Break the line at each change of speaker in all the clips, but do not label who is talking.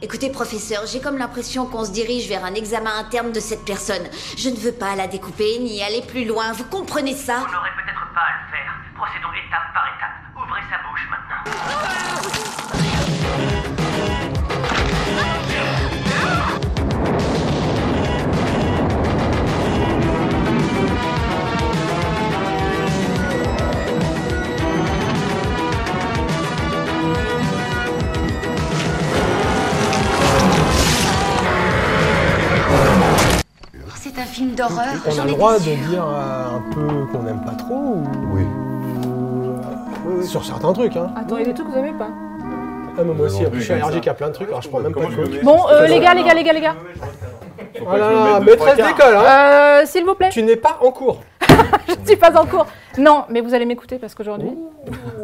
Écoutez, professeur, j'ai comme l'impression qu'on se dirige vers un examen interne de cette personne. Je ne veux pas la découper ni aller plus loin, vous comprenez ça
Ah,
Vous n'aurez peut-être pas à le faire. Procédons étape par étape. Ouvrez sa bouche maintenant.
C'est un film d'horreur.
On
j'en
a le
étais
droit de
sûre.
dire euh, un peu qu'on n'aime pas trop ou...
Oui.
Euh, Sur certains trucs, hein.
Attends, il y a des trucs que vous aimez pas.
Ah, mais moi aussi,
Non,
je suis
mais
allergique à plein de trucs, alors je prends même pas de
Comment je
coke.
me mets
Bon, euh, les gars, les gars, les gars, les gars.
Oh
Faut pas que
là
je me
là,
mette de
maîtresse
trois quarts.
d'école, hein
Euh, s'il vous plaît,
Tu n'es pas en cours.
je ne suis pas en cours. Non, mais vous allez m'écouter parce qu'aujourd'hui,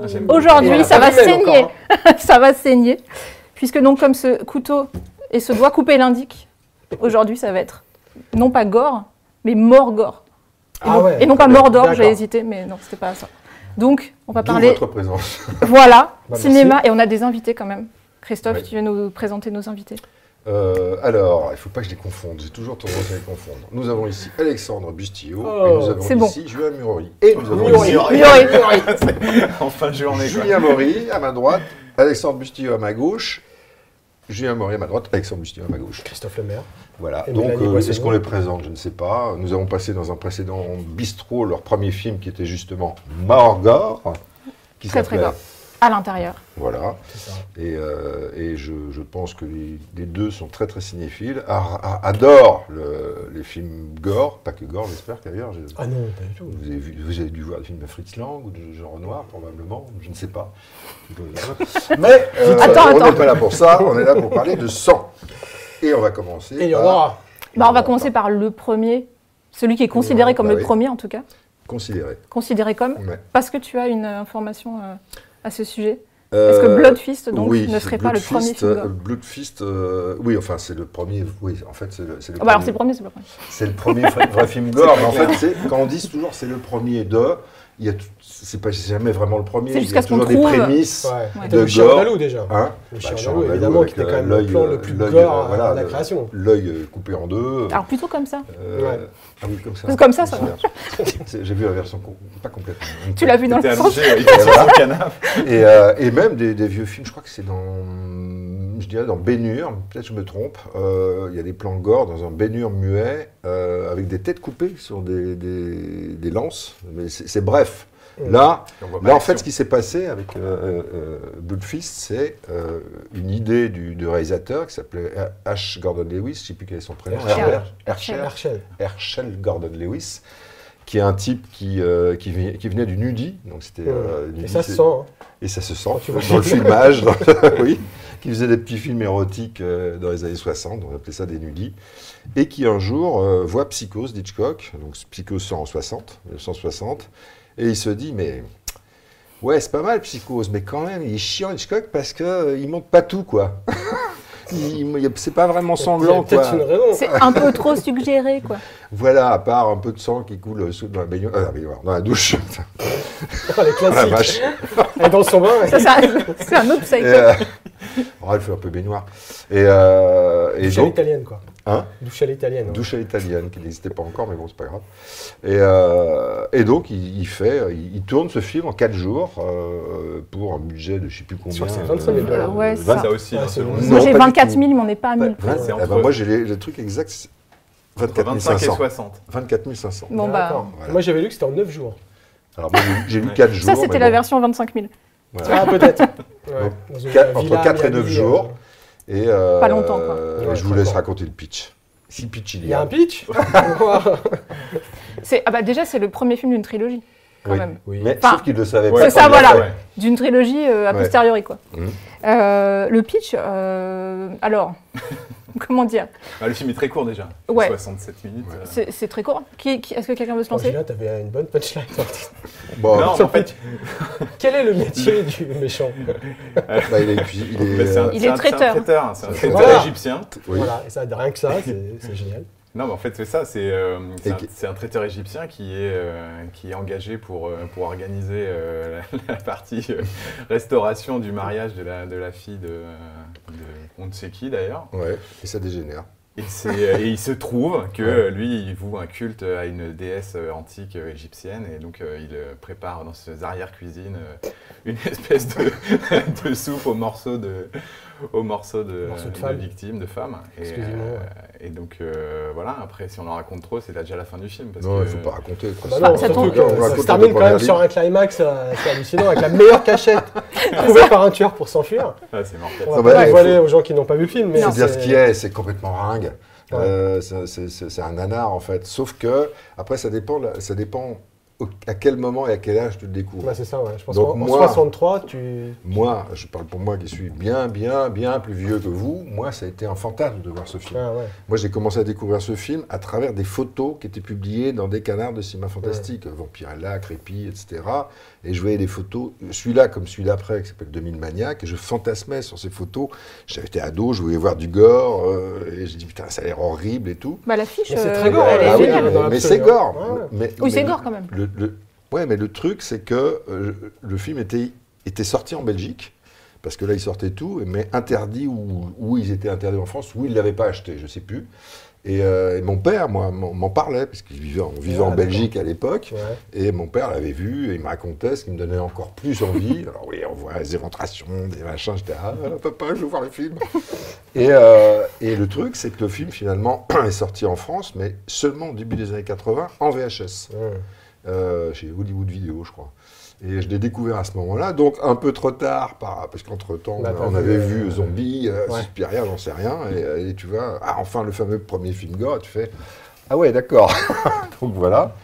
J'aime beaucoup.
Et
aujourd'hui,
la
ça va
femelle encore,
saigner. ça va saigner. Puisque donc, comme ce couteau et ce doigt coupé l'indiquent, aujourd'hui, ça va être non pas gore, mais mort-gore. Et,
Ah
non,
ouais.
et non pas mort-d'or,
D'accord.
j'ai hésité, mais non, c'était pas ça. Donc, on va
D'où
parler,
votre présence.
voilà,
Bah,
cinéma, et on a des invités quand même. Christophe,
Ouais.
tu veux nous présenter nos invités
Euh, alors, il ne faut pas que je les confonde. J'ai toujours tendance à les confondre. Nous avons ici Alexandre Bustillo et
Oh,
nous
c'est
avons
bon.
ici Julien Murori. Et nous avons
Murori.
ici
Murori.
En fin de journée, quoi.
Julien Maury à ma droite, Alexandre Bustillo à ma gauche. Julien Maury à ma droite, Alexandre Bustillo à ma gauche.
Christophe Lemaire.
Voilà.
Et
Donc,
Mélanie
euh,
Boissonneau.
est-ce qu'on les présente Je ne sais pas. Nous avons passé dans un précédent bistrot leur premier film qui était justement Morgor. Qui
Très, très
s'appelait-
gore. À l'intérieur.
Voilà.
C'est ça.
Et, euh, et je, je pense que les, les deux sont très très cinéphiles, ar- a- adorent le- les films gore, pas que gore j'espère d'ailleurs. Je-
Ah non, pas du tout.
Vous avez, vu- vous avez dû voir des films de Fritz Lang ou de Jean Renoir probablement, je ne sais pas. Mais euh,
Attends,
on
attends.
n'est pas là pour ça, on est là pour parler de sang. Et on va commencer.
Et il y en
par-
aura.
Bah, on va commencer par le premier, celui qui est considéré
Ouais,
comme
bah
le
oui.
premier en tout cas.
Ah, Considéré.
Considéré comme,
Ouais.
parce que tu as une euh, information euh, à ce sujet. Est-ce que Bloodfist donc,
Euh, oui,
ne serait pas le premier
Bloodfist,
film
euh,
gore
Bloodfist, euh, oui, enfin c'est le premier. Oui, en fait c'est le. c'est le
Ah bah alors c'est
premier.
le premier, c'est le premier.
C'est le premier vrai, vrai film gore. mais en fait, c'est- quand on dit toujours c'est le premier de, il y a tout- c'est pas c'est jamais vraiment le premier. il
C'est
y a
jusqu'à ce qu'on
toujours des
trouve.
prémices.
Ouais.
De
Le chien
gore.
andalou déjà.
Hein
Le
Bah,
chien
Charles
andalou,
Andalou,
évidemment,
avec,
qui était
euh,
quand même le
l'œil,
plan
euh,
le plus
l'œil,
gore
euh,
à-
voilà,
à la
le-
création.
L'œil euh, coupé en deux.
Alors plutôt comme ça.
euh,
Ouais.
ah oui, comme ça.
Parce que Ah. comme ça, ça
Je me souviens. C'est- J'ai vu la version com- pas complète.
Tu l'as vu dans
T'es
le sens.
allongé, il était sur son canapé.
Et, euh, et même des, des vieux films, je crois que c'est dans, je dirais dans Bénur, peut-être je me trompe, euh, il y a des plans gore dans un Bénur muet, euh, avec des têtes coupées sur des, des- des lances, mais c'est c'est bref.
Ouais.
Là,
On voit pas
là en fait,
l'action.
ce qui s'est passé avec euh, euh, Bloodfist, c'est euh, une idée du, du réalisateur qui s'appelait H. Gordon Lewis, je ne sais plus quel est son prénom,
Herschel.
Herbert- Herschel.
Herschel.
Herschel Gordon Lewis, qui est un type qui, euh, qui, vi- qui venait du nudie, donc c'était euh,
Et
nudie,
ça se
c'est-
sent. hein.
et ça se sent
Quand tu vois
dans le
le
filmage, dans le- oui, qui faisait des petits films érotiques euh, dans les années 60, on appelait ça des nudis, et qui un jour euh, voit Psychose d'Hitchcock, donc Psychose 160, 1960, et il se dit mais ouais c'est pas mal Psychose, mais quand même il est chiant Hitchcock parce que euh, il montre pas tout quoi. Il- il- c'est pas vraiment sanglant
Il y a peut-être
quoi.
une raison.
C'est un peu trop suggéré quoi.
Voilà, à part un peu de sang qui coule sous dans la baignoire, euh, dans la baignoire, dans la douche.
Ah, les
la
classiques.
vache.
Elle est dans son bain.
Ça, c'est un- c'est un autre
Et,
psycho.
euh, oh, elle fait un peu baignoire. Et, euh, et
Douche à
donc,
l'italienne, quoi.
Hein
Douche à l'italienne. ouais.
douche à l'italienne, qui n'existait pas encore, mais bon, c'est pas grave. Et, euh, et donc, il, il fait, il, il tourne ce film en 4 jours euh, pour un budget de je sais plus combien.
crois que c'est
euh,
25 000 dollars.
Ouais,
euh,
Mm. c'est
vingt-
Ça aussi,
Ah,
hein,
c'est
selon
bon.
les-
Moi
non,
j'ai
pas du
24
tout.
000, mais on n'est pas à 1000.
Ah,
c'est
bah,
entre-
moi, j'ai les- le truc exact, c'est 24
25 et
500.
60.
24 500.
Bon bah,
D'accord.
Voilà.
Moi, j'avais lu que c'était en 9 jours.
Alors, moi, j'ai- j'ai lu 4 jours.
ça
mais
c'était
bon,
la version 25 000.
voilà.
Ah, peut-être. Ouais.
Donc,
Dans une
quatre- entre
villa à
4 et 9
Miami,
jours.
euh,
Et, euh,
Pas longtemps, quoi.
euh,
Ouais,
je vous
très
laisse
fort.
raconter le pitch. Si pitch il
Il y a un pitch
C'est- Ah bah déjà c'est le premier film d'une trilogie quand
Oui.
même.
Oui.
Mais
Enfin,
sauf qu'il le savait
c'est
pas.
ça,
il l'a
voilà.
fait.
D'une trilogie euh, a
Ouais.
posteriori, quoi.
Mhm.
Euh, le pitch, euh, alors, comment dire
Bah, le film est très court déjà.
Ouais.
67 minutes. euh.
C'est c'est très court. Qui- qui- Est-ce que quelqu'un veut se
Bon,
lancer
Julien, Oh, t'avais une bonne punchline.
Bon,
Non, en fait,
Quel est le métier du méchant
bah, il est, épuisé, il est, euh,
bah, c'est un-
Il
c'est
est
un-
traiteur.
C'est un traiteur, c'est un traiteur
Voilà.
égyptien.
oui.
Voilà, et ça, rien que ça, c'est c'est génial.
Non, mais en fait, c'est ça. C'est euh, c'est
Et
un-
qui-
c'est un, traiteur égyptien qui est, euh, qui est engagé pour, euh, pour organiser euh, la, la partie euh, restauration du mariage de la, de la fille de, euh, de on ne sait qui d'ailleurs.
Ouais, et ça dégénère.
Et, c'est- euh, et il se trouve que euh, lui, il voue un culte à une déesse euh, antique euh, égyptienne. Et donc, euh, il euh, prépare dans ses arrières-cuisines euh, une espèce de, de soupe aux morceaux de, aux morceaux de,
Morceaux de
de
femmes.
victimes, de femmes. Et,
Exclusivement, ouais.
et donc, euh, voilà, après, si on en raconte trop, c'est déjà la fin du film. Parce
Non,
que,
il faut pas raconter. quoi.
Bah
Ça-
non,
ça
surtout
tombe.
que
on
ça
raconte
se
le
termine quand
premier
même sur un
livre.
climax euh, assez hallucinant avec la meilleure cachette trouvée par un tueur pour s'enfuir.
Ah, c'est mortel.
On va
Ça
pas
va,
la
il
dévoiler aux gens qui n'ont pas vu le film. mais
C'est dire ce qui est, c'est complètement ringue.
Ouais.
Euh, c'est- c'est- c'est c'est un nanar en fait. Sauf que, après, ça dépend, la- ça dépend au- à quel moment et à quel âge tu le découvres.
Bah, c'est ça, ouais. Je pense
Donc
qu'en en
moi-
63, tu.
Moi, je parle pour moi qui suis bien, bien, bien plus vieux que vous, moi, ça a été un fantasme de voir ce film.
Ah, ouais.
Moi, j'ai commencé à découvrir ce film à travers des photos qui étaient publiées dans des canards de cinéma fantastique, Vampirella, Crépi, etc. Et je voyais des photos, celui-là comme celui d'après, qui s'appelle 2000 Maniacs, et je fantasmais sur ces photos. J'avais été ado, je voulais voir du gore, euh, et j'ai dit, putain, ça a l'air horrible et tout.
Bah, l'affiche,
Mais c'est
euh,
très gore,
elle est
Ah oui,
géniale.
mais-
dans
mais
l'absolu,
c'est gore.
hein. Ouais.
Mais-
Oui, c'est
mais-
gore quand même.
le, le- Ouais, mais le truc, c'est que euh, le film était, était sorti en Belgique, parce que là, il sortait tout, mais interdit, ou, ou ils étaient interdits en France, ou ils ne l'avaient pas acheté, je ne sais plus. Et, euh, et mon père, moi, m'en m'en parlait, parce qu'on vivait, on vivait en
d'accord.
Belgique à l'époque,
Ouais.
et mon père l'avait vu, et il me racontait, ce qui me donnait encore plus envie. Alors oui, on voit les éventrations, des machins, j'étais, ah, papa, je veux voir le film. et, euh, et le truc, c'est que le film, finalement, est sorti en France, mais seulement au début des années 80, en VHS
Ouais.
euh, chez Hollywood Vidéo, je crois. Et je l'ai découvert à ce moment-là, donc un peu trop tard, par- parce qu'entre-temps,
Bah,
on
t'as
avait
vu,
vu
euh,
Zombie, euh,
ouais.
Suspiria, j'en sais rien, et, et tu vois, ah, enfin le fameux premier film gore, tu fais, ah ouais, d'accord. donc voilà.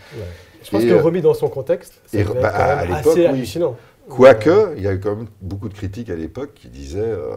Je pense
Et,
que
euh,
remis dans son contexte,
et
c'est
re- bah, à l'époque,
assez
oui.
hallucinant.
Quoique, il y a eu quand même beaucoup de critiques à l'époque qui disaient, euh,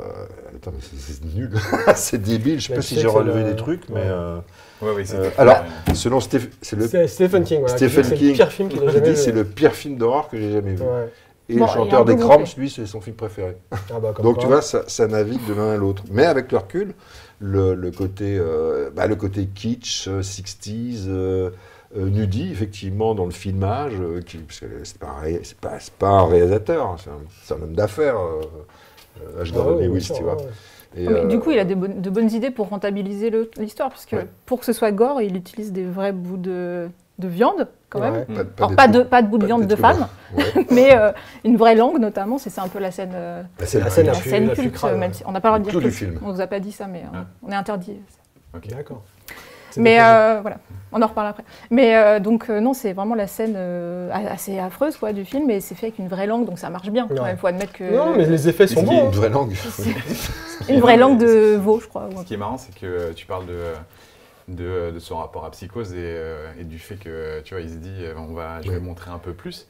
attends, mais c'est- c'est nul, c'est débile, je sais
Mais
pas
tu
si
sais
j'ai
que c'est
relevé
le-
des trucs, mais...
ouais.
euh,
Ouais, oui, c'est
euh, alors, selon Steph- c'est le...
C'est Stephen King, voilà, qui dit
Stephen
que c'est le
King.
pire film qu'il a
il
jamais
dit,
vu.
c'est le pire film d'horreur que j'ai jamais vu.
Ouais.
Et le
Bon, il y a
chanteur
un
des
double
Cramps,
effet.
lui, c'est son film préféré.
Ah bah, comme
Donc
quoi.
tu vois, ça, ça navigue de l'un à l'autre. Mais avec le recul, le, le côté, euh, bah, le côté kitsch, euh, 60s, euh, euh, nudie, effectivement, dans le filmage, euh, qui, parce que c'est pas, un ré- c'est pas, c'est pas un réalisateur, hein, c'est un, c'est un homme d'affaires, euh, euh, H.
Ah
Gordon
ouais,
Lewis,
bien sûr,
tu vois.
ouais.
Et,
Ah, mais
euh,
du coup, il a de bonnes, de bonnes idées pour rentabiliser le- l'histoire, parce que
Ouais.
pour que ce soit gore, il utilise des vrais bouts de, de viande, quand même.
Ouais.
pas,
Alors,
des
pas
trucs-
de, pas de bout de
pas
viande
des
de
trucs-
femme,
Ouais.
mais euh, une vraie langue, notamment. C'est c'est un peu la scène, euh,
Bah, c'est
La
la
scène
scène.
la
plus-
scène
la plus
culte,
crade,
même
ouais.
si on n'a pas le droit de dire
Tout du
culte.
film.
On vous a pas dit ça, mais euh,
Ah.
on est interdit.
Ok, D'accord. C'est
Mais
des-
euh, voilà, on en reparle après. Mais euh, donc, euh, non, c'est vraiment la scène euh, assez affreuse quoi, du film, et c'est fait avec une vraie langue, donc ça marche bien.
Ouais.
Il faut admettre que.
Non, mais les effets
Ils
sont
ont une
bons. hein.
vraie langue. Oui.
Une vraie langue de veau, je crois. ou un
Ce qui est marrant, c'est que euh, tu parles de, euh, de, euh, de son rapport à Psychose et, euh, et du fait que, euh, tu vois, il se dit, euh, on va, je vais
Ouais.
montrer un peu plus.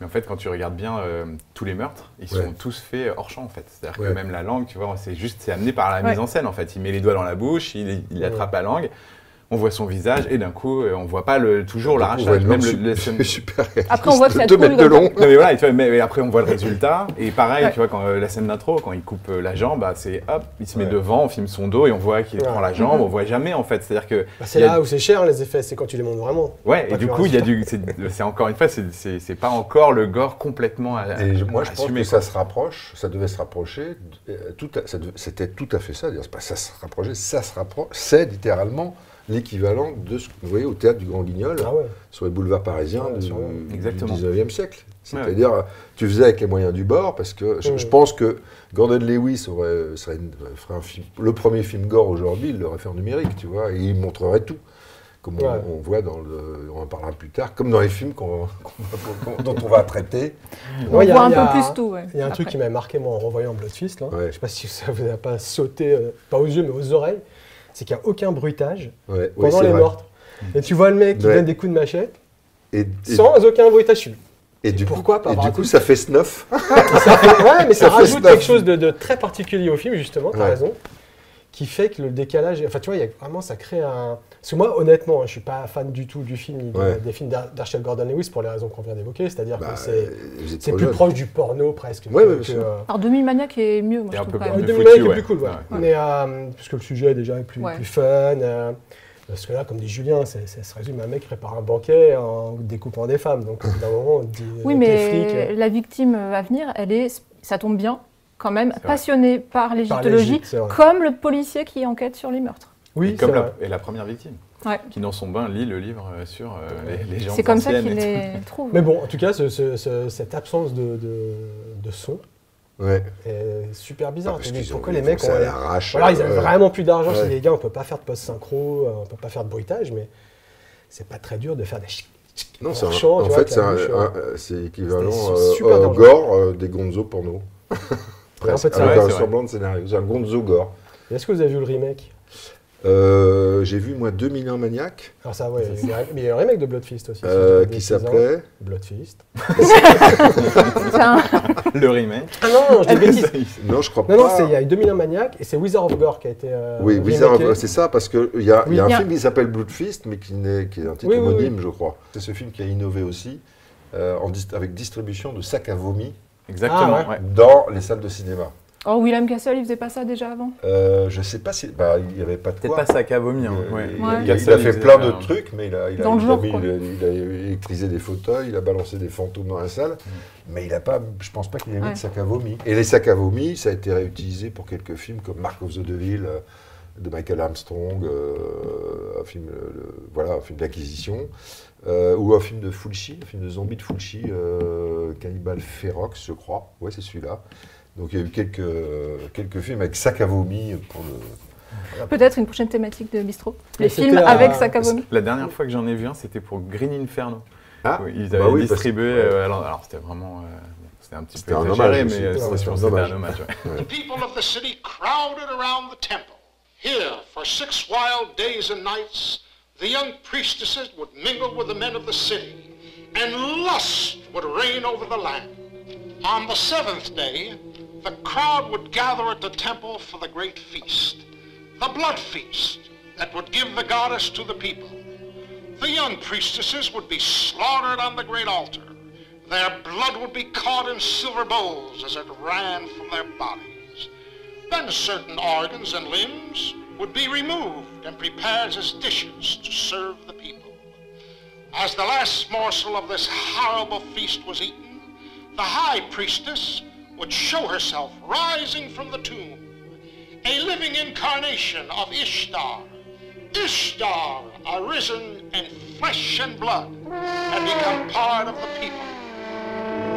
Mais en fait, quand tu regardes bien euh, tous les meurtres, ils
Ouais.
sont tous faits hors champ, en fait. C'est-à-dire
Ouais.
que même la langue, tu vois, c'est juste, c'est amené par la
Ouais.
mise en scène, en fait. Il met les doigts dans la bouche, il, il attrape la langue. On voit son visage et d'un coup, euh, on voit pas le, toujours
On voit
l'arrachage,
une
même
langue
le,
sup-
la scène-
super
Après, on voit que ça
deux
coule
mètres de
comme
long.
non mais voilà, et tu vois, mais, mais après on voit le résultat. Et pareil,
Ouais.
tu vois, quand euh, la scène d'intro, quand il coupe euh, la jambe, bah, c'est hop, il se met
Ouais.
devant, on filme son dos et on voit qu'il
Ouais.
prend la jambe,
Mm-hmm.
on voit jamais en fait. C'est-à-dire que.
Bah, c'est
il y a-
là où c'est cher les effets, c'est quand tu les montes vraiment.
Ouais,
Pas
et du
que
coup,
le
il y a du. C'est c'est encore une fois, c'est- c'est c'est pas encore le gore complètement à-
Et
Euh,
je- moi, je pense
assumé,
que
quoi.
ça se rapproche, ça devait se rapprocher. euh, tout à- ça dev- C'était tout à fait ça. d'ailleurs, c'est pas ça se rapprochait, ça se rapproche. C'est littéralement l'équivalent de ce que vous voyez au théâtre du Grand Guignol,
Ah ouais.
sur les boulevards parisiens
Ouais,
du,
sur- Ah
du
Exactement.
19e siècle. C'est-à-dire, euh, tu faisais avec les moyens du bord, parce que je,
Mm.
je pense que Gordon Lewis aurait, serait une- ferait un film- le premier film gore aujourd'hui, il l'aurait fait en numérique, tu vois, et il montrerait tout. Comme on,
Ouais.
on voit dans le, on en parlera plus tard, comme dans les films qu'on- qu'on- dont on va traiter.
On
Ouais, il y a-
voit un
il y a-
peu plus tout. ouais,
Il y a un truc qui
après.
m'a marqué moi en revoyant Bloodfist, là.
Ouais.
je sais pas si ça vous a pas sauté, euh, pas aux yeux mais aux oreilles, c'est qu'il n'y a aucun bruitage
Ouais, ouais,
pendant
c'est
les
vrai.
meurtres. Et tu vois le mec qui
Ouais.
donne des coups de machette,
Et, et-
sans aucun bruitage. Je suis-
et du
pourquoi pas
coup, et
avoir
du
un
coup, ça fait snuff.
Ah, Ça fait- ouais, mais ça,
Ça fait
rajoute
snuff.
quelque chose de, de très particulier au film, justement, t'as
Ouais.
raison, qui fait que le décalage. est- Enfin, tu vois, il y a vraiment, ça crée un. Parce que moi, honnêtement, hein, je suis pas fan du tout du film, ni de-
Ouais.
des films d'Ar- d'Archie Gordon Lewis pour les raisons qu'on vient d'évoquer, c'est-à-dire
Bah,
que c'est.
vous êtes
C'est
trop
plus
jeune.
proche du porno presque.
Ouais,
que-
ouais,
que,
sûr.
euh,
Alors, demi-maniaque est mieux, moi,
Et
je
un
trouve.
peu
quand
plus
même.
Le
de
demi-maniaque
foutu,
est
ouais.
plus cool, voilà.
Ouais.
Mais euh, parce que le sujet déjà est plus,
Ouais.
plus fun. euh, Parce que là, comme dit Julien, c'est- ça se résume à un mec qui prépare un banquet en découpant des femmes. Donc, au bout d'un moment, on te dit.
Oui,
avec les
mais
flics, euh,
la victime euh, à venir, elle est, ça tombe bien, quand même,
vrai.
passionnée par
par
l'égyptologie,
l'Égypte, c'est vrai.
comme le policier qui enquête sur les meurtres.
Oui,
et, comme
c'est
la,
vrai.
et la première victime,
Ouais.
qui dans son bain lit le livre euh, sur euh, les les légendes
C'est comme ça
anciennes
qu'il
et tout.
les trouve.
Mais bon, en tout cas, ce- ce- ce- cette absence de, de, de son
Ouais.
est super bizarre.
Ah, Parce
Tu te dis,
qu'ils ont-
pourquoi
ils
les
font
mecs
ça à
ont-
l'arrache,
Voilà, ils avaient
euh,
vraiment plus d'argent. Je
ouais.
dis, les gars, on peut pas faire de post-synchro, euh, on peut pas faire de bruitage, mais c'est pas très dur de faire des chic, chic,
Non,
en
c'est un-
marchant,
en
tu vois,
fait,
avec
c'est
la
un-
bouche,
un-
euh,
euh, c'est équivalent
C'était super
euh, au
dangereux.
gore euh, des Gonzo porno.
peu de
Presque,
ça.
avec
Ouais,
un
c'est
semblant de scénario. C'est un Gonzo gore.
Est-ce que vous avez vu le remake
Euh, J'ai vu, moi, 2001 Maniac,
Alors Ah, ça, ouais, il y a eu- mais il y a eu un remake de Bloodfist aussi. si je dis pas
euh,
de
qui
bêtises, hein.
s'appelait...
Bloodfist.
C'est un-
Le remake.
Ah non, non, je dis des bêtises.
Non, je crois
Non, non,
pas.
c'est- il y a eu 2001 Maniac et c'est Wizard of Gore qui a été. euh,
Oui,
remaké.
Wizard of- c'est ça, parce qu'il y a, il y a
Oui.
un film qui s'appelle Bloodfist, mais qui, n'est- qui est un titre
Oui, oui,
homonyme, je crois. C'est ce film qui a innové aussi, euh, en dis- avec distribution de sacs à vomi
Exactement.
Ah,
ouais.
dans les salles de cinéma.
Oh, William Castle, il faisait pas ça déjà avant
Euh, je sais pas si... bah, il n'y avait pas de
Peut-être
quoi.
pas sac à vomir.
Euh,
hein, ouais.
il-
Ouais.
Il, a- il a fait plein de trucs, mais il a, il a-
Dans le
il a
genre,
mis-
quoi.
il a- il a électrisé des fauteuils, il a balancé des fantômes dans la salle, mais il a pas, je pense pas qu'il ait mis
Ouais.
de sac à vomi. Et les sacs à vomi, ça a été réutilisé pour quelques films comme Mark of the Devil euh, de Michael Armstrong, euh, un film, euh, le- voilà, un film d'acquisition, euh, ou un film de Fulci, un film de zombie de Fulci, euh, Cannibal Ferox, je crois. Ouais, c'est celui-là. Donc il y a eu quelques, quelques films avec sac à vomi pour le.
Peut-être une prochaine thématique de bistrot.
Mais
Les films
c'était, euh,
avec sac à vomi.
La dernière fois que j'en ai vu un, c'était pour Green Inferno.
Ah,
Oui, ils
bah
avaient
oui, parce-
distribué.
ouais.
euh, alors, alors, c'était vraiment. euh, c'était un petit peu
C'était un
exagéré,
hommage aussi. Ah
mais euh,
Ouais,
c'était
c'était un
c'était
hommage.
un hommage. ouais.
The people of the city crowded around the temple. Here, for six wild days and nights, the young priestesses would mingle with the men of the city, and lust would reign over the land. On the seventh day, the crowd would gather at the temple for the great feast, the blood feast that would give the goddess to the people. The young priestesses would be slaughtered on the great altar. Their blood would be caught in silver bowls as it ran from their bodies. Then certain organs and limbs would be removed and prepared as dishes to serve the people. As the last morsel of this horrible feast was eaten, the high priestess would show herself rising from the tomb, a living incarnation of Ishtar. Ishtar, arisen in flesh and blood, and become part of the people.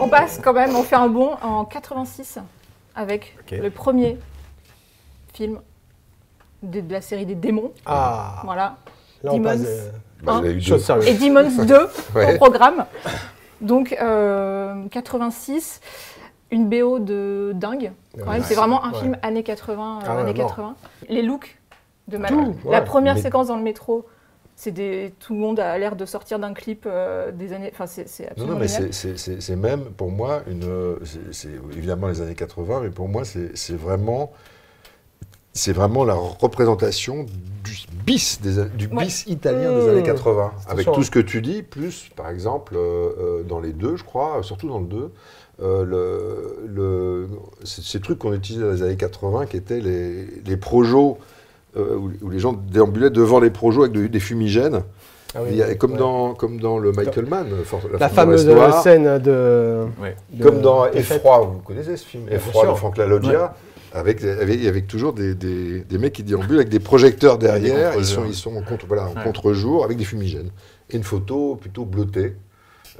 On passe quand même, on fait un bond en 86 avec
Ok.
le premier film de, de la série des démons.
Ah,
Voilà.
là on
Demons.
passe de
Bah, il a eu deux.
choses sérieuses.
et Demons 2
Ouais.
au programme. Donc euh, 86, une BO de dingue. Quand
Ouais,
même,
ouais.
c'est vraiment un
Ouais.
film années 80, euh,
Ah ouais,
années
mort.
80. Les looks de Manon.
Tout,
La
ouais.
première
Mais-
séquence dans le métro, c'est des tout le monde a l'air de sortir d'un clip euh, des années. Enfin, c'est c'est
Non,
absolument
non, mais
génial.
c'est- c'est c'est- c'est même pour moi une. euh, c'est- C'est évidemment les années 80, mais pour moi, c'est c'est vraiment. C'est vraiment la représentation du bis, des a- du
Ouais.
bis italien
Mmh.
des années 80.
C'est
Avec
sûr.
tout ce que tu dis, plus, par exemple, euh, euh, dans les deux, je crois, euh, surtout dans le 2, le, le- ces ces trucs qu'on utilisait dans les années 80 qui étaient les, les projos, euh, où, où les gens déambulaient devant les projos avec de- des fumigènes.
Ah oui,
Il y a- comme,
ouais.
dans, comme dans le Michael Mann, euh, For- la,
la
Forteresse
fameuse euh,
Noire,
scène de.
Ouais.
de-
comme dans
de fête.
Effroi, vous connaissez ce film,
Bien
Effroi de
sûr.
Franck Lalodia, avec, avec, avec toujours des, des- des mecs qui déambulent avec des projecteurs derrière, ils sont,
contre-jours.
ils sont en contre- voilà, en
Ouais.
contre-jour avec des fumigènes. Et une photo plutôt bleutée.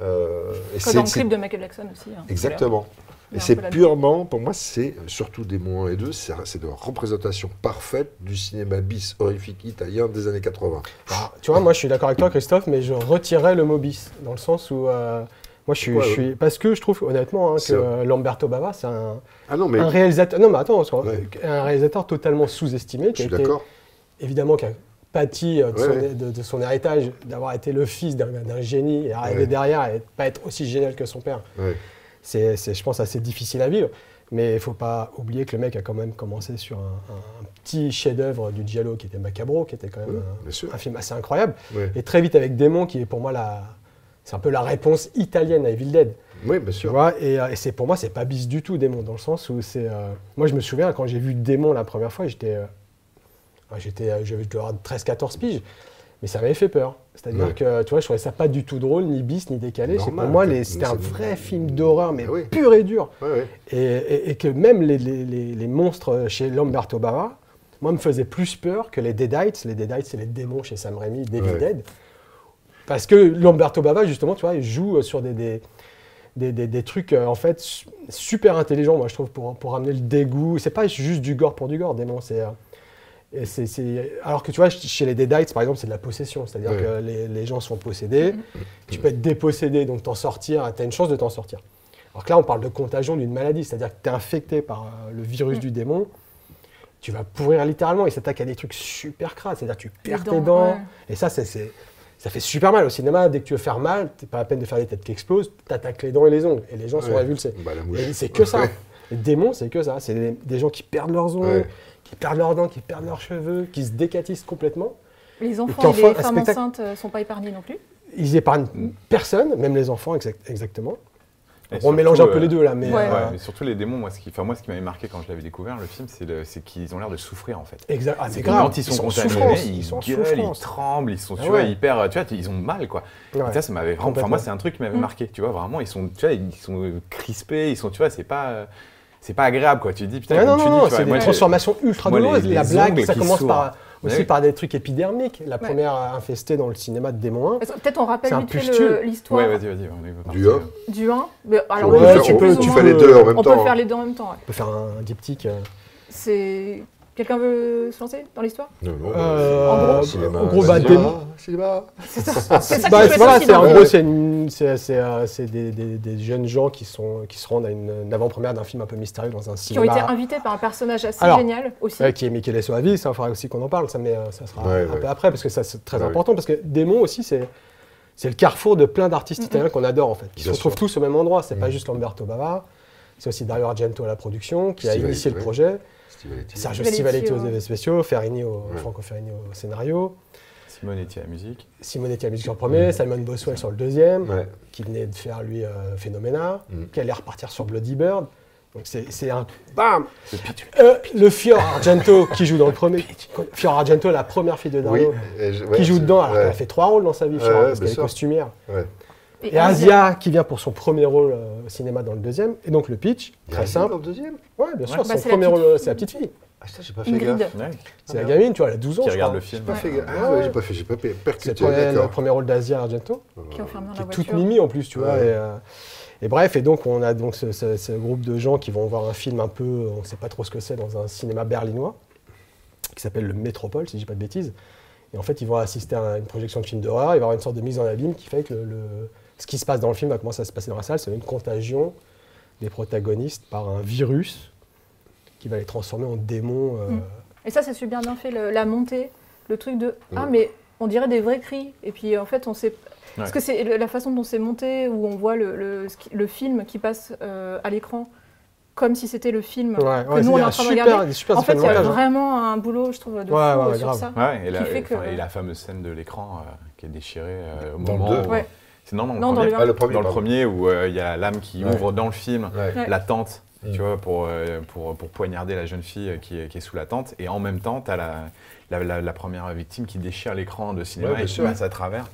Euh, et
Comme
c'est-
dans le
c'est-
clip de Michael Jackson aussi. hein.
Exactement.
Il y
Et
a un
c'est
peu la-
purement, pour moi, c'est surtout Démon 1 et 2, c'est c'est de la représentation parfaite du cinéma bis horrifique italien des années 80.
Ah, tu vois, moi je suis d'accord avec toi, Christophe, mais je retirais le mot bis, dans le sens où. euh, moi, je suis,
Pourquoi,
je suis- Parce que je trouve, honnêtement, hein,
C'est
que Lamberto Bava, c'est un,
Ah non, mais
un réalisateur. Non, mais attends, parce qu'on-
Ouais.
un réalisateur totalement sous-estimé,
je
qui a
suis
été
d'accord.
évidemment qui a pâti euh, de,
Ouais,
son,
ouais.
de- de son héritage, d'avoir été le fils d'un- d'un génie et arriver
Ouais.
derrière et pas être aussi génial que son père.
Ouais.
C'est, c'est, je pense, assez difficile à vivre. Mais il faut pas oublier que le mec a quand même commencé sur un, un- un petit chef-d'œuvre du Giallo qui était Macabro, qui était quand même
Oui,
un-
bien sûr.
un, film assez incroyable.
Ouais.
Et très vite avec Démon, qui est pour moi la. C'est un peu la réponse italienne à Evil Dead.
Oui, bien
Tu
sûr.
vois, et, euh, et c'est pour moi, c'est pas bis du tout démon, dans le sens où c'est. euh, moi, je me souviens quand j'ai vu démon la première fois, j'étais. euh, ouais, j'étais, euh, j'avais 13-14 piges, mais ça m'avait fait peur. C'est-à-dire
Ouais.
que, tu vois, je trouvais ça pas du tout drôle, ni bis, ni décalé. C'est pour
Normal,
moi,
t'as-
les, c'était
c'est
un
normal.
vrai film d'horreur, mais
Ah oui.
pur et dur.
Ouais, ouais.
Et, et- et que même les, les- les- les monstres chez Lamberto Bava, moi, me faisaient plus peur que les Deadites. Les Deadites, c'est les démons chez Sam Raimi, David
Ouais.
Dead. Parce que Lamberto Bava, justement, tu vois, il joue euh, sur des, des, des- des- des trucs, euh, en fait, su- super intelligents, moi, je trouve, pour, pour amener le dégoût. C'est pas juste du gore pour du gore, démon, c'est... euh, et c'est- c'est- Alors que tu vois, chez les Deadites, par exemple, c'est de la possession. C'est-à-dire
Ouais. Mm.
que les, les gens sont possédés. Tu peux être dépossédé, donc t'en sortir, t'as une chance de t'en sortir. Alors que là, on parle de contagion d'une maladie, c'est-à-dire que tu es infecté par euh, le
Mm.
virus du démon, tu vas pourrir littéralement. Il s'attaque à des trucs super crades, c'est-à-dire que tu perds tes
dents,
dents.
ouais.
Et ça, c'est- c'est- ça fait super mal au cinéma. Dès que tu veux faire mal, c'est pas la peine de faire des têtes qui explosent, t'attaques les dents et les ongles, et les gens sont
Ouais.
révulsés.
Bah, la mouche.
Et c'est que ça.
Ouais.
Les démons, c'est que ça. C'est des, des gens qui perdent leurs ongles,
Ouais.
qui perdent leurs dents, qui perdent leurs cheveux, qui se décatissent complètement.
Les enfants
qu'enfin,
et les
un
femmes
spectacle-
enceintes euh, sont pas épargnés non plus.
Ils épargnent personne, même les enfants, exact- exactement.
Et
On
surtout,
mélange un peu
euh,
les deux là, mais.
Ouais.
Ouais,
euh,
mais surtout les démons, moi ce qui, enfin, moi, ce qui m'avait marqué quand je l'avais découvert le film, c'est le- c'est qu'ils ont l'air de souffrir en fait.
Exact. Ah, mais
C'est que
grave.
quand ils sont,
en
contaminés,
souffrance,
ils,
sont en
gueulent, ils
souffrance.
tremblent, ils sont tu
Ah
vois,
ouais.
hyper, tu vois, ils ont mal quoi.
Ouais.
Et ça, ça m'avait vraiment, enfin
Complètement. Mm.
moi c'est un truc qui m'avait marqué, tu vois, vraiment, ils sont, tu vois, ils sont euh, crispés, ils sont, tu vois, c'est pas, euh, c'est pas agréable quoi. Tu te dis putain,
Ah non,
comme tu
non,
dis,
non,
tu vois,
c'est
moi,
des
j'ai-
transformations ultra
moi, les-
douloureuses.
les
la blague,
ongles
ça
qui
commence par,
s'ouvrent.
aussi
Ouais.
par des trucs épidermiques. La première infestée dans le cinéma de démon 1.
Parce que Peut-être on rappelle
C'est un
vite fait
pustule.
le-
Ouais,
l'histoire
vas-y, vas-y, on est parti. hein.
Du haut.
du 1. Mais alors,
Ouais,
on peut-
tu,
tu
on-
peux-
plus ou
tu
moins-
fais les
moins,
deux en même
On peut
temps.
faire les deux en même temps. ouais.
On peut faire un diptyque. euh.
C'est quelqu'un veut se lancer dans l'histoire
Non, non,
Euh,
bah,
en gros,
cinéma,
en gros, bah,
cinéma,
démon.
cinéma.
C'est ça. C'est ça
Bah,
qui fait
voilà,
ça,
c'est- en
sinon.
gros, c'est une- c'est- c'est, euh, c'est des, des- des jeunes gens qui, sont, qui se rendent à une, une avant-première d'un film un peu mystérieux dans un
Qui ont
cinéma.
été invités par un personnage assez
Alors,
génial aussi.
Ouais, qui est Michele Soavi, ça, il faudra aussi qu'on en parle, ça, mais euh, ça sera
Ouais,
un
ouais. Ah
peu après, parce que ça, c'est très
Ouais,
important, parce que Démon aussi, c'est, c'est le carrefour de plein d'artistes italiens qu'on adore, en fait, qui se
Bien
retrouvent
sûr. Mm.
tous au même endroit. C'est pas juste Lamberto Bava, c'est aussi Dario Argento à la production, qui a
Stivaletti,
initié le
ouais.
projet,
Stivaletti.
Sergio
Stivaletti,
Stivaletti aux
ouais.
effets spéciaux, Ferrini au,
Ouais.
Franco Ferrini au scénario,
Simonetti à la musique.
Simonetti à la musique sur le premier, Simon Boswell sur le deuxième,
Mm. Ouais.
qui venait de faire, lui, euh, Phenomena,
Mm.
qui allait repartir sur Bloody Bird. Donc c'est, c'est un... Bam
Le pitch.
Euh, le Fior Argento qui joue dans le premier. Fior Argento, la première fille de
Oui,
Dario,
et je- ouais,
qui joue
c'est-
dedans. Alors qu'elle
ouais.
a fait trois rôles dans sa vie, Fior,
Ouais,
parce
bien
qu'elle est
sûr.
costumière.
Ouais.
Et Asia qui vient pour son premier rôle euh, au cinéma dans le deuxième. Et donc le pitch,
Il y a
très
un
simple.
film dans le deuxième
Ouais, bien sûr,
Bah,
son
c'est la
premier
petite
rôle, euh, c'est la petite fille.
Ah, ça, j'ai pas fait
Ingrid.
gaffe.
Ouais,
C'est la
Ah,
gamine, tu vois, elle a 12 ans.
qui
je crois.
regarde le film.
J'ai pas fait
Ouais.
gaffe.
Ouais.
Ah ouais, j'ai pas fait, j'ai pas
C'est
per-
le
percuté.
premier, le
d'accord.
premier rôle d'Asia Argento.
Qui est enfermée dans
qui
la
est toute
voiture.
mimi en plus, tu vois.
Ouais.
Et, euh, et bref, et donc on a donc ce, ce- ce groupe de gens qui vont voir un film un peu, on ne sait pas trop ce que c'est, dans un cinéma berlinois, qui s'appelle le Métropole, si je dis pas de bêtises. Et en fait, ils vont assister à une projection de film d'horreur, il va y avoir une sorte de mise en abîme qui fait que le, le- ce qui se passe dans le film va commencer à se passer dans la salle, c'est une contagion des protagonistes par un virus qui va les transformer en démons. euh,
Et ça, c'est super bien fait, le- la montée, le truc de Ah, mais on dirait des vrais cris. Et puis en fait, on sait. Parce que c'est le- la façon dont c'est monté, où on voit le, le- ce qui- le film qui passe euh, à l'écran comme si c'était le film
Ouais,
Mmh. que
ouais,
nous on est en
c'est
train de
super-
regarder.
super
En fait, il y a
montage, hein.
vraiment un boulot, je trouve, de fou
Ouais, ouais,
euh,
ouais,
sur
grave.
ça.
Ouais, et la, euh,
Qui fait que-
enfin, et la fameuse scène de l'écran euh, qui est déchirée euh, au
Dans le
moment.
deux.
où-
Ouais.
C'est non, non,
Non, dans
premier.
le un.
Ah, le premier.
dans le
pardon.
premier où euh, il y a l'âme qui
Ouais.
ouvre dans le film
Ouais.
Ouais.
la tente,
Mm.
tu vois, pour, euh, pour, pour poignarder la jeune fille euh, qui est, qui est sous la tente. Et en même temps, tu as la, la, la- la première victime qui déchire l'écran de cinéma
Ouais, bien
et qui
sûr.
passe à travers.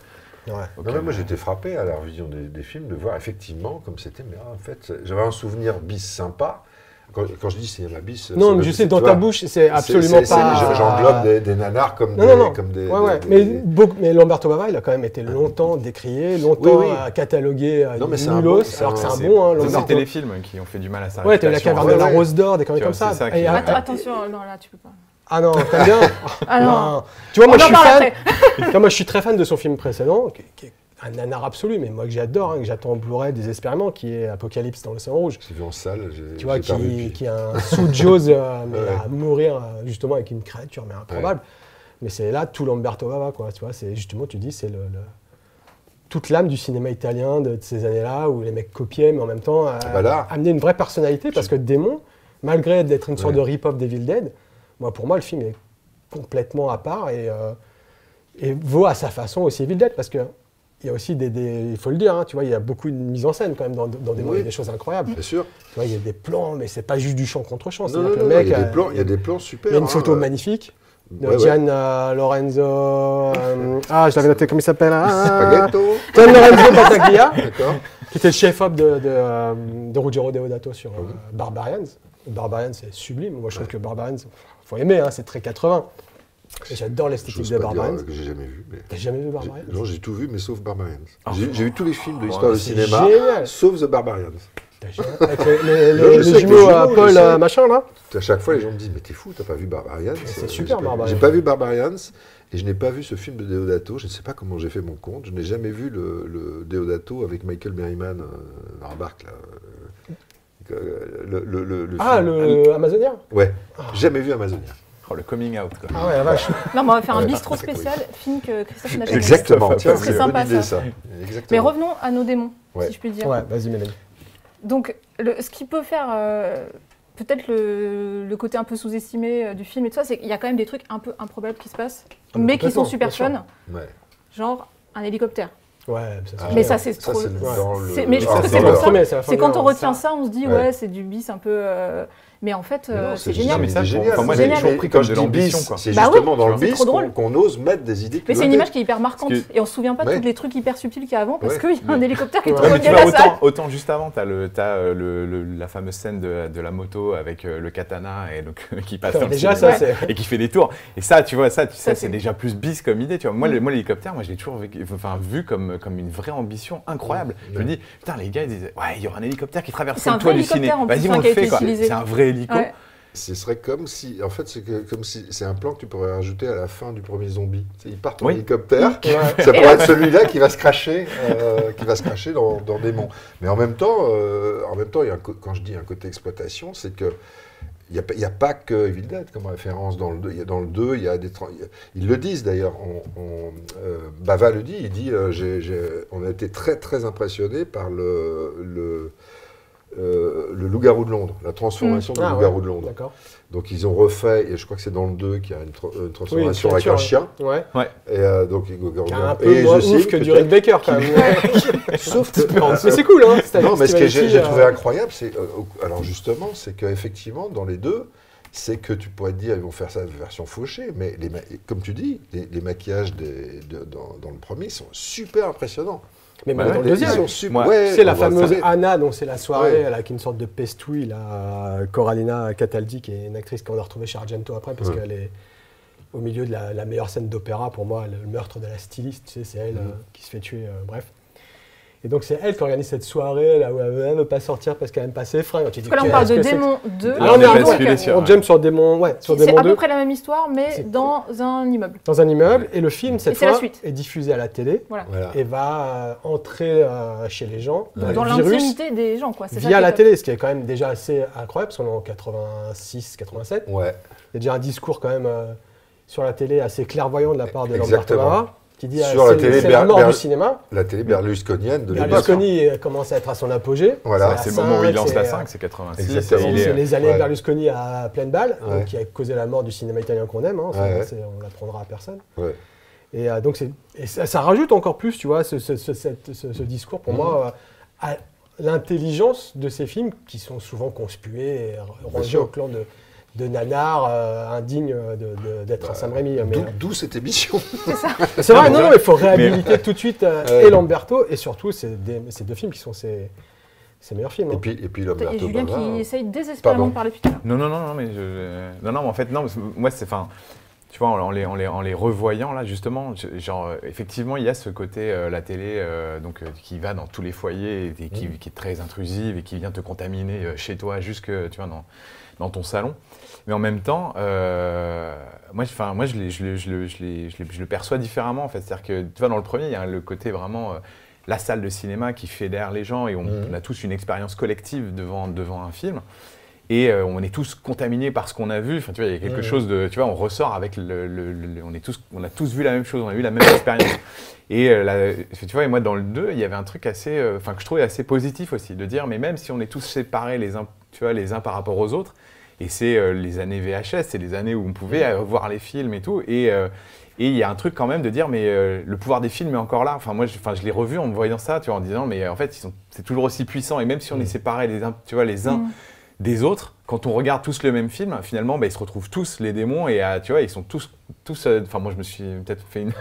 Ouais.
Ok.
Non, mais moi j'étais frappé à la revision des, des films de voir effectivement comme c'était. Mais ah, en fait, j'avais un souvenir bis sympa. Quand, quand je dis cinéma bis.
Non,
c'est
mais
le-
je sais,
tu
dans
vois,
ta bouche, c'est absolument
c'est- c'est-
pas.
je- J'englobe des, des nanars comme
Non,
des.
non, non.
Comme des,
ouais, ouais.
des-
mais,
des- Ah,
beaucoup- mais Lamberto Bava, il a quand même été longtemps décrié, longtemps
Oui, oui.
euh, catalogué euh,
Non, mais c'est un
nulos,
bon- c'est
alors que
un-
c'est un
c'est-
bon, hein,
c'est-
Ça,
Lamberto.
C'était les films qui ont fait du mal à sa
Ouais, t'as eu la
réputation.
caverne
ouais,
de la
ouais.
Rose d'or, des conneries
Tu
comme
vois,
ça.
c'est ça qui
Et,
est-
ah,
Attends,
ah,
attention, euh, non, là, tu peux pas.
ah non, t'aimes bien
Ah non.
Non. Tu vois, moi
On
je,
en
suis
parle
fan,
après.
tu vois, moi je suis très fan de son film précédent, qui, qui est un nanar absolu, mais moi que j'adore, hein, que j'attends en Blu-ray désespérément, qui est Apocalypse dans l'océan rouge.
J'ai vu en salle. j'ai-
tu vois,
j'ai perdu le
qui,
pied.
qui est un sous-Jaws, euh, mais
Ouais.
à mourir euh, justement avec une créature, mais improbable. Mais c'est là tout Lamberto Bava, quoi. Tu vois, c'est justement, tu dis, c'est le, le- toute l'âme du cinéma italien de, de ces années-là où les mecs copiaient, mais en même temps euh,
bah là.
amenaient une vraie personnalité parce que Démon, malgré d'être une sorte
Ouais.
de rip-off d'Evil Dead, moi, pour moi, le film est complètement à part et, euh, et vaut à sa façon aussi Evil Dead, parce que il y a aussi des, des- il faut le dire, hein, tu vois, il y a beaucoup de mise en scène quand même dans, dans des,
Oui.
des choses incroyables.
Bien sûr.
Tu vois, il y a des plans, mais c'est pas juste du champ contre champ.
Non,
c'est-à-dire
non,
que le
non,
mec,
il y a
euh,
des plans, il y a des plans super.
il y a une
hein,
photo
euh,
magnifique de
ouais, ouais.
Gian euh, Lorenzo. euh, ah, je l'avais noté, comment il s'appelle hein
Spaghetto,
Gian Lorenzo Battaglia,
d'accord.
qui était le chef-op de, de, euh, de Ruggero Deodato sur
Ah
euh, Barbarians. Barbarians, c'est sublime. Moi, je trouve que Barbarians, faut aimer, hein, c'est très 80. Et J'adore l'esthétique
J'ose
Ah, de
pas dire,
Barbarians.
euh, que j'ai jamais vu. mais-
T'as jamais vu Barbarians
Non, j'ai tout vu, mais sauf Barbarians.
Ah.
J'ai j'ai vu tous les films de l'histoire
mais
du
Oh, c'est
cinéma,
génial.
sauf The Barbarians.
T'as jamais- Avec les, les-
Non, je
les
sais, avec les
jumeaux à
jumeaux, je
Paul
sais.
euh, machin, là
À chaque fois, les gens me disent Mais t'es fou, t'as pas vu Barbarians
c'est
Euh,
super,
j'ai pas-
Barbarians.
J'ai pas vu Barbarians et je n'ai pas vu ce film de Deodato. Je ne sais pas comment j'ai fait mon compte. Je n'ai jamais vu le, le Deodato avec Michael Berryman euh, dans la barque. Là. Euh, Le, le- le- le
Ah,
film.
le Amazonia
Ouais, jamais vu Amazonia.
Oh, le coming out, quoi.
Ah ouais, la vache.
Non, mais on va faire un
Ouais.
bistrot spécial, film que Christophe n'a jamais vu.
Exactement,
Christophe,
tiens,
c'est
bonne
sympa,
idée,
ça. Ah. Mais
Exactement.
revenons à nos démons,
Ouais.
si je puis dire.
Ouais, vas-y, Mélanie.
Donc, le- ce qui peut faire euh, peut-être le, le côté un peu sous-estimé euh, du film et tout ça, c'est qu'il y a quand même des trucs un peu improbables qui se passent,
Ah, mais
mais qui sont
complètement,
super
bien sûr.
fun,
Ouais.
genre un hélicoptère.
Ouais, ça, c'est
Ah,
mais
génial.
ça, c'est
Ça,
trop.
c'est dans le- Ah,
c'est- mais je
dans
trouve
le
que c'est
trailer.
pour ça.
premier, c'est la fin
C'est
du
quand on
film.
retient ça, on se dit,
Ouais.
ouais, c'est du bis un peu. euh, mais en fait, euh,
Non,
c'est
génial,
génial.
mais ça,
c'est
pour-
génial.
pour moi,
j'ai
Mais
toujours
pris
quand
comme de
je dis
l'ambition,
bis,
quoi.
C'est
Bah oui,
justement dans
tu
le
vois, c'est
bis
trop drôle.
qu'on qu'on ose mettre des idées.
Mais c'est une
culottés.
image qui est hyper marquante.
Parce que-
Et on se souvient pas de
Ouais.
tous les trucs hyper subtils qu'il y a avant, parce
Ouais.
qu'il y a un hélicoptère qui
Ouais.
tombe
Ouais,
au
mais
milieu
tu
de
vois,
la salle.
autant, autant juste avant, t'as le, t'as, euh, le- le- la fameuse scène de, de la moto avec euh, le katana et donc, euh, qui passe
Putain,
dans le
Ah, déjà,
cinéma
ça, c'est-
et qui fait des tours. Et ça, tu vois, ça, tu sais,
Ça,
c'est
c'est- Mm.
déjà plus bis comme idée. Tu vois, moi, le- moi, l'hélicoptère, moi, je l'ai toujours vécu- enfin, vu comme, comme une vraie ambition incroyable.
Mm.
Je me dis, putain, les gars, ils disaient, ouais, il y aura un hélicoptère qui traverse
C'est
le
un
toit
vrai
du ciné.
hélicoptère, en
Vas-y,
plus,
on
hein,
le
qui a
fait,
été
quoi.
utilisé.
C'est un vrai hélico.
Ouais.
Ce serait comme si, en fait, c'est que- comme si c'est un plan que tu pourrais rajouter à la fin du premier zombie. Tu sais, Ils partent en
Oui.
hélicoptère.
Ouais.
Ça pourrait être celui-là qui va se cracher, euh, qui va se cracher dans, dans des monts. Mais en même temps, euh, en même temps, il y a un co- quand je dis un côté exploitation, c'est que il n'y a, pas- il y a pas que Evil Dead comme référence dans le 2. Il y a- Dans le 2, il y a des... tra- il y a- Ils le disent d'ailleurs. On, on- euh, Bava le dit. Il dit euh, j'ai- j'ai- on a été très très impressionnés par le, le, euh, le loup-garou de Londres, la transformation du
Ah,
loup-garou
ouais.
de Londres.
D'accord.
Donc ils ont refait, et je crois que c'est dans le 2 qu'il y a une, tra- une
Oui, une
transformation avec un
créature,
chien.
Ouais.
Et euh, donc, il go- go-
Qui est
go-
un peu
et
moins
je
ouf
sais
que du Rick Baker, quand même.
Sauf que.
Mais c'est cool, hein c'est-
non, mais ce que j'ai
Steve
j'ai trouvé
Aoki,
incroyable, c'est. euh, au- alors, justement, c'est qu'effectivement, dans les deux, c'est que tu pourrais te dire, ils vont faire ça version fauchée, mais les ma- comme tu dis, les, les maquillages des- de- dans, dans le premier sont super impressionnants.
euh, Mais
Bah
même dans
ouais.
le
Ils
deuxième.
sont super.
Moi,
ouais,
C'est la
on va
fameuse
faire-
Anna, donc c'est la soirée
Ouais.
elle avec une sorte de pestouille, là, Coralina Cataldi, qui est une actrice qu'on a retrouvée chez Argento après, parce
Ouais.
qu'elle est au milieu de la, la meilleure scène d'opéra, pour moi, le, le meurtre de la styliste, tu sais, c'est elle euh, qui se fait tuer, euh, bref. Et donc c'est elle qui organise cette soirée, là où elle ne veut pas sortir parce qu'elle n'aime pas ses fringues. Tu dis,
Parce que là, on
qu'est-ce
parle de
que c'est que
démon 2.
Ah, on est
donc,
basculé sur-
On jump sur Démon, ouais, sur
C'est
Démon
à
2,
peu près la même histoire, mais
C'est-
dans un immeuble.
dans un immeuble, et le film, cette
c'est la
fois,
suite.
est diffusé à la télé
Voilà.
Voilà.
et va euh, entrer euh, chez les gens, dans,
Dans
le virus,
l'intimité des gens, quoi. Ah, C'est ça qui
via
est
la
top.
télé, ce qui est quand même déjà assez incroyable, parce qu'on est en 86, 87. Il
Ouais.
y a déjà un discours quand même euh, sur la télé assez clairvoyant de la part de Lamberto
Exactement.
Mara, qui dit
Sur
euh,
la
c'est
télé,
c'est la
Ber-
mort
Ber-
du cinéma.
La télé berlusconienne de l'époque.
Berlusconi euh, commence à être à son apogée.
Voilà.
la
Ah,
C'est le moment où il
cinq,
lance la
c'est,
5, c'est 86.
Exactement.
et
euh,
il est-
C'est les années
ouais.
Berlusconi à pleine balle, donc,
Ouais.
qui a causé la mort du cinéma italien qu'on aime. hein, ça,
Ouais, ouais.
c'est- on l'apprendra à personne.
Ouais.
Et euh, donc, c'est- et ça, ça rajoute encore plus, tu vois, ce, ce- ce- cette- ce- ce discours,
Mhm.
pour moi, euh, à l'intelligence de ces films qui sont souvent conspués, et r- rangés
sûr.
au clan de, de nanars euh, indignes euh, de- de- d'être un Sam Raimi. Mais,
Bah, D'où- D'où cette émission.
mais c'est vrai,
mais
non,
ça-
non, mais il faut réhabiliter tout de suite euh,
Ouais.
et Lamberto, et surtout, c'est des- ces deux films qui sont ses, ses meilleurs films.
Et
hein.
puis, et puis
Il y a
Lamberto
Julien
Bava,
qui essaye désespérément
Pardon.
de parler plus tard.
Non, non, non, non, mais je- je... Non, non, mais en fait, non, parce que moi, c'est... Enfin, tu vois, en les, en les, en les revoyant, là, justement, je- genre, euh, effectivement, il y a ce côté, euh, la télé, euh, donc, euh, qui va dans tous les foyers et, et qui, qui est très intrusive et qui vient te contaminer euh, chez toi, jusque, tu vois, dans, dans ton salon. Mais en même temps, euh, moi, je- 'fin, moi je, l'ai- je, l'ai- je, le- je l'ai- je l'ai- je le perçois différemment, en fait. C'est-à-dire que, tu vois, dans le premier, il y a le côté vraiment... euh, la salle de cinéma qui fédère les gens et on, on a tous une expérience collective devant, devant un film et euh, on est tous contaminés par ce qu'on a vu. Enfin, tu vois, il y a quelque chose de, tu vois, on ressort avec le, le- le- le- on est tous, on a tous vu la même chose, on a eu la même expérience. Et euh, la- tu vois, et moi dans le 2, il y avait un truc assez, euh, enfin que je trouvais assez positif aussi, de dire, mais même si on est tous séparés les uns tu vois, les uns par rapport aux autres. Et c'est euh, les années VHS, c'est les années où on pouvait euh, voir les films et tout. Et euh, et il y a un truc quand même de dire, mais euh, le pouvoir des films est encore là. Enfin, moi, je, enfin, je l'ai revu en me voyant ça, tu vois, en disant, mais euh, en fait, ils sont- c'est toujours aussi puissant. Et même si on est séparés les uns, tu vois, les uns des autres, quand on regarde tous le même film, finalement, bah, ils se retrouvent tous les démons et, ah, tu vois, ils sont tous, tous. euh, Enfin, moi, je me suis peut-être fait une.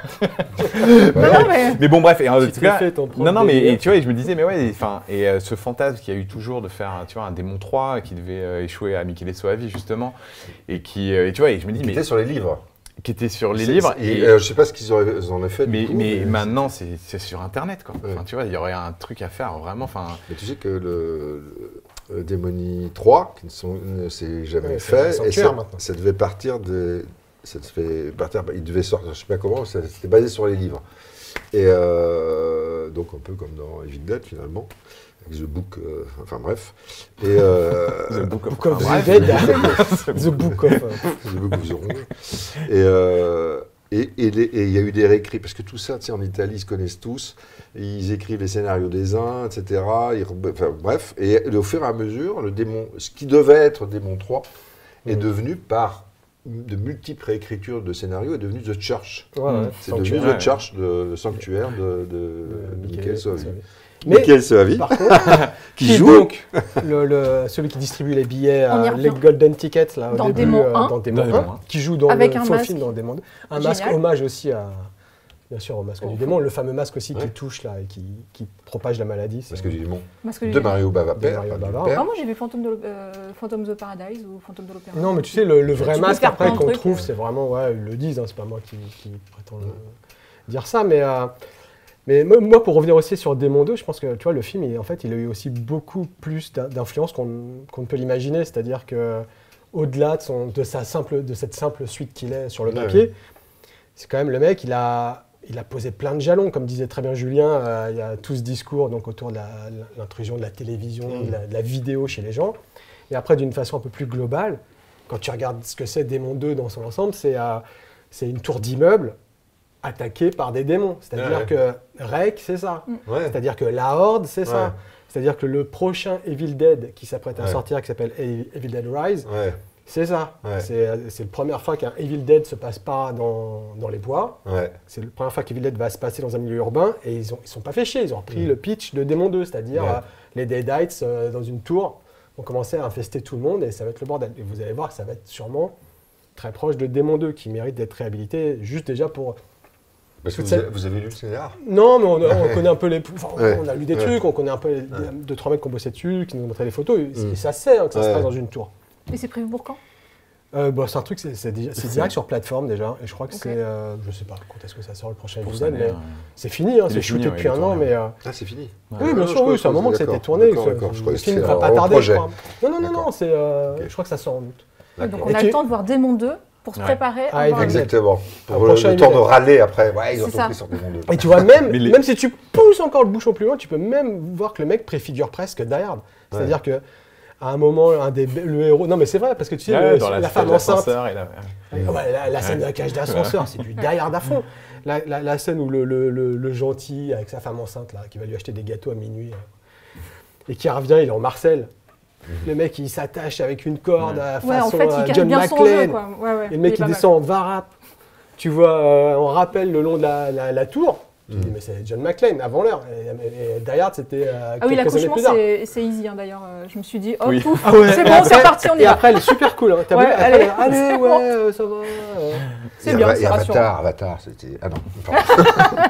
Bah non, mais-
Mais bon, bref. Et, euh, en
Tu
tout
t'es
cas,
fait ton propre
non, non, mais
délire.
et tu vois, et je me disais, mais ouais, et, enfin, et euh, ce fantasme qu'il y a eu toujours de faire, tu vois, un démon 3 qui devait euh, échouer à Michele Soavi justement, et qui, euh, et tu vois, et je me dis,
Qui
mais
était sur les livres.
qui était sur les
C'est-
livres.
c'est- Et,
et-
euh, je sais pas ce qu'ils auraient- ils en ont fait. du
mais,
coup,
mais
mais-
maintenant, c'est c'est sur Internet, quoi.
Ouais.
Enfin, tu vois, il y aurait un truc à faire, vraiment. Enfin,
Mais tu sais que le, le Démonie 3, qui ne, sont- ne s'est jamais
Ouais, c'est un
fait, et
sanctuaire
ça,
maintenant.
ça devait partir de. Ça devait partir, bah, il devait sortir, je sais pas comment, ça- c'était basé sur les livres. Et euh, donc un peu comme dans Evil Dead finalement, avec The Book, euh, enfin bref. Et euh,
Book of,
Book of
Enfin,
the
bref.
Dead. The Book of. euh,
The Book of the Ronge. Et euh, et- et les- et il y a eu des réécrits, parce que tout ça, tu sais, en Italie, ils se connaissent tous. Ils écrivent les scénarios des uns, etc. Ils re- bah, enfin, bref, et au fur et à mesure, le démon, ce qui devait être Démon 3 est
Mhm.
devenu par de multiples réécritures de scénarios, est devenu The Church.
ouais, ouais,
C'est
Sanctuary.
devenu
ouais.
The Church, de, le sanctuaire de, de,
Euh,
Michael Soavi.
Mais
Michael Soavi,
par contre,
qui
qui est
joue
donc le, le- celui qui distribue les billets,
On y
à, les
revient.
Golden Tickets là, au
Dans
début,
Démon
euh,
un.
dans Démon
Dans
1,
Démon un.
qui joue dans
Avec
le
un
faux
masque.
film dans Démon 2. Un
Génial.
masque hommage aussi à, bien sûr, au masque
Au
du
fond.
démon, le fameux masque aussi
Ouais.
qui touche là et qui, qui propage la maladie. c'est-
parce que du démon,
Parce que
de
j'ai-
Mario Bava
De
père,
Mario
pas du
Bava.
père.
Ah, moi j'ai vu Phantom de l'O- euh, Phantom of the Paradise ou Phantom de l'Opéra.
Non, mais tu sais, le, le vrai
peux
masque
faire
après
plein de
qu'on
trucs.
trouve, c'est vraiment, ouais, ils le disent, hein, c'est pas moi qui, qui prétends le- dire ça, mais. euh, mais moi- moi, pour revenir aussi sur Démon 2, je pense que tu vois, le film, il, en fait, il a eu aussi beaucoup plus d'in- d'influence qu'on qu'on ne peut l'imaginer. C'est-à-dire que au-delà de, son- de, sa simple- de cette simple suite qu'il est sur le
Ouais,
papier, c'est quand même le mec, il a, il a posé plein de jalons, comme disait très bien Julien. euh, il y a tout ce discours donc, autour de la- l'intrusion de la
Mm.
télévision, de la, de la vidéo chez les gens. Et après, d'une façon un peu plus globale, quand tu regardes ce que c'est Démon 2 dans son ensemble, c'est euh, c'est une tour d'immeuble attaquée par des démons. C'est-à-dire
Ouais.
que Rec, c'est ça.
Ouais.
C'est-à-dire que la Horde, c'est
Ouais.
ça. C'est-à-dire que le prochain Evil Dead qui s'apprête à
Ouais.
sortir, qui s'appelle E- Evil Dead Rise,
Ouais,
c'est ça.
Ouais.
C'est c'est la première fois qu'un Evil Dead se passe pas dans, dans les bois.
ouais.
C'est la première fois qu'Evil Dead va se passer dans un milieu urbain et ils ont, ils sont pas fait chier. Ils ont
Mm.
repris le pitch de Démon 2, c'est-à-dire
Ouais.
euh, les Deadites euh, dans une tour ont commencé à infester tout le monde et ça va être le bordel. Et vous allez voir, ça va être sûrement très proche de Démon 2 qui mérite d'être réhabilité juste déjà pour
Parce que
Toute
vous
cette-
avez, vous avez lu le scénar
non, mais on, on connaît un peu les. enfin,
Ouais.
On a lu des
Ouais.
trucs, on connaît un peu les deux, trois mecs qui ont bossé dessus, qui nous ont montré les photos. Et,
Mm.
et ça sert que ça se
Ouais.
passe dans une tour.
Et c'est prévu pour quand
Euh, bah, c'est un truc, c'est, c'est déjà- c'est direct sur plateforme déjà. Et je crois que
Ok.
c'est. euh, je sais pas quand est-ce que ça sort le prochain
Pour
épisode,
cette
mais
année, ouais.
c'est fini, hein,
Il
c'est
est fini,
shooté
ouais,
depuis
il est
un an,
tourné.
mais. euh,
Ah, c'est fini.
oui, bien
non,
sûr,
je
oui, c'est un
crois
moment
que
que
c'est-
c'était
d'accord,
tourné.
d'accord,
ce-
d'accord, je
le
croyais que
film ne
c'était
va
un
pas tarder,
projet.
je crois. Non, non, non, non,
D'accord.
c'est. euh,
Ok.
Je crois que ça sort en août.
Ah, Donc
D'accord.
on a
Et
le
tu-
temps de voir Démon 2 pour se
Ouais.
préparer
Ah,
à voir-
exact.
Exactement. Pour le,
prochain
le temps de
épisode.
râler après. Ouais, ils ont
C'est ça.
compris sur Démon 2.
Et tu vois, même,
Mais les-
même si tu pousses encore le bouchon plus loin, tu peux même voir que le mec préfigure presque Die Hard. C'est-à-dire que. À un moment, un des, le héros. Non, mais c'est vrai, parce que tu sais,
Ouais,
le-
dans
la,
la
femme
salle
enceinte,
d'ascenseur et la-
Ouais, ouais, la, la scène de la cage d'ascenseur, c'est du die hard à fond. La, la- la scène où le, le- le- le gentil, avec sa femme enceinte, là, qui va lui acheter des gâteaux à minuit, euh, et qui revient, il est en Marcel. Le mec, il s'attache avec une corde à
Ouais, en
façon
fait,
euh,
il cache
John
bien son jeu
McClane.
quoi. Ouais, ouais,
Et le mec,
est
il,
pas mal.
descend en varap. Tu vois, euh, on rappelle le long de la, la- la tour. Tu te dis, mais c'est John McClane avant l'heure. Et, et Die Hard, c'était euh,
Ah oui,
quelques années
l'accouchement,
plus tard.
c'est c'est easy hein, d'ailleurs. Euh, Je me suis dit, oh
Oui.
pouf,
Ah ouais.
c'est
Et
bon,
après-
c'est parti, on y
Et
va.
après, elle est super cool. hein. T'as
Ouais,
vu, après,
allez,
allez,
c'est
ouais,
bon.
euh, ça va. euh.
C'est bien,
Et
c'est rassurant.
Avatar, Avatar, c'était. Ah non. pardon.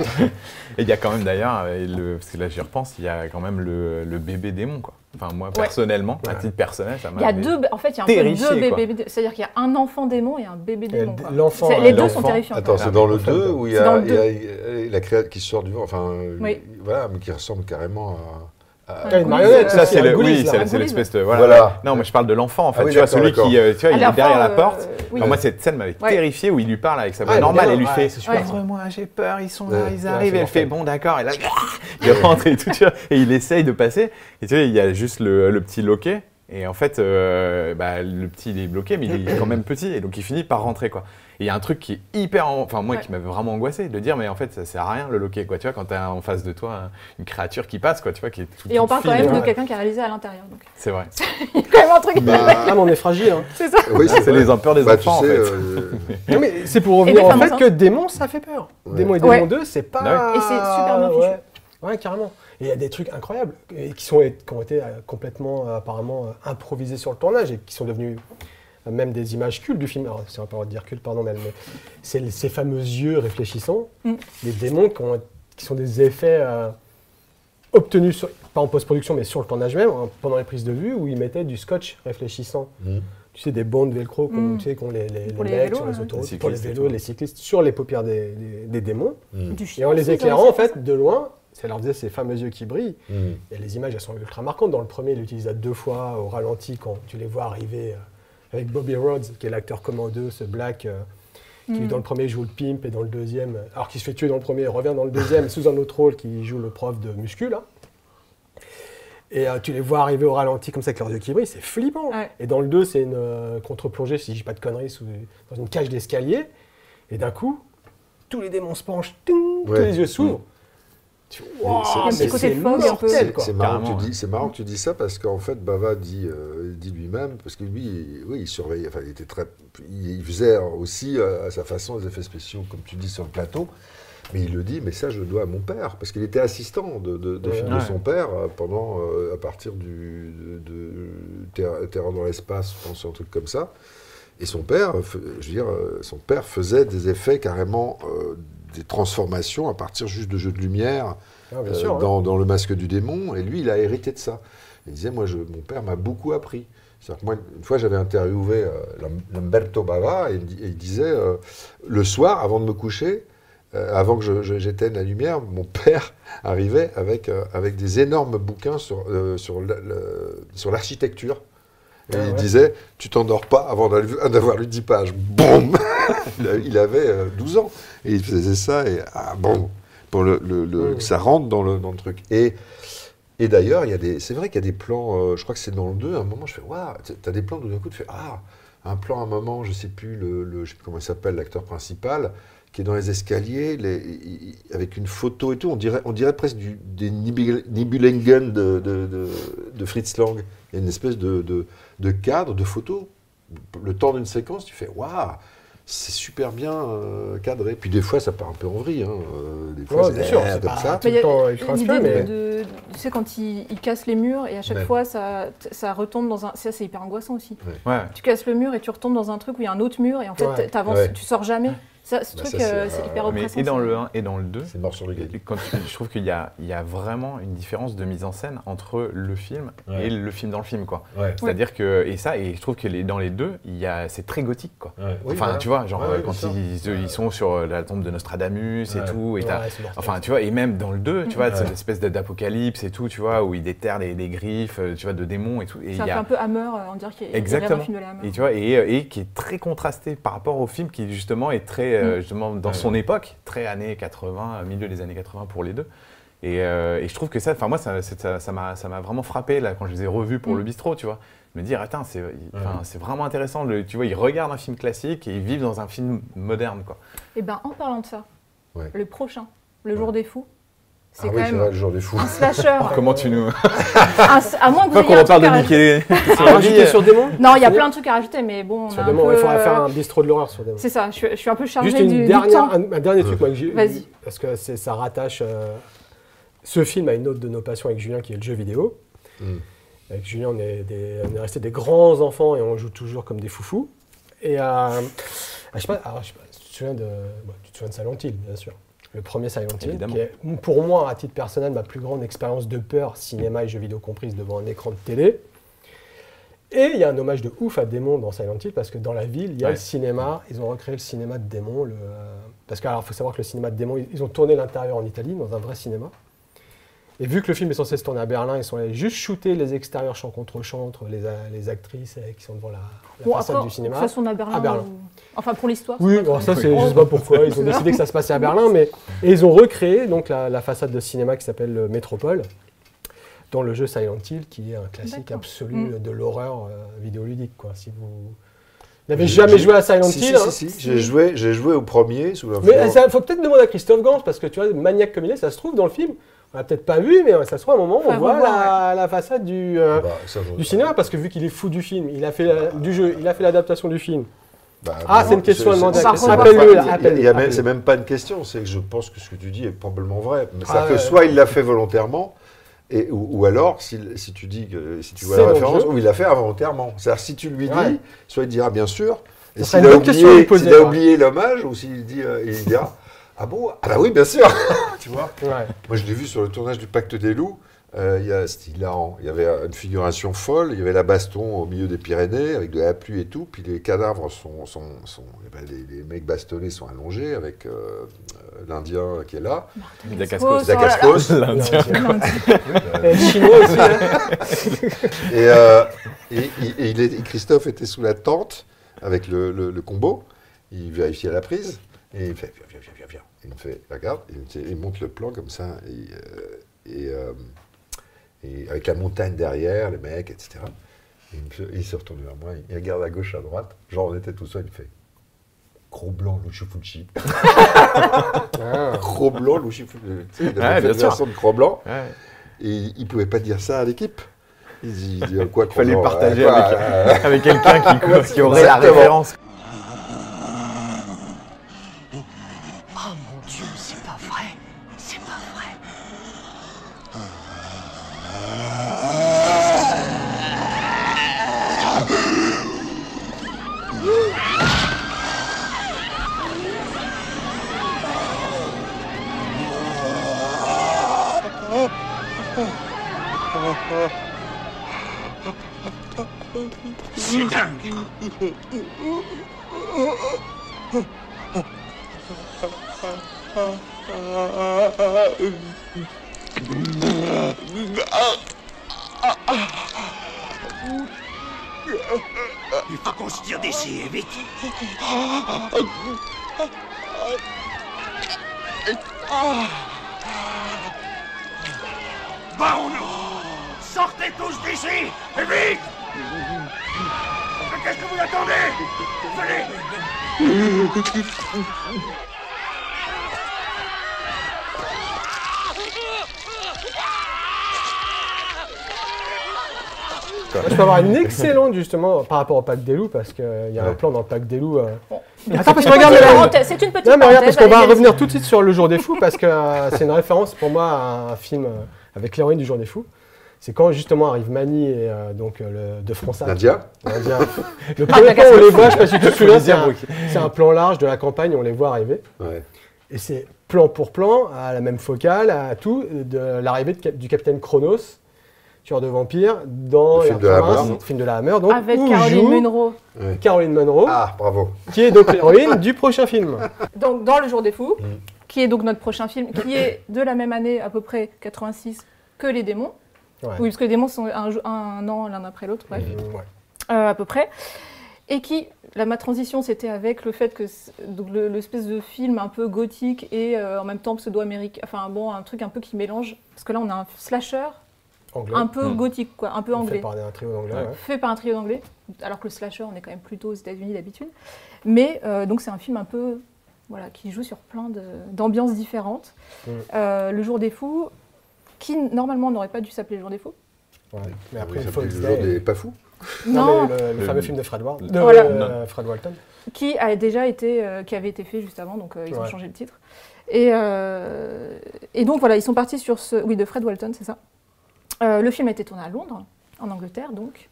Et il y a quand même d'ailleurs, euh, le- parce que là j'y repense, il y a quand même le, le bébé démon, quoi. Enfin, moi personnellement, à titre personnel, ça m'a.
Il y a deux, en fait, il y a un
Terrifié,
peu deux
quoi.
bébés. dé- C'est-à-dire qu'il y a un enfant démon et un bébé démon. quoi.
l'enfant,
C'est-
hein,
Les deux sont
l'enfant.
terrifiants.
Attends,
quoi.
c'est dans le 2 où il y
C'est dans
a,
le
il y a- il y a la créature qui sort du vent. Enfin, euh,
Oui.
voilà, mais qui ressemble carrément à. à-
T'as une marionnette,
Euh,
ça, c'est
C'est
la
le,
goulisse,
oui,
là.
c'est- c'est
Angoulême.
l'espèce de voilà.
Voilà.
Non, mais je parle de l'enfant en fait.
Ah oui,
tu vois
d'accord,
celui qui, euh, tu vois,
À
il
la
est derrière
fin,
la
euh,
porte.
oui.
Alors moi cette scène m'avait
Ouais.
terrifié où il lui parle avec sa voix
Ouais,
normale
le
et lui
gamin, ouais,
fait
c'est super.
Ouvre-moi, j'ai peur, ils sont là,
Ouais.
ils
Ouais,
arrivent.
c'est
elle fait
mortel.
bon d'accord et là il rentre et tout tu vois, et il essaye de passer et tu vois il y a juste le, le petit loquet Et en fait, euh, bah, le petit, il est bloqué, mais il est quand même petit, et donc il finit par rentrer, quoi. Et il y a un truc qui est hyper... an- Enfin, moi,
Ouais.
qui m'avait vraiment angoissé, de dire, mais en fait, ça sert à rien, le loquet, quoi. Tu vois, quand t'as en face de toi un- une créature qui passe, quoi, tu vois, qui est tout
Et on parle quand même de
ouais.
quelqu'un qui a réalisé à l'intérieur. Donc,
C'est vrai.
il y a quand même un truc.
Bah,
Ah, mais on est fragile. hein.
C'est ça.
oui,
C'est les peurs des
Bah, tu
enfants,
sais,
en fait.
euh,
Non, mais c'est pour
Et
revenir
des
au
femmes
fait
enceintes.
que démon, ça fait peur. Démon et démon
Ouais.
2, c'est pas.
Bah
oui. Et c'est super bien fichu.
Ouais, Ouais, carrément. Et il y a des trucs incroyables et qui, sont, qui ont été euh, complètement, euh, apparemment, euh, improvisés sur le tournage et qui sont devenus euh, même des images cultes du film. Alors, c'est pas le droit de dire culte, pardon, mais, mais c'est les- ces fameux yeux réfléchissants,
Mm.
les démons qui, ont- qui sont des effets euh, obtenus, sur, pas en post-production, mais sur le tournage même, hein, pendant les prises de vue, où ils mettaient du scotch réfléchissant.
Mm.
Tu sais, des bandes velcro qu'on
Mm.
tu sais, qu'on les, les,
Pour
les
les
mecs
vélos,
sur les
ouais.
autoroutes,
Les
pour les
cyclistes et
vélos,
tout.
les cyclistes, sur les paupières des- des- des démons.
Du
Et
chien
en les
aussi, ils ont
éclairant, en
réussi à
fait, de loin, ça leur faisait ces fameux yeux qui brillent.
mm.
Et les images, elles sont ultra marquantes. Dans le premier, il l'utilisa deux fois au ralenti quand tu les vois arriver euh, avec Bobby Rhodes, qui est l'acteur commando, ce black, euh, qui dans le premier joue le pimp et dans le deuxième, euh, alors qu'il se fait tuer dans le premier, revient dans le deuxième sous un autre rôle qui joue le prof de muscu, là. Et euh, tu les vois arriver au ralenti comme ça avec leurs yeux qui brillent, c'est flippant.
Ouais.
Et dans le 2, c'est une euh, contre-plongée, si je dis pas de conneries, sous- dans une cage d'escalier. Et d'un coup, tous les démons se penchent, ting, tous
Ouais.
les yeux s'ouvrent. Tu fais, Waouh,
c'est-
mais
c'est-
c'est
Un petit
côté fog, un peu.
mortel, quoi.
C'est-
Ah,
C'est marrant,
Carrément,
que tu
ouais.
dis- c'est marrant que tu dis ça parce qu'en fait, Bava dit, euh, dit lui-même, parce que lui, il- oui, il surveillait, enfin, il était très. Il, il faisait aussi euh, à sa façon les effets spéciaux, comme tu dis, sur le plateau. Mais il le dit, mais ça, je le dois à mon père, parce qu'il était assistant de, de, de
Ouais.
films
Ouais.
de son père euh, pendant, euh, à partir du, de, de Terre- Terreur dans l'espace, je pense, un truc comme ça. Et son père, euh, fe- je veux dire, euh, son père faisait des effets carrément, euh, des transformations à partir juste de jeux de lumière,
Ah, bien
euh,
sûr, hein.
dans, dans le masque du démon, et lui, il a hérité de ça. Il disait, moi, je, mon père m'a beaucoup appris. C'est-à-dire que moi, une fois, j'avais interviewé euh, Lam- Lamberto Bava, et, il di- et il disait, euh, le soir, avant de me coucher, euh, avant que je- je- j'éteigne la lumière, mon père arrivait avec, euh, avec des énormes bouquins sur, euh, sur le- le- sur l'architecture. Et
Ah
il
ouais.
disait, tu t'endors pas avant d'av- d'avoir lu 10 pages. Boum il, a- il avait euh, 12 ans. Et il faisait ça, et ah bon, pour le, le- le-
Mm.
ça rentre dans le, dans le truc. Et, et d'ailleurs, il y a des- c'est vrai qu'il y a des plans, euh, je crois que c'est dans le 2, à un moment, je fais, waouh, t'as- t'as des plans où d'un coup, tu fais, ah, un plan à un moment, je sais plus, le, le- je sais plus comment il s'appelle, l'acteur principal, qui est dans les escaliers, les- il- il- avec une photo et tout, on dirait, on dirait presque du, des Nibel- Nibelungen de, de, de, de Fritz Lang. Il y a une espèce de, de, de cadre, de photo. Le temps d'une séquence, tu fais, waouh, c'est super bien euh, cadré. Puis des fois, ça part un peu en vrille. hein, euh, des
Ouais,
fois, c'est
bien sûr,
eh,
c'est
comme
pas-
ça.
tout
Mais il y a
le temps, il crasse
l'idée
pas, mais-
de, de- Tu sais, quand il, il casse les murs et à chaque
Ouais.
fois, ça, ça retombe dans un. Ça, c'est hyper angoissant aussi.
Ouais.
Tu casses le mur et tu retombes dans un truc où il y a un autre mur et en fait,
Ouais.
t'avances,
Ouais.
tu sors jamais. Ça, ce
Bah,
truc,
ça, c'est,
euh, c'est
euh,
hyper
Mais
oppressant.
et dans
ça.
le 1 et dans le 2,
C'est mort sur le gâteau.
quand tu- je trouve qu'il y a, il y a vraiment une différence de mise en scène entre le film
Ouais.
et le film dans le film, quoi.
Ouais.
C'est-à-dire que, et ça, et je trouve que les, dans les deux, il y a- c'est très gothique, quoi.
Oui,
enfin,
voilà.
tu vois, genre euh,
Ouais, ouais,
quand
bien sûr.
ils, ils sont sur euh, la tombe de Nostradamus
Ouais.
et tout, et t'as-
Ouais, c'est mortel.
Enfin, tu vois, et même dans le 2, tu vois,
Ouais.
cette espèce d'a- d'apocalypse et tout, tu vois, où il déterre les, les griffes, euh, tu vois, de démons et tout. Et il
Ça
y
fait
a-
un peu Hammer, euh, on dirait qu'il y a il y a un
Exactement.
film de la Hammer.
Et tu vois, et, euh, et qui est très contrasté par rapport au film qui justement est très, euh, justement, dans son époque, très années 80, euh, milieu des années 80 pour les deux. Et, euh, et je trouve que ça, enfin moi, ça c'est- ça- ça m'a ça m'a vraiment frappé là quand je les ai revus pour
Mm.
le bistrot, tu vois. Me dire, attends, c'est enfin, c'est vraiment intéressant. le- tu vois, ils regardent un film classique et ils vivent dans un film moderne, quoi.
Et ben, en parlant de ça,
Ouais.
le prochain, le jour des fous, c'est
Ah
quand
oui, c'est vrai,
même
le jour des fous.
un slasher.
Comment tu nous.
Un s- à moins que vous
Quoi
ayez
qu'on
un
reparle de
truc à rajouter.
Mickey.
c'est rajouté Ah, sur démon
Non, il y a plein de trucs à rajouter, mais bon, on
Sur
a un
démon, il
peu,
faudra faire
euh,
un bistrot de l'horreur sur démon.
C'est ça, je, suis- je suis un peu chargée
Juste une
du, du
dernière,
temps.
un, un dernier truc, moi, que j'ai-
Vas-y.
parce que c'est- ça rattache euh, ce film à une autre de nos passions avec Julien, qui est le jeu vidéo.
Mm.
Avec Julien, on est, des- on est restés des grands enfants et on joue toujours comme des foufous. Et euh, ah, je sais pas, alors, je sais pas, tu, te souviens de, bon, tu te souviens de Silent Hill, bien sûr. Le premier Silent Hill,
Évidemment.
qui est pour moi, à titre personnel, ma plus grande expérience de peur, cinéma et jeux vidéo comprise, devant un écran de télé. Et il y a un hommage de ouf à Démon dans Silent Hill parce que dans la ville, il y a
Ouais.
le cinéma. Ils ont recréé le cinéma de Démon. Le... euh, Parce qu'il faut savoir que le cinéma de Démon, ils- ils ont tourné l'intérieur en Italie, dans un vrai cinéma. Et vu que le film est censé se tourner à Berlin, ils sont allés juste shooter les extérieurs champ contre champ entre les, a- les actrices euh, qui sont devant la, la
Bon,
façade
après,
du cinéma.
de toute façon, on a Berlin. hein.
À Berlin.
ou- Enfin, pour l'histoire.
Oui,
c'est pas
alors
très
ça, c'est,
grave.
je sais pas pourquoi. Ils ont décidé que ça se passait à Berlin, mais et ils ont recréé donc la, la façade de cinéma qui s'appelle euh, Métropole, dans le jeu Silent Hill, qui est un classique
D'accord.
absolu
Mm.
de l'horreur euh, vidéoludique. Quoi. Si vous n'avez jamais joué à Silent
Si,
Hill,
si,
hein,
si, si, J'ai joué, j'ai joué au premier sous
mais euh,
l'influence.
ça, faut peut-être demander à Christophe Gans, parce que tu vois, maniaque comme il est, ça se trouve dans le film, on l'a peut-être pas vu, mais euh, ça se trouve à un moment, on
Faut
voit
revoir,
la, la façade du, euh,
Bah, ça, je-
du cinéma, parce que vu qu'il est fou du film, il a fait la- du jeu, il a fait l'adaptation du film.
Bah,
Ah,
non,
c'est une question à demander.
c'est-
à Christophe.
c'est même pas-
Appelle-le,
là,
il y a-
appelle-le,
il y a même-
appelle-le.
C'est même pas une question, c'est que je pense que ce que tu dis est probablement vrai. Mais
Ah
c'est-à-dire
ouais.
que soit il l'a fait volontairement, et, ou, ou alors, si, si tu dis que si tu vois
C'est
la
dans le
référence,
jeu.
ou il l'a fait involontairement. C'est-à-dire, si tu lui dis,
Ouais.
soit il dira bien sûr, et
Ça serait une
s'il a,
bonne question à lui
oublié-
poser,
s'il a
ouais.
oublié l'hommage, ou s'il dit, euh, il dira, ah bon, ah bah oui, bien sûr, tu vois.
Ouais.
Moi, je l'ai vu sur le tournage du Pacte des Loups. Euh, il y a- C'était hilarant. Il y avait une figuration folle. Il y avait la baston au milieu des Pyrénées avec de la pluie et tout. Puis les cadavres sont. sont, sont- eh ben, les, les mecs bastonnés sont allongés avec euh, euh, l'Indien qui est là.
Il y a
Oh,
Cascos.
ça-
Zacascos.
L'Indien.
Et le chinois aussi, hein.
Et, euh, et- et- et il est- et Christophe était sous la tente avec le, le- le combo. Il vérifiait la prise. Et il fait Viens, viens, viens, viens, viens. Il me fait Regarde. Il, me fait- il monte le plan comme ça. Et, euh, et, euh, et avec la montagne derrière, les mecs, etc. Et il, me fait- il se retourne vers moi. Il regarde à gauche, à droite. Genre, on était tout seul. Il me fait Gros blanc, Luchifuchi. Gros blanc, Luchifuchi. Tu sais, Il
Ouais,
avait fait
bien
une
sûr.
version de Gros blanc.
Ouais.
Et il ne pouvait pas dire ça à l'équipe. Il dit, il dit, euh, quoi qu'on
fallait
en-
partager
euh, quoi,
avec-
euh,
Avec quelqu'un qui, qui aurait la
Exactement.
référence.
Oh mon Dieu, c'est pas vrai. C'est pas vrai.
Il faut qu'on se tire d'ici, et vite Barons-nous Sortez tous d'ici Et vite Mais qu'est-ce que vous attendez Venez
Je peux avoir une excellente justement par rapport au pack des loups parce qu'il y a un
Ouais.
plan dans le pack des loups. euh.
C'est
Attends
une
parce que
petite
regarde mais là,
parenthèse, C'est une petite
non mais regarde
parenthèse,
parce qu'on va
allez,
revenir tout de suite sur le jour des fous parce que euh, c'est une référence pour moi à un film euh, avec l'héroïne du jour des fous. C'est quand justement arrive Mani et euh, donc euh, le de François.
Nadia
L'Indien. Ah, Le premier plan où on les voit, je sais pas si tu te souviens, c'est un, c'est un plan large de la campagne, on les voit arriver.
Ouais.
Et c'est plan pour plan, à la même focale, à tout, de l'arrivée de cap- du capitaine Chronos, tueur de vampires, dans
Le film de la
province,
Hammer.
le film de la Hammer, donc,
Avec
où
Caroline
joue
Munro.
Caroline Munro,
Oh.
Ah, bravo.
qui est donc l'héroïne du prochain film.
Donc, dans Le Jour des Fous,
Mm.
qui est donc notre prochain film, qui est de la même année, à peu près 86, que Les Démons.
Ouais.
Oui, parce que les démons sont un, jo- un an l'un après l'autre, bref.
Mm, ouais.
Euh, à peu près. Et qui, là, ma transition, c'était avec le fait que c- donc le- l'espèce de film un peu gothique et euh, en même temps pseudo-américain, enfin bon, un truc un peu qui mélange, parce que là on a un slasher
Anglais.
un peu
Mm.
gothique, quoi, un peu
Fait
anglais,
par un trio d'anglais.
Ouais.
ouais.
fait par un trio d'anglais, alors que le slasher on est quand même plutôt aux États-Unis d'habitude. Mais euh, donc c'est un film un peu, voilà, qui joue sur plein de- d'ambiances différentes.
Mm.
Euh, le Jour des Fous, qui normalement n'aurait pas dû s'appeler Le Jour des Fous.
Ouais. Mais après,
Ah Ça
il faut
fait
que
le jour des pas fous.
Non, mais le, le
Le-
fameux film de Fred Ward. De,
Voilà.
euh, Fred Walton.
qui a déjà été, euh, qui avait été fait juste avant, donc euh, ils ont
Ouais.
changé le titre. Et, euh, et donc voilà, ils sont partis sur ce, oui, de Fred Walton, c'est ça. Euh, le film a été tourné à Londres, en Angleterre, donc,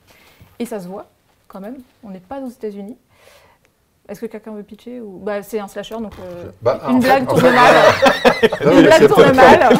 et ça se voit quand même. On n'est pas aux États-Unis. Est-ce que quelqu'un veut pitcher ou bah, c'est un slasher, donc euh,
Bah, en
une
fait-
blague
en
tourne
fait-
mal.
Non,
Une
mais
blague
c'est
tourne
pas-
mal.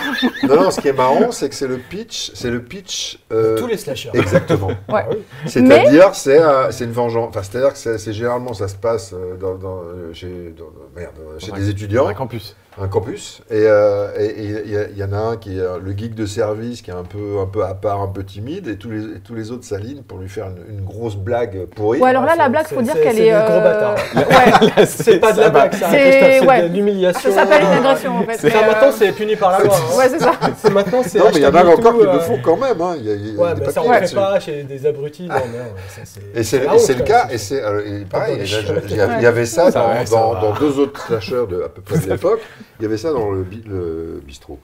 Non, non, ce qui est marrant, c'est que c'est le pitch. C'est le pitch. euh,
Tous les slashers.
Exactement.
Ouais.
C'est-à-dire, c'est euh, c'est une vengeance. Enfin, c'est-à-dire que c'est c'est généralement, ça se passe euh, dans, dans, euh, chez, dans- merde, euh, chez
Dans un-
des étudiants.
Un campus.
un campus. Et euh, et- et il y a- il y, en a un qui est euh, le geek de service, qui est un peu, un peu à part, un peu timide, et tous les, et tous les autres s'alignent pour lui faire une, une grosse blague pourrie.
Ouais, alors là,
c'est-
la blague,
c'est-
faut dire
c'est-
qu'elle
c'est
est.
des gros
euh,
bâtards.
Ouais,
C'est pas de la
ça va.
blague, ça.
C'est-
Christophe, C'est
ouais.
de l'humiliation.
ça s'appelle une agression en fait.
Ça,
mais, euh,
maintenant, c'est puni par la loi. hein.
Ouais, c'est ça.
C'est maintenant, c'est.
non, mais il y en a
hashtag
encore
MeToo,
qui le
euh,
font quand même. hein. Il y a- il y a
Ouais,
des
mais ça
papiers
on fait
là-dessus.
pas chez des abrutis. Non, non, ça, c'est.
Et c'est
la
et
honte,
c'est le
quand
cas,
même.
et c'est alors, et pareil,
Pardon,
et là,
je-
je- il y a- il y avait ça,
Ça
dans,
va, ça
dans-
va.
dans deux autres slashers de à peu près de l'époque, il y avait ça dans le, bi- le bistrot,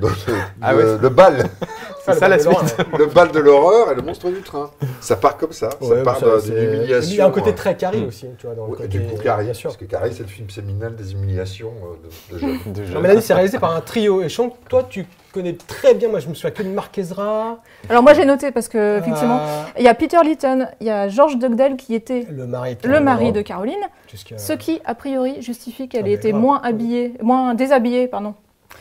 dans le,
Ah
le-
ouais.
le bal,
C'est ça la
le
suite.
lendemain.
le bal de l'horreur et le monstre du train. Ça part comme ça,
Ouais,
ça part
mais
d'un-
c'est-
d'une humiliation.
Il y a un côté
euh,
très carré aussi, tu vois, dans le
ouais,
côté.
du coup, Carré,
bien sûr.
parce que Carré, c'est le film séminal des humiliations euh, de, de jeunes.
Déjà.
Non, mais là, c'est réalisé par un trio. Et je sens que toi, tu connais très bien. Moi, je me souviens que de Marc Ezra.
Alors moi j'ai noté parce que effectivement,
euh,
il y a Peter Litton, il y a George Dugdale qui était
Le mari.
le mari de Caroline,
Jusqu'à-
ce qui a priori justifie
Euh. Ah,
qu'elle
mais
ait été
grave.
moins habillée, moins déshabillée, pardon.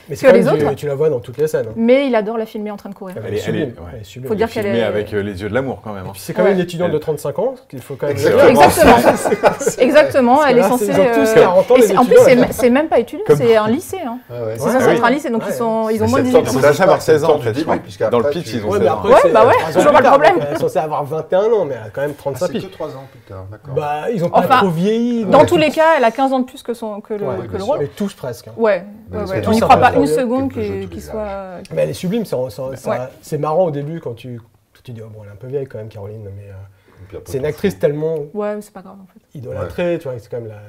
Mais c'est
que
quand
les
même du-
autres.
Tu la vois dans toutes les scènes. hein.
Mais il adore la filmer en train de courir.
Elle,
Elle
est
est- elle est-
sublime.
ouais.
Elle est sublime.
Faut dire qu'elle
Filmé
est-
avec euh, les yeux de l'amour quand même. hein.
Puis C'est quand même
Ouais.
une étudiante
Elle-
de 35 ans qu'il faut quand même.
Exactement.
Exactement. Exactement, elle est
Parce que
censée.
là, Ils ont tous
euh,
40 ans.
et
les
c'est- en plus,
étudiants,
c'est
là.
me- c'est même pas étudiant,
Comme-
c'est un lycée. hein.
Ah Ouais,
C'est
Ouais,
ça, c'est
ouais.
un lycée, donc ils
Ouais.
sont, ils ont
Mais
moins
c'est
de 18
le
ans.
temps
Ils ont déjà avoir 16 ans en
Tu dis,
fait.
oui, puisqu'après,
Dans le
tu-
pitch, ils ont
Ouais,
16
mais
ans.
après,
Ouais,
c'est
bah
trois
ouais,
ans
toujours
plus
pas de
tard,
problème.
donc Elle est censée avoir 21 ans, mais elle a quand même
Ah,
35
c'est que
piges.
3 ans plus tard, d'accord.
Bah, ils ont pas
Enfin,
trop vieilli.
Dans
mais-
tous les cas, elle a 15 ans de plus que, son, que le,
Ouais,
que
bien
le
sûr.
rôle.
Mais tous presque. hein.
Ouais,
Mais
ouais,
c'est
ouais.
tout
on n'y
ça,
croit
on
pas
voit
une
bien
seconde
quelques jeux
qu'il
tous
qu'il
les
soit.
Mais elle est sublime. ça- ça- ça- C'est marrant au début quand tu quand tu dis oh, bon, elle est un peu vieille quand même, Caroline, mais euh,
Et puis après,
c'est une
t'en
actrice tellement
Ouais, mais c'est pas grave en fait.
idolâtrée, tu vois, c'est quand même la.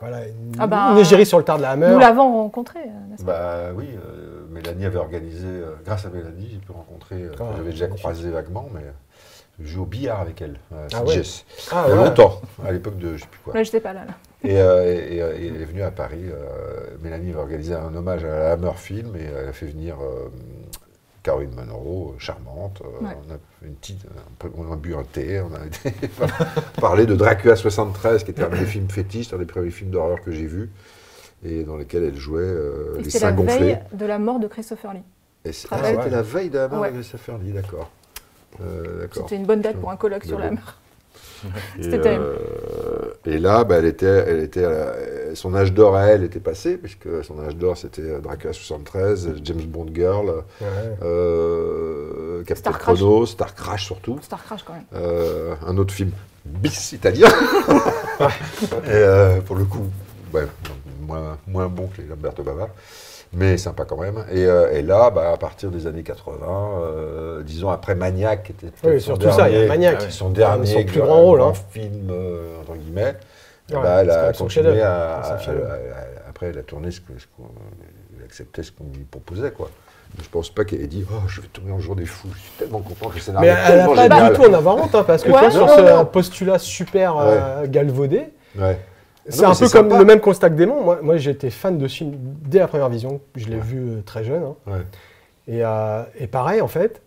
Voilà, une,
Ah bah,
une égérie sur le tard de la
Nous
Hammer.
l'avons rencontré, euh, n'est-ce
fous.
pas
Bah oui, euh, Mélanie avait organisé, euh, grâce à Mélanie, j'ai pu rencontrer, euh,
Ah,
j'avais déjà
magnifique.
croisé vaguement, mais je jouais au billard avec elle, à
Ah ouais.
Saint-Gilles.
Ah,
Il y a
ouais.
longtemps, à l'époque de je sais plus quoi.
Là, j'étais pas là. là.
Et, euh, et- et, euh, et elle est venue à Paris. euh, Mélanie avait organisé un hommage à la Hammer Film et elle a fait venir euh, Caroline Monroe, euh, charmante. euh,
Ouais.
On a fait une petite, un peu- on a bu un thé, on a été parlé de Dracula 73, qui était un des films fétiches, un des premiers films d'horreur que j'ai vu, et dans lesquels elle jouait euh, les
Et C'était la
seins gonflés.
veille de la mort de Christopher Lee.
Et c'est-
Ah
ah,
ouais.
C'était la veille de la mort
Ouais.
de Christopher Lee, d'accord. Euh, d'accord.
C'était une bonne date pour un colloque sur
Mais
la
bon.
mort.
Et,
C'était terrible.
euh, et là, bah, elle était, elle était à la- son âge d'or à elle était passé, puisque son âge d'or c'était euh, Dracula 73, euh, James Bond Girl,
Ouais.
euh, Captain
Star Crash.
Chrono, Star Crash surtout,
Star Crash quand même.
euh, un autre film bis italien, et, euh, pour le coup, ouais, moins, moins bon que les Lamberto Bava. Mais sympa quand même. Et, euh, et là, bah, à partir des années 80, euh, disons après Maniac, qui était peut-être
Oui,
son
surtout ça, il y a
dernier-
Maniac.
Ah ouais.
son dernier
Son plus
grand,
grand rôle, hein.
film, euh, entre guillemets.
Ouais,
bah, elle
c'est quand
a
même son
continué
chef-d'œuvre,
à,
c'est un chef-d'œuvre.
à- à- Après, elle a tourné ce que- ce qu'on. elle acceptait ce qu'on lui proposait, quoi. Je pense pas qu'elle ait dit Oh, je vais tourner un jour des fous, je suis tellement content que le
Mais
scénario est
elle n'a
tellement
pas
génial.
du tout en avoir honte, hein, parce que
Ouais,
toi, sur
non,
ce
non.
postulat super euh, galvaudé,
Ouais.
c'est un
Non, mais
peu
c'est
comme
sympa.
le même constat que Démon. Moi, moi j'étais fan de ce film dès la première vision. Je l'ai vu euh, très jeune. hein.
Ouais.
Et, euh, et pareil, en fait,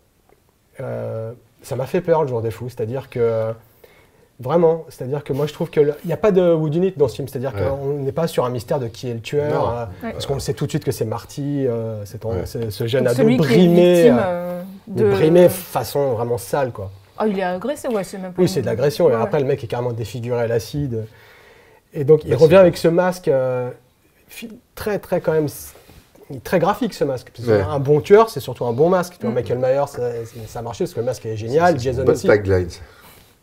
euh, ça m'a fait peur le jour des fous. C'est-à-dire que. euh, Vraiment, c'est-à-dire que moi je trouve qu'il n'y a pas de wood unit dans ce film, c'est-à-dire
Ouais.
qu'on n'est pas sur un mystère de qui est le tueur,
Non.
euh,
Ouais.
parce qu'on le sait tout de suite que c'est Marty, euh, cet en-
Ouais.
ce, ce jeune
Donc,
ado
celui qui
brimé,
est victime
euh,
euh,
mais
de.
brimé façon vraiment sale quoi.
Ah, il est agressé, ouais, c'est même pas.
Oui,
une-
c'est de l'agression. Et
Ouais, ouais.
après, le mec est carrément défiguré à l'acide. Et donc, il
Bah,
revient
c'est-
avec ce masque euh, fi- très, très, quand même, s- très graphique, ce masque. Parce que
Ouais.
Un bon tueur, c'est surtout un bon masque. Tu vois,
Mm.
Michael Myers, ça, ça a marché parce que le masque est génial. Jason
Bonne
aussi.
tagline. ça.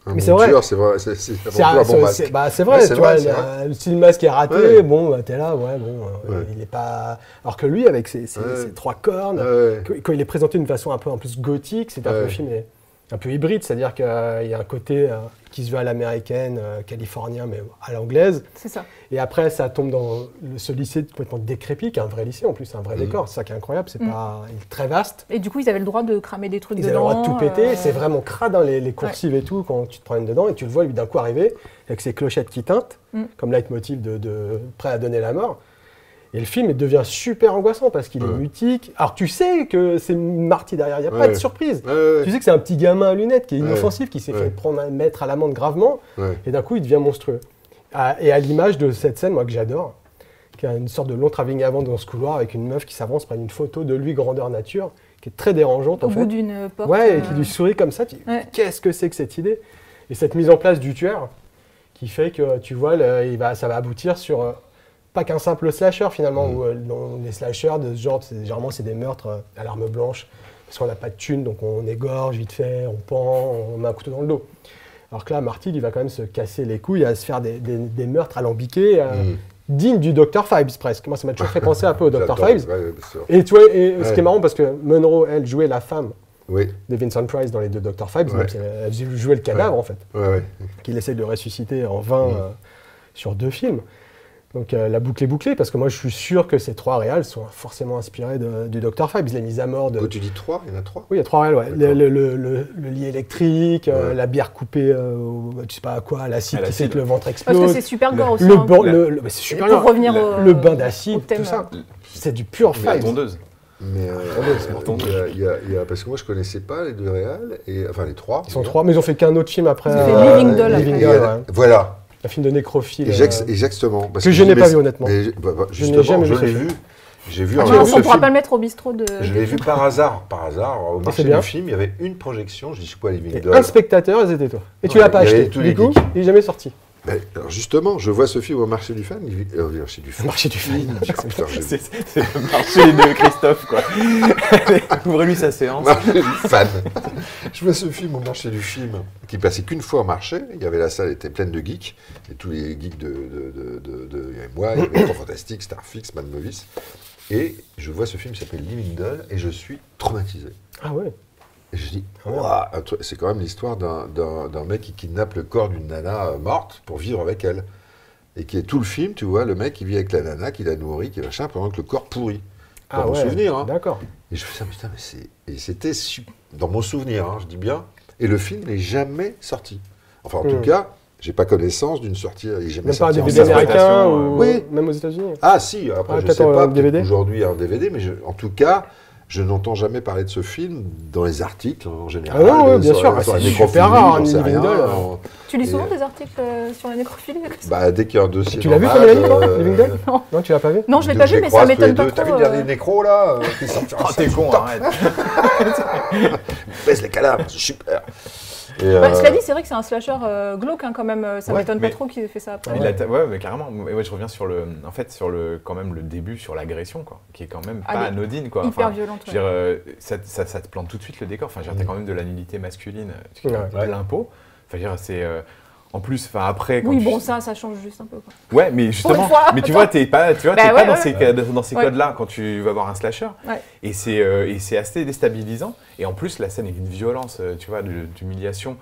Un
Mais
bon
c'est vrai.
tueur, C'est vrai. C'est c'est
C'est
avant tout
un-
un bon
c'est-
masque.
c'est- bah, c'est vrai,
Ouais,
tu
c'est
vois,
vrai,
il y a-
c'est vrai.
le- si le masque est raté,
Ouais.
bon, bah, t'es là, ouais, bon, euh,
Ouais.
il n'est pas... Alors que lui, avec ses, ses-
Ouais.
ses trois cornes,
Ouais.
que- quand il est présenté d'une façon un peu en plus gothique, c'est un peu
Ouais.
le film est un peu hybride, c'est-à-dire qu'il y a un côté euh, qui se veut à l'américaine, euh, californien, mais à l'anglaise.
C'est ça.
Et après, ça tombe dans le- ce lycée complètement décrépit, qui est un vrai lycée en plus, un vrai décor. C'est ça qui est incroyable, c'est
Mhm.
pas il est très vaste.
Et du coup, ils avaient le droit de cramer des trucs
Ils
dedans.
avaient le droit de tout péter,
euh,
c'est vraiment crade, hein, les, les coursives et tout, quand tu te promènes dedans, et tu le vois lui d'un coup arriver, avec ses clochettes qui teintent,
Mhm.
comme leitmotiv de, de prêt à donner la mort. Et le film il devient super angoissant parce qu'il est
Ouais.
mutique. Alors tu sais que c'est Marty derrière, il n'y a pas
Ouais.
de surprise.
Ouais,
Tu sais que c'est un petit gamin à lunettes qui est
Ouais.
inoffensif, qui s'est
Ouais.
fait prendre, à- mettre à l'amende gravement,
ouais.
et d'un coup il devient monstrueux. À- et à l'image de cette scène, moi que j'adore, qui a une sorte de long travelling avant dans ce couloir avec une meuf qui s'avance, prend une photo de lui grandeur nature, qui est très dérangeante en
Au
fait.
bout d'une porte.
Ouais, et
euh,
qui lui sourit comme ça. tu dis,
Ouais.
Qu'est-ce que c'est que cette idée Et cette mise en place du tueur qui fait que tu vois, le- il va, ça va aboutir sur euh, pas qu'un simple slasher finalement,
Mm.
où euh, dans les slashers de ce genre, c'est- généralement c'est des meurtres euh, à l'arme blanche, parce qu'on n'a pas de thunes, donc on égorge vite fait, on pend, on met un couteau dans le dos. Alors que là, Marty, il va quand même se casser les couilles à se faire des, des- des meurtres alambiqués, euh, dignes du Dr. Fibes presque. Moi, ça m'a toujours fait penser un peu au Dr.
Mm. J'adore,
Fibes.
ouais, bien sûr.
Et tu vois, et euh, ce qui
Ouais.
est marrant, parce que Monroe, elle, jouait la femme
Oui,
de Vincent Price dans les deux Dr. Fibes,
Ouais.
donc c'est- elle jouait le cadavre en fait
ouais, Mm. ouais.
qu'il essaie de ressusciter en vain euh, sur deux films. Donc euh, la boucle est bouclée, parce que moi je suis sûr que ces trois réals sont forcément inspirés de- du Dr. Fibes, les mises à mort de...
Quand tu dis 3, il y en a 3
Oui, il y a trois réals, ouais. Le,
D'accord.
le, le- le- le lit électrique, euh,
Ouais.
la bière coupée, euh, au- je sais pas à quoi, à l'acide
À
qui fait
l'acide.
que le ventre
Parce que
explose.
c'est super gore aussi.
Le,
hein.
ban-
La-
le- le- mais c'est super
Pour
bien.
revenir
Le-
au
Le bain
au
d'acide,
thème.
tout ça. C'est du pur
La
Fibes.
tondeuse.
Mais euh, il y a- il y a- il y a- parce que moi je connaissais pas les deux réals, et, enfin les trois.
Ils sont trois, mais ils ont fait qu'un autre film après.
Ils ont fait
euh,
Living Doll après.
Living
Et
Doll,
il y
Doll,
a-
ouais.
Voilà,
Un film de nécrophile.
Exact-
euh,
exactement. parce
que je
je-
n'ai pas
mais-
vu, honnêtement.
mais je- bah, bah,
Je n'ai
justement,
jamais vu
je l'ai
ce
vu.
film.
J'ai vu
Ah,
un
tu
jour
vois,
ce
on ne pourra
film.
pas le mettre au bistrot de.
Je l'ai vu par hasard, par hasard, au marché
Ah, c'est bien.
du film, il y avait une projection, je dis c'est quoi Living
Et
Doll
un spectateur, ils étaient toi. Et tu
Ouais,
l'as pas
il y avait
acheté.
tous
Du
les
coup,
geeks.
il est jamais sorti.
Ben, alors justement, je vois ce film au marché du fan, il- euh, au marché du fan.
Marché du film.
Ah, putain, j'ai-
C'est c'est le marché de Christophe, quoi. Allez, Ouvrez-lui sa séance.
marché du fan. Je vois ce film au marché du film, qui passait qu'une fois au marché. Il y avait la salle était pleine de geeks, et tous les geeks de, de, de, de- de- il y avait moi, il y avait Trois Fantastiques, Starfix, Mad Movies. Et je vois ce film qui s'appelle Living Doll, et je suis traumatisé.
Ah ouais.
Et je dis,
Ah
Ouah, un truc- c'est quand même l'histoire d'un- d'un d'un mec qui kidnappe le corps d'une nana euh, morte pour vivre avec elle. Et qui est tout le film, tu vois, le mec qui vit avec la nana, qui la nourrit, qui machin, pendant que le corps pourrit. Dans
Ah
mon
ouais.
souvenir. hein.
D'accord.
Et je fais ça, putain, mais c'est. Et c'était su- dans mon souvenir, hein, je dis bien. Et le film n'est jamais sorti. Enfin, en
Hmm.
tout cas, j'ai pas connaissance d'une sortie. Il est jamais
Même pas un
sorti en
DVD
salle
américain
d'exploitation,
ou
euh. Oui.
même aux États-Unis.
ah si, après
Ah,
je
peut-être
sais
en-
pas
en DVD.
peut-être aujourd'hui un DVD, mais je- en tout cas, je n'entends jamais parler de ce film dans les articles en général.
Ah non, ouais, bien
sur-
sûr, ah,
sur la
c'est
nécrophilie,
super rare,
j'en
hein,
sais
Living
rien,
Doll.
en-
Tu lis souvent
Et-
des articles euh, sur la nécrophilie Christophe
bah, dès qu'il y a un dossier.
Tu l'as vu,
normal,
Family Living
euh,
Doll Non, tu l'as pas vu
Non, je l'ai
donc
pas vu,
les
mais ça
croise tous les
m'étonne pas
deux.
trop.
T'as vu le
euh,
dernier nécro là euh, qui sort sur un
Oh, t'es
sac,
con,
putain,
arrête.
baisse les cadavres, c'est super. Et,
bah,
euh,
Cela dit, c'est vrai que c'est un slasher euh, glauque hein, quand même. euh, Ça
Ouais,
m'étonne
mais-
pas trop qu'ils aient fait ça après.
Il a ta- ouais, mais carrément. Et ouais, je reviens sur le, en fait, sur le, quand même le début, sur l'agression, quoi, qui est quand même pas
Ah, mais
anodine, quoi.
hyper violente,
je veux dire, euh, ça, ça- ça te plante tout de suite le décor. Enfin, je veux dire, t'as quand même de la nudité masculine, euh, tu
Mm. Ouais.
ouais. plein pot. Enfin, je veux dire, c'est euh, en plus, enfin après, quand
Oui,
tu-
bon, ça, ça change juste un peu. quoi.
Ouais, mais justement,
une fois,
mais tu
attends.
vois, t'es pas, tu vois,
Bah
t'es
ouais,
pas dans
ouais,
ces,
ouais.
codes- dans ces
Ouais.
codes-là quand tu vas voir un slasher.
Ouais.
Et c'est euh, et c'est assez déstabilisant. Et en plus, la scène est d'une violence, euh, tu vois, de- d'humiliation.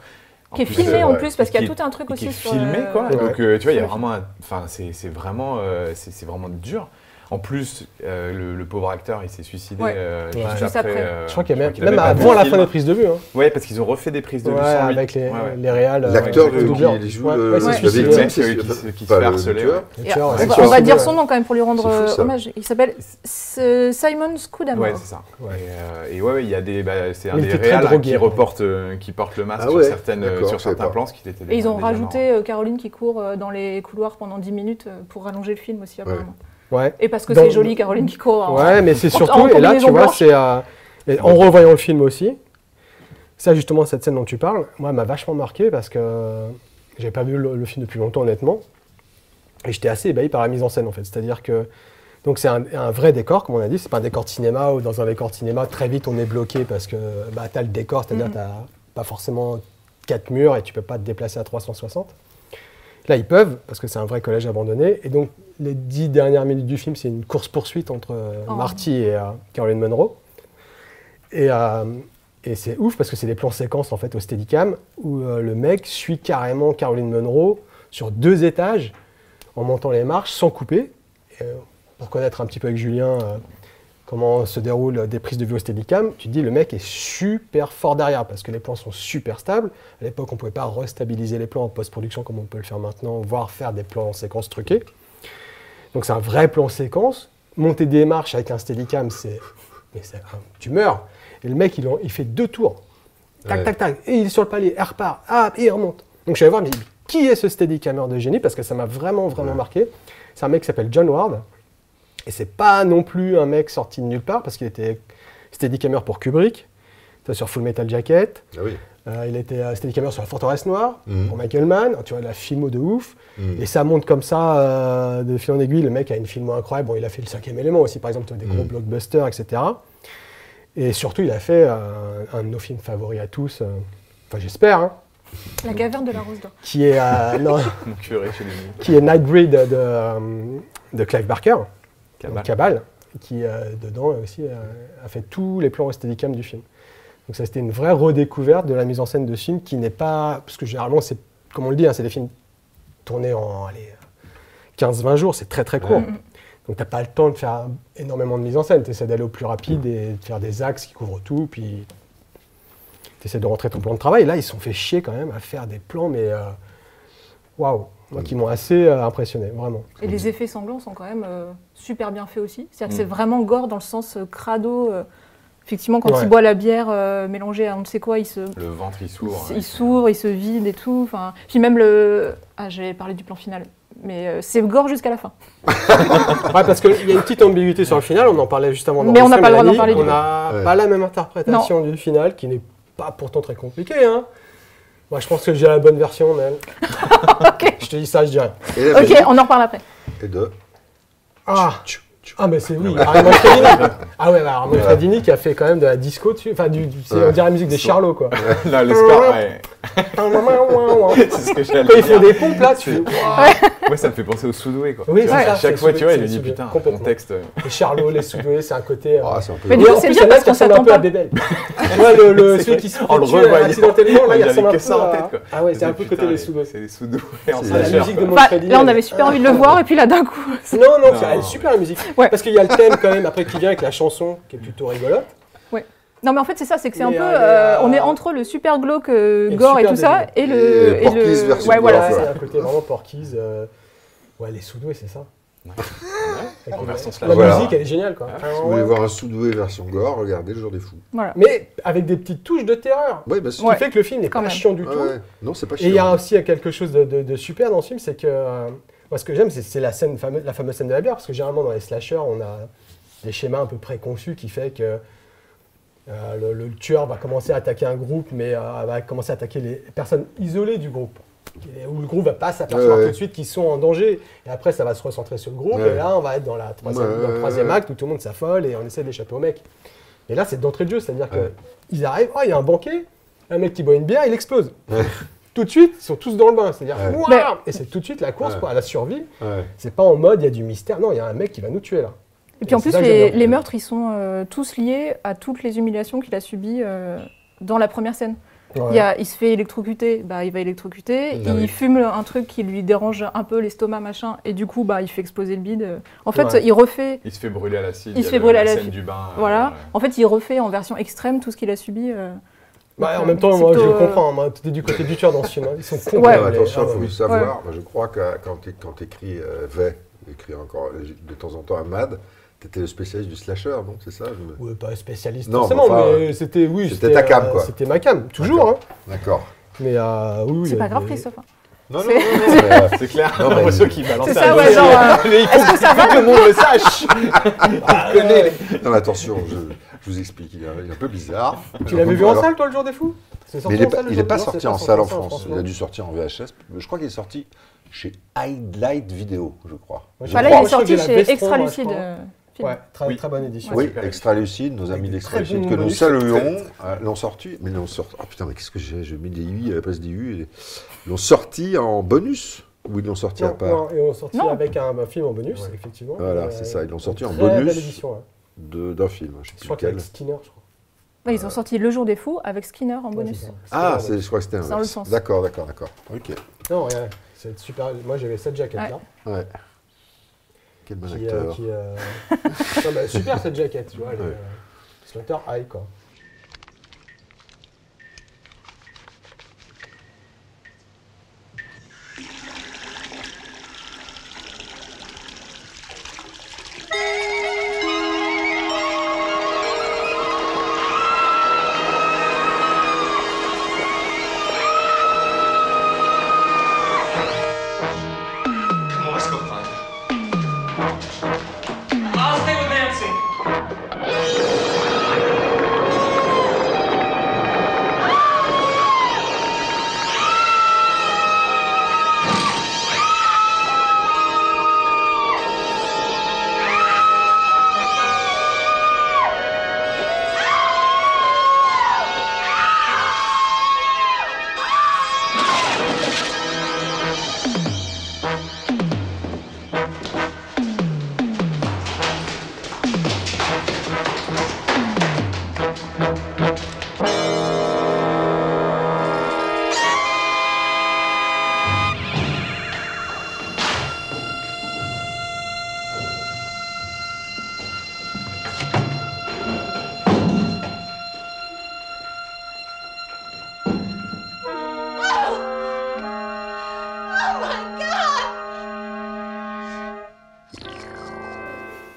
En
Qui est
plus,
filmé
euh,
en
ouais.
plus, parce qu'il y
Qui
a
est-
tout un truc
et qui
aussi
est
sur.
filmé
euh,
quoi.
Ouais.
Donc euh, tu vois, il y a
Ouais.
vraiment, un- enfin c'est c'est vraiment, euh, c'est c'est vraiment dur. En plus, euh, le, le pauvre acteur, il s'est suicidé
Ouais.
euh,
Ouais.
juste,
Juste
après.
après.
euh,
Je crois qu'il y a même,
qu'il avait
même
pas
avant
vu
la
le
fin des
film.
prises de vue. Hein.
Ouais, parce qu'ils ont refait des prises de
Ouais,
vue sans lui.
avec les,
Ouais, ouais.
les réals. euh,
L'acteur
avec le
qui
doubleur.
qui joue
Ouais,
le,
ouais,
la
c'est
suicidé.
victime,
Ouais,
c'est
celui qui
pas-
se- qui se
pas
fait
le
harceler,
tueur.
ouais.
Le
et
tueur,
on
ouais.
va, on va dire son nom quand même pour lui rendre
C'est fou,
euh,
ça.
hommage. Il s'appelle S- euh, Simon Scudamore.
Ouais, c'est ça. Et, euh, et ouais, ouais, il y a des, bah, c'est un
Mais il
des
était très
réals hein,
drogué,
qui
hein.
reporte, euh, qui porte le masque
Ah ouais,
sur certaines, euh,
d'accord,
sur
je savais
certains
pas.
plans, ce qui était.
Et ils ont
déjà marrant.
rajouté euh, Caroline qui court euh, dans les couloirs pendant 10 minutes euh, pour rallonger le film aussi, apparemment.
Ouais.
Et parce que
Dans-
c'est joli, Caroline qui court. en-
Ouais, mais c'est
hein. En- en
surtout, et là, tu
combinaison
vois,
blanche.
c'est. euh, et en revoyant le film aussi, ça, justement, cette scène dont tu parles, moi, elle m'a vachement marqué parce que j'avais pas vu le, le film depuis longtemps, honnêtement. Et j'étais assez ébahi par la mise en scène, en fait. C'est-à-dire que. Donc, c'est un, un vrai décor, comme on a dit, c'est pas un décor de cinéma où, dans un décor de cinéma, très vite, on est bloqué parce que bah, t'as le décor, c'est-à-dire
Mhm.
t'as pas forcément quatre murs et tu peux pas te déplacer à 360. Là, ils peuvent, parce que c'est un vrai collège abandonné. Et donc, les dix dernières minutes du film, c'est une course-poursuite entre euh,
Oh.
Marty et euh, Caroline Monroe. Et, euh, et c'est ouf, parce que c'est des plans séquences, en fait, au Steadicam, où euh, le mec suit carrément Caroline Monroe sur deux étages, en montant les marches, sans couper. Et, euh, pour connaître un petit peu avec Julien euh, comment se déroulent euh, des prises de vue au Steadicam, tu te dis, le mec est super fort derrière, parce que les plans sont super stables. À l'époque, on ne pouvait pas restabiliser les plans en post-production comme on peut le faire maintenant, voire faire des plans en séquence truqués. Donc c'est un vrai plan séquence. Monter des marches avec un Steadicam, c'est... Mais c'est un- tu meurs. Et le mec, il, en- il fait deux tours. Tac,
Ouais.
tac, tac. Et il est sur le palier, il repart, ah, et il remonte. Donc je suis allé voir, mais qui est ce Steadicamer de génie Parce que ça m'a vraiment, vraiment marqué. C'est un mec qui s'appelle John Ward. Et c'est pas non plus un mec sorti de nulle part, parce qu'il était Steadicammer pour Kubrick, sur Full Metal Jacket,
Ah oui.
Euh, il a été euh, Steadicamera sur la forteresse noire,
Mhm.
pour Michael Mann, tu vois, la filmo de ouf. Et ça monte comme ça, euh, de fil en aiguille, le mec a une filmo incroyable. Bon, il a fait le cinquième élément aussi, par exemple, tu vois, des gros blockbusters, etc. Et surtout, il a fait euh, un de nos films favoris à tous, euh, enfin j'espère, hein,
La caverne de la rose d'or.
qui est, euh, non,
Mon curé chez les
qui est Nightbreed de, euh, de Clive Barker,
Cabal.
Cabal, qui euh, dedans aussi euh, a fait tous les plans au steadicam du film. Donc ça c'était une vraie redécouverte de la mise en scène de ce film qui n'est pas, parce que généralement c'est, comme on le dit, hein, c'est des films tournés en allez, euh, 15-20 jours, c'est très très court. Donc t'as pas le temps de faire énormément de mise en scène, tu essaies d'aller au plus rapide et de faire des axes qui couvrent tout, puis tu essaies de rentrer ton plan de travail. Là ils se sont fait chier quand même à faire des plans, mais euh, waouh, moi qui m'ont assez euh, impressionné, vraiment.
Et les effets sanglants sont quand même euh, super bien faits aussi. C'est-à-dire que c'est vraiment gore dans le sens euh, crado. euh, effectivement, quand
Ouais.
il boit la bière euh, mélangée à on ne sait quoi, il se,
Le ventre, il
il
s'ouvre.
s- il s'ouvre, il se vide et tout. Enfin, puis même le. Ah, j'ai parlé du plan final. Mais euh, c'est gore jusqu'à la fin.
Ouais, parce qu'il y a une petite ambiguïté sur le final, on en parlait juste avant.
Mais on n'a pas le droit d'en
d'enregistrer, Mélanie,
parler du
On n'a
Ouais.
pas la même interprétation du final, qui n'est pas pourtant très compliquée. Hein. Moi, je pense que j'ai la bonne version, même. Je te dis ça, je dirais.
Et la
Ok,
musique
on en reparle après.
est de.
Ah,
Tchou, tchou.
ah bah c'est oui, Armand Fredini. Ah ouais, bah, Armand Fredini qui a fait quand même de la disco dessus. Enfin, du, du- c'est- on dirait la musique des Charlots, quoi.
Là, le score, ouais.
Quand
C'est ce que j'allais
ils font
dire.
des pompes, là, tu fais,
Ouais, ça me fait penser au soudoué, quoi.
Oui,
Tu
c'est
vois,
ça,
à
c'est
chaque fois,
Soudoué,
tu vois, il
c'est
me dit,
Soudoué,
putain,
complètement.
contexte. euh,
les Charlots, les soudoués, c'est un côté... euh,
Ah, c'est un peu.
Mais
Et
du coup,
en
c'est
plus,
bien
il y en a qui
parce qu'on
ressemble un
s'attend
peu
pas.
à Bébel. Ouais, le, Oh, le-
C'est
celui
vrai.
qui se
En le
fait tuer
revoyant.
accidentellement, là, il
J'avais
ressemble un
que
peu
ça en
à-
tête, quoi.
Ah ouais, c'est
Je
un
me
peu
dis,
le côté
putain,
des
les-
soudoués.
C'est les soudoués
Ah, la
C'est
en
Bien
sacheur,
musique de
quoi.
Maud
Enfin,
Fredini,
là, on
elle-
avait super envie de le voir, et puis là, d'un coup. c'est-
Non, non, c'est-
Non,
elle est
ouais.
super la musique.
Ouais.
Parce qu'il y a le thème quand même, après qui vient avec la chanson, qui est plutôt rigolote.
Non, mais en fait, c'est ça, c'est que c'est un
Mais,
peu.
euh,
euh,
les-
on est entre le super glauque, euh,
Et le
gore et
super
tout ça,
délire.
et le.
Et Porky's version
ouais, voilà,
gore,
c'est
c'est
ça.
un côté vraiment porquise. euh, Ouais, les soudoués, c'est ça.
Ouais, en version
La
slash.
Voilà.
musique, elle est géniale quoi.
Ah,
Enfin,
Si vous
ouais.
voulez voir un soudoué version gore, regardez le jour des fous.
Voilà.
Mais avec des petites touches de terreur.
Oui, bah c'est
Ce
Ouais.
qui fait que le film n'est
Quand
pas
même.
chiant du
Ouais,
tout.
ouais. Non, c'est pas chiant.
Et il y a aussi quelque chose de, de- de super dans ce film, c'est que euh, moi ce que j'aime, c'est- c'est la scène fameuse, la fameuse scène de la bière, parce que généralement dans les slashers, on a des schémas un peu préconçus qui fait que euh, le, le tueur va commencer à attaquer un groupe, mais euh, va commencer à attaquer les personnes isolées du groupe. Et Où le groupe va pas s'apercevoir
Ouais, ouais.
tout de suite qu'ils sont en danger. Et après, ça va se recentrer sur le groupe.
Ouais.
Et là, on va être dans, la troisième-
Ouais,
dans le
ouais,
troisième
ouais.
acte où tout le monde s'affole et on essaie d'échapper au mec. Et là, c'est d'entrée de jeu. C'est-à-dire que
Ouais.
qu'ils arrivent, oh, il y a un banquet, un mec qui boit une bière, il explose tout de suite, ils sont tous dans le bain. C'est-à-dire,
Ouais.
Ouah
Mais-
et c'est tout de suite la course
Ouais.
quoi, à la survie.
Ouais.
C'est pas en mode, il y a du mystère. Non, il y a un mec qui va nous tuer là.
Et puis en
C'est
plus,
ça que
les,
j'adore.
les meurtres, ils sont euh, tous liés à toutes les humiliations qu'il a subies euh, dans la première scène. Il, y a- il se fait électrocuter, bah, il va électrocuter.
Ah
il
oui.
fume un truc qui lui dérange un peu l'estomac, machin. Et du coup, bah, il fait exploser le bide. En fait,
Ouais.
il refait.
Il se fait brûler à l'acide.
Il
y
se
a
fait
le-
brûler à
la
l'acide.
scène du bain. euh,
Voilà.
Ah
ouais.
En fait, il refait en version extrême tout ce qu'il a subi. euh.
Bah, en
Donc,
même temps,
c'est
moi, je
plutôt,
le comprends. hein, Moi, t'es du côté du tueur dans ce film. hein. Ils sont cons.
euh. Ouais.
Alors, attention, il faut
oui.
savoir, moi, je crois que quand tu écris euh, VET, écrit encore euh, de temps en temps à MAD, tu étais le spécialiste du slasher, non C'est ça je me-
Ouais, pas spécialiste
Non,
forcément,
mais enfin,
mais c'était oui,
c'était ta cam, quoi.
C'était ma cam, toujours. Hein.
D'accord. D'accord.
Mais euh, oui, oui,
C'est pas
mais-
grave, Christophe. hein.
Non, non,
C'est-
non, non, mais, euh,
C'est clair.
Non, mais-
Pour ceux qui balancent
C'est
à
ça, ouais,
dos,
genre. euh,
mais il faut
Est-ce que ça va
que le monde le sache.
Ah,
non, mais attention, je, je vous explique, il est il est un peu bizarre.
Tu l'avais vu en
Alors-
salle, toi, le jour des fous C'est sorti
Mais il n'est
en
pas,
salle, le
il
jour
est pas
des fous Non,
sorti
c'est
en salle en
sorti
France. Il a
non.
dû sortir en VHS. Je crois qu'il est sorti chez Highlight Video, je crois.
Moi,
Je
j'ai
Enfin,
crois.
là, il
Moi,
est
je trouve
sorti
que j'ai la
chez
Vestron,
Extra
moi, je
Lucide.
crois.
euh, film.
Ouais, très,
Oui.
très bonne édition.
Oui,
Super.
Extra Lucide, nos amis
des
d'Extra
très bons
Lucide que nous
bonus.
saluons, euh, l'ont sorti, mais l'ont sorti. Ah putain, mais qu'est-ce que j'ai J'ai mis des I à la place des U. et- L'ont sorti en bonus ou ils l'ont sorti à
Non,
part
non, et on sortit
Non.
avec un, un film en bonus, effectivement.
Voilà,
Euh,
c'est ça, ils l'ont sorti
une
en
très belle
bonus.
édition, ouais.
de- d'un film Je sais
Je
plus
crois qu'il y a
lequel.
avec Skinner, je crois.
Ouais, Bah, ils ont sorti Le Jour des Fous avec Skinner en
Ouais,
bonus.
c'est ça.
Ah,
Skinner,
c'est- je crois que c'était un.
Dans le sens.
D'accord, d'accord, d'accord. Ok.
ouais. Non, ouais, c'est super. Moi, j'avais cette jaquette-là.
Ouais. Quel bon
Qui, euh,
acteur.
qui, euh, non, bah, super cette jaquette, tu vois. elle est,
Ouais.
euh, Slaughter High, quoi.
Come on, let's go find her. I'll stay with Nancy.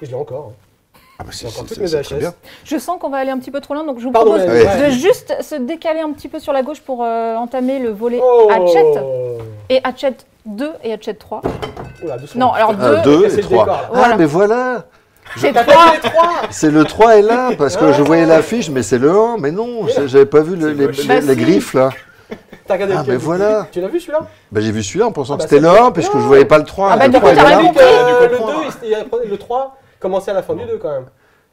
Je l'ai encore. hein.
Ah bah
J'ai
c'est
encore
c'est-
toutes
c'est-
mes
c'est très bien.
VHS.
Je sens qu'on va aller un petit peu trop loin, donc je vous
Pardon,
propose
mais-
Ouais.
de juste se décaler un petit peu sur la gauche pour euh, entamer le volet Hatchet
Oh
et Hatchet 2 et Hatchet 3.
Oula, doucement.
Non, alors
Euh,
Un,
2,
deux
casser
et
le
trois.
décor, là.
Ah,
Voilà.
mais voilà
c'est
T'as
3.
fait les trois
C'est le 3 est là, parce que je voyais
Ah.
l'affiche, mais c'est le 1. Mais non, c'est- j'avais pas vu le-
C'est
les,
moche.
les-
Bah
les
si.
griffes, là.
T'as regardé
Ah,
lequel,
mais
du
voilà.
coup Tu l'as vu celui-là
Bah, j'ai vu celui-là en pensant
Ah bah,
que c'était
ça-
le 1, parce que je voyais pas le 3.
Ah bah,
le
du coup,
3 est
t'as rien
là.
Tandis que,
compris.
euh,
Du
Le
coup,
2,
prendre.
il s'était- il apprenait- le 3 commençait à la fin du 2 quand même.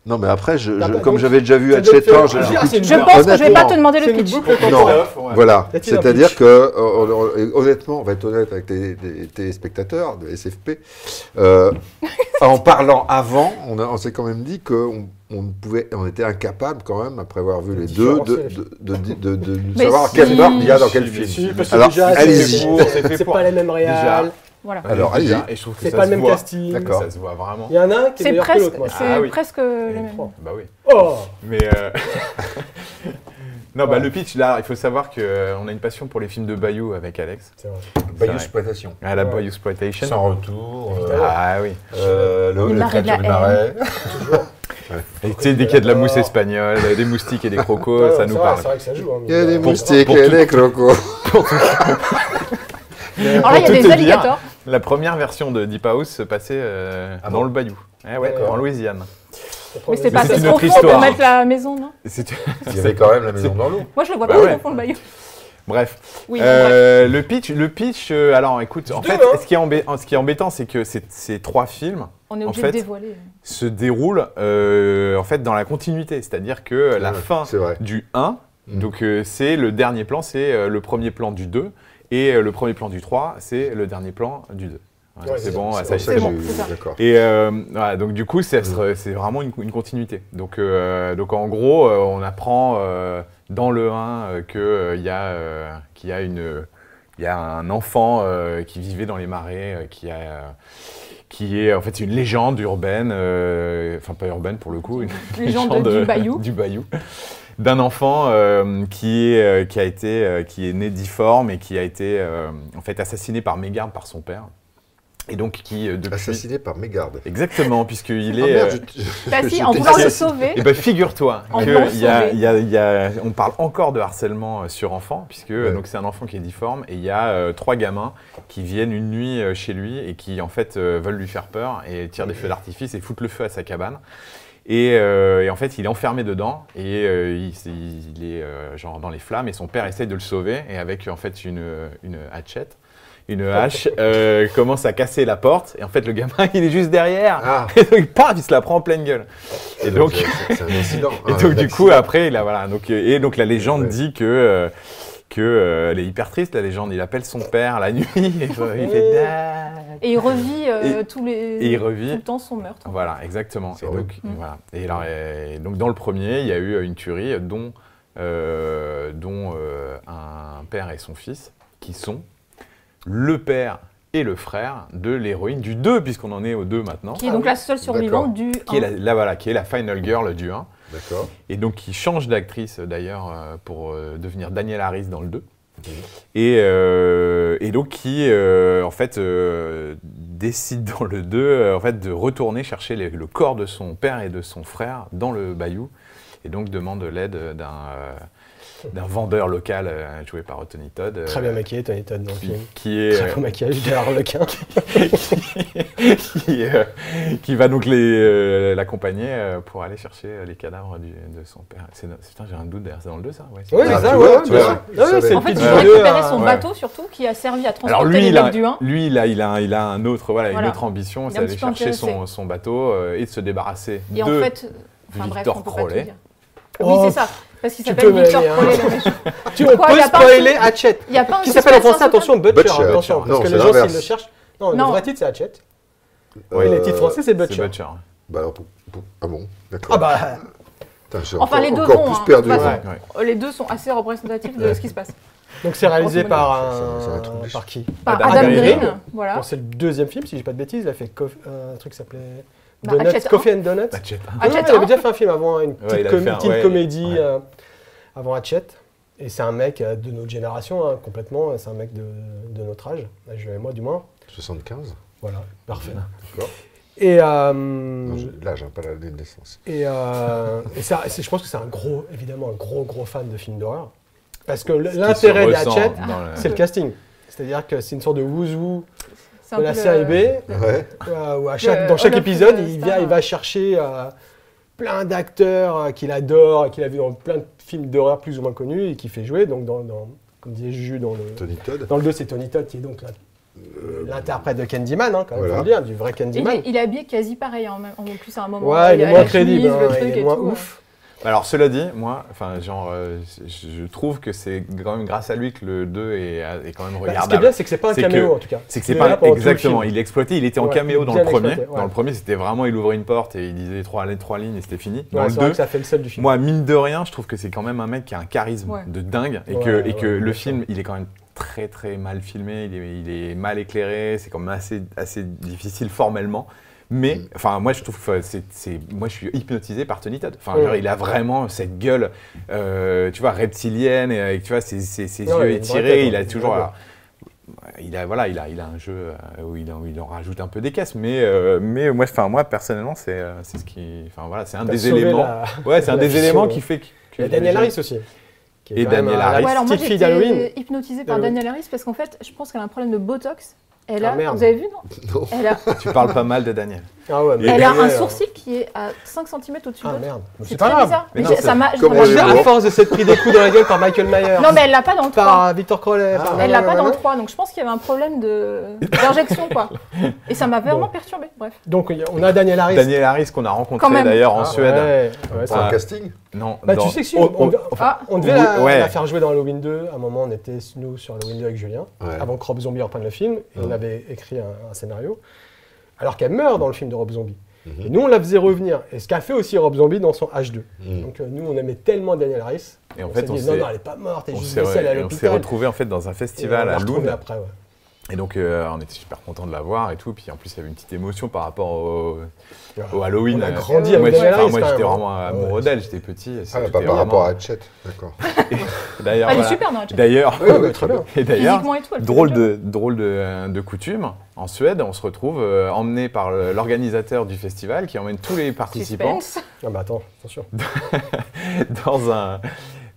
Non, mais après, je-
T'as
je-
pas-
comme
donc, Ah,
j'avais déjà vu
ça doit
Hatchet
faire-
1, j'ai
Alors,
écoute,
Je pense que je vais pas te
honnêtement,
demander le
C'est une
pitch.
boucle
Non.
temporelle.
Voilà,
Y a-t-il un
c'est-à-dire
pitch
que, euh, on- on- et honnêtement, on va être honnête avec les, les téléspectateurs de SFP, euh, en parlant avant, on, a- on s'est quand même dit qu'on on ne pouvait, on était incapable quand même, après avoir vu les deux, de,
différencier.
de, de- de- de- de
Mais
savoir
si.
quelle barbe il y a dans quel
Si, mais
film.
si.
parce que
Alors,
déjà,
allez-y.
c'est-
C'est fait
C'est
pour.
pas les mêmes réals,
Voilà.
Alors,
Déjà,
allez-y.
Et je trouve que
c'est
ça
pas
se
le même
voit.
casting.
D'accord.
Ça se voit vraiment.
Il y en a un qui est
C'est
meilleur que
presque,
l'autre, moi.
c'est
Ah oui.
presque le
Et-
même.
Bah oui.
Oh
Mais euh, non, bah le pitch là, il faut savoir que euh, on a une passion pour les films de Bayou avec Alex.
C'est vrai.
vrai.
exploitation.
Ah, la
Ouais.
Bayou exploitation.
retour,
Ah oui.
le,
Les le marais de la créature
Et tu sais, dès qu'il y a de la mousse espagnole, euh, des moustiques et des crocos,
Ouais,
ça
c'est
nous
vrai,
parle.
C'est vrai que ça joue. hein, mais-
Il y a des
Bon,
moustiques
pour
et
tout-
des crocos.
Alors là, il y
Pour
a
tout
des
te dire,
alligators.
La première version de Deep House se passait euh,
Ah
dans
bon
le Bayou. Eh ouais,
D'accord.
en Louisiane.
on
Mais c'est
Mais
pas
c'est
assez
une
trop
autre
fort pour
histoire.
mettre la maison, non
C'est-
Il y avait quand même la maison dans l'eau.
Moi, je le vois
Ah
Bah
pas
ouais.
au fond le maillot.
Bref.
Oui,
Euh, le pitch, le pitch. euh, alors, écoute, en
Deux,
fait,
hein.
ce qui est embê- ce qui est embêtant, c'est que ces- ces trois films
on est
en
obligé
fait,
de dévoiler.
se déroule euh, en fait dans la continuité, c'est-à-dire que la
Ouais,
fin
c'est vrai.
du 1,
Mm.
donc euh, c'est le dernier plan, c'est euh, le premier plan du 2, et euh, le premier plan du 3, c'est le dernier plan du 2. Voilà,
Ouais, c'est
c'est bon,
ça,
ah, ça
pour
y est,
ça
c'est
que
bon.
j'ai-
c'est ça.
D'accord.
Et euh, voilà, donc du coup, c'est c'est vraiment une, une continuité. Donc, euh, donc en gros, euh, on apprend euh, dans le 1 qu'il y, a, euh, qu'il y a une... Il y a un enfant euh, qui vivait dans les marais, euh, qui, a, euh, qui est en fait une légende urbaine, euh, enfin pas urbaine pour le coup, une euh,
Légende du Bayou.
du Bayou, d'un enfant euh, qui, est, euh, qui, a été, euh, qui est né difforme et qui a été euh, en fait assassiné par mégarde par son père. Et donc qui, euh, depuis...
Assassiné par mégarde.
Exactement, puisqu'il est... euh,
Bah si, en voulant le sauver,
eh ben, figure-toi
En
que
voulant
il y a-
sauver.
il y a- il y a- on parle encore de harcèlement euh, sur enfant, puisque euh,
Ouais.
donc c'est un enfant qui est difforme et il y a euh, trois gamins qui viennent une nuit euh, chez lui et qui en fait euh, veulent lui faire peur et tirent des feux d'artifice et foutent le feu à sa cabane. Et, euh, et en fait, il est enfermé dedans et euh, il, c'est- il est euh, genre dans les flammes et son père essaie de le sauver et avec en fait une, euh, une hachette, une hache, euh, commence à casser la porte et en fait le gamin il est juste derrière
Ah.
et donc paf, il se la prend en pleine gueule. Et donc,
C'est un incident. hein,
et donc du
d'accident.
coup, après, il a- voilà. Donc, euh, et donc la légende
Ouais.
dit que. euh, que euh, elle est hyper triste la légende, il appelle son père la nuit, et, euh, il fait Dad
et il revit euh, tous les
et il revit.
tout le temps Mm. son meurtre.
Voilà, exactement.
C'est
Et
horrible.
donc, voilà. Et alors, euh, donc dans le premier, il y a eu euh, une tuerie dont, euh, dont euh, un père et son fils, qui sont le père et le frère de l'héroïne du 2, puisqu'on en est au 2 maintenant,
Qui est donc la seule survivante du.
qui est
un.
la, la- voilà, qui est la final girl du 1,
D'accord.
et donc qui change d'actrice euh, d'ailleurs euh, pour euh, devenir Daniel Harris dans le 2. Et, euh, et donc qui, euh, en fait, euh, décide dans le 2 euh, en fait, de retourner chercher les- le corps de son père et de son frère dans le bayou. Et donc demande l'aide euh, d'un euh, d'un vendeur local euh, joué par Tony Todd. euh,
Très bien maquillé, Tony Todd dans le
qui,
film.
qui est, euh,
euh,
Très beau maquillage, Gérard Lequin.
Ah,
qui, euh, qui va donc les, euh, l'accompagner euh, pour aller chercher euh, les cadavres du- de son père. C'est, putain, j'ai un doute d'ailleurs, c'est dans le 2 ça ouais, c'est-
Oui,
Ah,
c'est
tu
ça,
vois,
ouais,
tu
bien
vois,
sûr.
il
Ah ouais,
savait.
c'est
En
le
fait,
pitch
il
Ouais.
a
du
Ouais.
deux,
récupéré
hein.
son
ouais.
bateau surtout, qui a servi à
Alors
transporter
lui,
les
il a,
mecs du 1.
lui, il a, il a, il a un autre, voilà,
Voilà.
une autre ambition,
Il est
c'est
un
d'aller
petit peu
chercher son,
intéressé.
son bateau euh, et de se débarrasser
Et en
de.
fait, enfin bref,
Victor
on peut pas
Crowley.
tout dire. Oui, c'est ça. Parce qu'il
tu
s'appelle
peux
Victor
m'aider, hein.
Crowley, le méchant.
Tu on
Quoi,
peut
y a pas un
spoiler
film-
Hatchet.
Il y a pas un
Qui s'appelle en
suspense
français, attention,
insoutenable
Butcher.
Butcher.
Attention,
Non,
parce que
c'est
les gens, s'ils
l'inverse.
le cherchent. Non, le
Non.
vrai titre, c'est Hatchet.
Euh,
Et les titres français, c'est
C'est
Butcher.
Butcher. hein.
Bah alors, pour- pour- ah bon, d'accord.
Ah bah,
Putain, j'ai
Enfin,
encore-
les deux
encore
vont,
plus
hein,
perdu.
de toute
Ouais,
façon.
ouais.
Euh, Les deux sont assez représentatifs de ce qui se passe.
donc c'est réalisé
Grosso modo,
par
ça, ça, ça va
un.
être obligé.
Par qui
Par
Adam
Adam
Green.
Green, voilà.
Bon, C'est le deuxième film, si j'ai pas de bêtises. Il a fait cof- euh, un truc qui s'appelait.
Bah,
Donuts,
Hatchet
Coffee and Donuts.
Hatchet.
Ah non,
Hatchet
il
1.
avait déjà fait un film avant, une petite,
il a
com-
fait un-
petite
Bah, ouais,
comédie
ouais.
euh, avant Hatchet. Et c'est un mec euh, de notre génération, hein, complètement. C'est un mec de, de notre âge, je et moi du moins.
75
Voilà, parfait. Et, euh,
Mm.
Non, j'ai L'âge, hein, pas l'année de naissance.
et, euh, et ça, c'est- je pense que c'est un gros, évidemment, un gros, gros fan de films d'horreur. Parce que
qui se
l'intérêt de
ressent
Hatchet,
dans le-
c'est le casting. C'est-à-dire que c'est une sorte de wouzou
C'est un
de la
peu le-
série B.
Ouais.
Euh, où à chaque-
Le
dans chaque
Olympe
épisode,
de
il,
Star.
vient, il va chercher euh, plein d'acteurs euh, qu'il adore, et qu'il a vu dans plein de films d'horreur plus ou moins connus et qu'il fait jouer. Donc, dans, dans- comme disait Juju, dans le,
Tony Todd.
dans le 2, c'est Tony Todd qui est donc
Euh,
l'in- l'interprète de Candyman, hein, quand même,
voilà.
faut le dire, du vrai
Et Il
Candyman.
est, il est habillé quasi pareil en, même- en plus à un moment.
ouais, il est
a
moins
la chemise,
crédible,
le
hein,
truc
il est
et
moins
tout,
ouf.
Alors, cela dit, moi, enfin, genre, euh, je, je trouve que c'est quand même grâce à lui que le 2 est, est quand même
Bah, ce qui est
regardable.
bien, c'est que c'est pas un
C'est
caméo
que-
en tout cas.
C'est que
Il
c'est
est là
pas
pendant tout le
exactement.
film.
Il exploitait, il était en
Ouais,
caméo dans
bien
le premier.
exploité, ouais.
Dans le premier, c'était vraiment, il ouvrait une porte et il disait trois, lettres, trois lignes et c'était fini. Dans
Ouais,
le
c'est vrai
2,
que ça fait le seul du film.
moi, mine de rien, je trouve que c'est quand même un mec qui a un charisme
Ouais.
de dingue et
Ouais,
que, et
ouais,
que
ouais,
le
bien
film, il est quand même très très mal filmé, il est, il est mal éclairé, c'est quand même assez, assez difficile formellement. Mais,
Mm.
enfin, moi je trouve, enfin, c'est, c'est- moi je suis hypnotisé par Tony Todd. Enfin,
Ouais.
genre, il a vraiment cette gueule, euh, tu vois, reptilienne, et avec, tu vois, ses, ses- ses
Non, il a
yeux
une vraie
étirés,
tête,
il
hein,
a
une
toujours.
vraie
alors, il a, voilà, il a, il a un jeu euh, où il en, où il en rajoute un peu des caisses, mais, euh, mais moi, enfin, moi personnellement, c'est, euh, c'est ce qui, enfin voilà, c'est un
T'as
des
sauvé
éléments.
la-
Ouais, c'est un
la
des
fiction,
éléments
ouais.
qui fait que. que
Et Daniel
les
Harris
gens-
aussi. qui est
Et
quand même
Daniel
un-
Harris.
la
Ouais, alors moi
petite fille
j'étais
d'Halloween.
hypnotisée par
D'Halloween.
Daniel Harris parce qu'en fait, je pense qu'elle a un problème de botox. Elle
Ah,
a,
merde.
vous avez vu non
Non.
Elle a,
Tu parles pas mal de Daniel.
Ah ouais, mais
elle a un
Daniel,
sourcil qui est à 5 cm au-dessus
Ah
de l'autre.
merde. Mais
C'est
pas
très
grave.
bizarre.
Mais
Mais
non,
j'ai-
c'est-
ça m'a, je
Comment
m'en
elle
Déjà,
est
souviens.
lourde.
à force de s'être pris des coups dans la gueule par Michael Myers,
Non, mais elle l'a pas dans le 3.
par Victor Crowley, par-
Elle l'a pas dans le 3, donc je pense qu'il y avait un problème de- d'injection, quoi. Et ça m'a vraiment
Bon.
perturbée, bref.
Donc il y a- on a Daniel Harris.
Daniel Harris qu'on a
Quand
rencontré
même.
d'ailleurs en
Ah,
Suède.
ouais, ouais,
C'est
ça-
un
Ah.
casting
Non.
Bah,
dans-
tu sais que si,
oh,
on,
oh, enfin,
Ah,
on devait la,
ouais.
la faire jouer dans Halloween 2. À un moment, on était, nous, sur Halloween 2 avec Julien,
Ouais.
avant que Rob Zombie reprenne le film. Et on
Mhm.
avait écrit un, un scénario, alors qu'elle meurt dans le film de Rob Zombie.
Mhm.
Et nous, on la faisait revenir. Et ce qu'a fait aussi Rob Zombie dans son H2. Donc euh, nous, on aimait tellement Daniel Harris.
Mhm. Et en
on
fait,
s'est
on
dit,
s'est-
non, non, elle est pas morte, elle est
on
juste
s'est
laissée à
re- on s'est
l'hôpital.
retrouvés en fait dans un
Et on
festival
l'a
à
retrouvée
Lund.
après, ouais.
Et donc, euh, on était super contents de la voir et tout. Puis en plus, il y avait une petite émotion par rapport au, au Halloween.
On a
Euh,
grandi
moi,
avec
j'étais-
Daniel
enfin,
Harris,
moi,
quand
j'étais
même, hein.
vraiment amoureux
Ouais.
d'elle. J'étais petit. et
Ah,
c'était
pas par
vraiment-
rapport à Hatchet. D'accord.
D'ailleurs,
Elle est
voilà.
super dans la chat.
D'ailleurs,
Oui, oui, très bien.
et d'ailleurs,
Physiquement et tout, elle fait
Drôle
le job.
de, drôle de, de coutume, en Suède, on se retrouve euh, emmené par le- l'organisateur du festival qui emmène tous les participants
Suspense.
Ah bah attends, attention.
dans un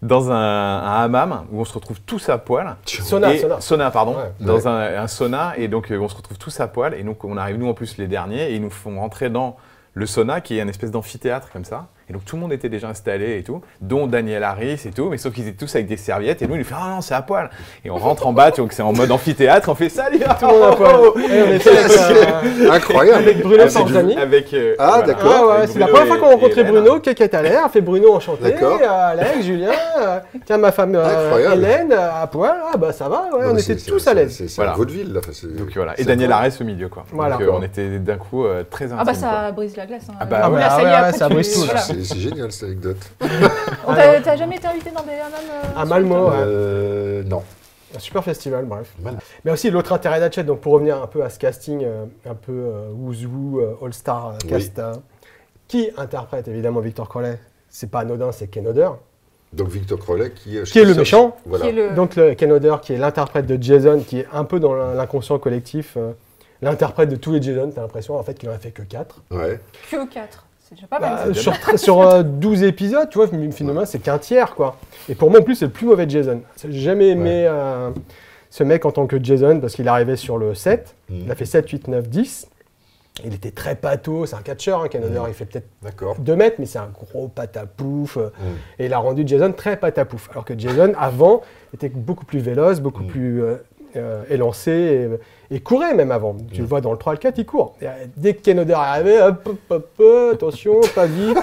dans un, un hammam où on se retrouve tous à poil.
Sona,
Et-
Sona.
sauna, pardon,
Ouais.
dans Un, un sauna et donc euh, on se retrouve tous à poil et donc on arrive nous en plus les derniers et ils nous font rentrer dans le sauna qui est un espèce d'amphithéâtre comme ça et donc tout le monde était déjà installé et tout, dont Daniel Harris et tout, mais sauf qu'ils étaient tous avec des serviettes et nous il nous fait ah non c'est à poil et on rentre en bas donc c'est en mode amphithéâtre on fait salut
Tout le monde à poil.
oh, oh.
Et on était avec, euh, avec
Incroyable.
Bruno
Avec-
Sarzani.
avec euh,
Ah, d'accord.
Ah ouais,
Avec
c'est la
Bruno
première fois
et-
qu'on rencontrait
et Hélène.
Bruno, qui est à l'air, fait Bruno enchanté,
D'accord.
euh, Alex, Julien, euh, tiens ma femme euh,
Incroyable.
Hélène euh, à poil, ah bah ça va, ouais,
Non,
on
mais
était
c'est-
tous
c'est-
à l'aise.
C'est c'est
Voilà.
un vaudeville, là. C'est-
Donc voilà.
c'est
Et Daniel
drôle.
Arès au milieu, quoi.
Voilà.
Donc, euh, on était d'un coup euh, très intimes.
Ah bah
quoi.
ça brise la glace. hein.
Ah bah
Là,
ouais,
ça y est,
ouais,
après,
ça
tu-
brise tout, Ah,
voilà.
C'est c'est génial, cette anecdote.
On t'a- T'as jamais été invité dans des hammams euh,
À Malmo, ouais.
Euh, non.
un super festival, bref.
Voilà.
Mais aussi l'autre intérêt d'Hatchet, donc pour revenir un peu à ce casting, euh, un peu euh, wouzou, euh, all-star euh,
Oui.
cast, euh, qui interprète évidemment Victor Corlet c'est pas anodin, c'est Ken Oder,
Donc Victor Crowley qui est...
qui est le méchant,
Voilà.
Qui est le...
Donc le Ken Hodder, qui est l'interprète de Jason, qui est un peu dans l'in- l'inconscient collectif, euh, l'interprète de tous les Jason, t'as l'impression en fait qu'il en a fait que 4.
Ouais.
QO4. Ah, bah, C'est déjà pas mal.
sur tr- sur euh, 12 épisodes, tu vois, film- finalement c'est qu'un tiers quoi. Et pour moi en plus c'est le plus mauvais Jason. J'ai jamais aimé euh, ce mec en tant que Jason parce qu'il arrivait sur le 7, il a fait 7, 8, 9, 10. Il était très pâteau, c'est un catcheur, hein, Ken Hodder, il fait peut-être
D'accord.
2 mètres, mais c'est un gros patapouf. euh,
Mm.
Et il a rendu Jason très patapouf. Alors que Jason, avant, était beaucoup plus véloce, beaucoup
Mm.
plus euh, euh, élancé et, et courait même avant.
Mm.
Tu le vois dans le 3 et le 4, il court. Et, euh, dès que Ken Hodder est arrivé, hop, hop, hop, hop, attention, pas vite.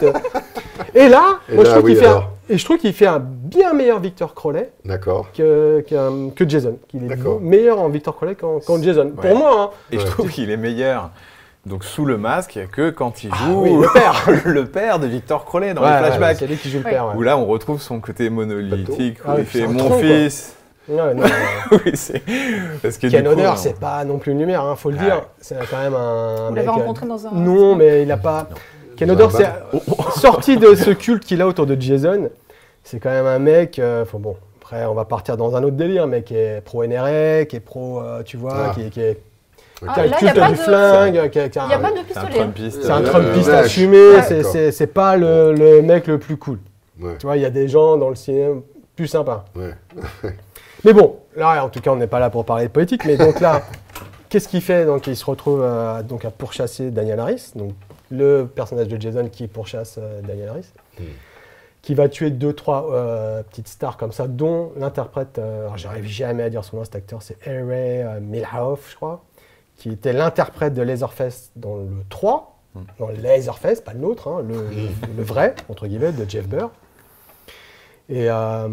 Et là,
Et
moi, je
là,
trouve
oui,
qu'il fait un-
alors.
et je trouve qu'il fait un bien meilleur Victor Crowley
D'accord.
que, qu'un- que Jason. Qu'il est
D'accord.
meilleur en Victor Crowley qu'en qu'en Jason.
Ouais.
Pour moi, hein.
Et je
Ouais.
trouve qu'il est meilleur donc sous le masque que quand il joue
Ah oui, le
père. le père de Victor Crowley dans
Ouais,
les
ouais,
flashbacks.
c'est lui qui joue le
Ouais.
père. ouais.
Où là, on retrouve son côté monolithique, où
Ah oui,
il fait
c'est un
mon
tronc, quoi.
fils.
Ouais, non, ouais.
oui, c'est. Parce que
Ken
du coup, euh,
Hodder,
on-
c'est pas non plus une lumière, hein, faut le
Ouais.
dire. C'est quand même un.
Vous
mec,
l'avez
euh,
rencontré dans un-
Non, mais il a pas. Ken
Dans
Hodder,
un
c'est euh,
bar.
sorti de ce culte qu'il a autour de Jason. C'est quand même un mec. euh, faut- bon, après, on va partir dans un autre délire, mais qui est pro NRA, qui est pro, euh, tu vois,
Ah.
qui, qui est
Ah,
qui a le
là, y a
culte
pas
du
de-
flingue, qui a- qui a
Il n'y a
un-
pas de
C'est un
pistolet. hein,
Trumpiste.
c'est un
Euh,
Trumpiste
vache.
assumé,
Ouais,
c'est-
d'accord.
c'est c'est pas le, le mec le plus cool.
Ouais,
Tu vois, il y a des gens dans le cinéma plus sympas.
ouais.
Mais bon, là, en tout cas, on n'est pas là pour parler de politique. Mais donc là, qu'est-ce qu'il fait Donc, il se retrouve à, donc à pourchasser Daniel Harris, donc le personnage de Jason qui pourchasse euh, Daniel Harris, qui va tuer deux, trois euh, petites stars comme ça, dont l'interprète, euh, alors j'arrive jamais à dire son nom, cet acteur, c'est Harry euh, Milhoff, je crois, qui était l'interprète de Laserface dans le 3, dans Laserface, pas le nôtre, hein, le, le- le vrai, entre guillemets, de Jeff Burr. Et euh,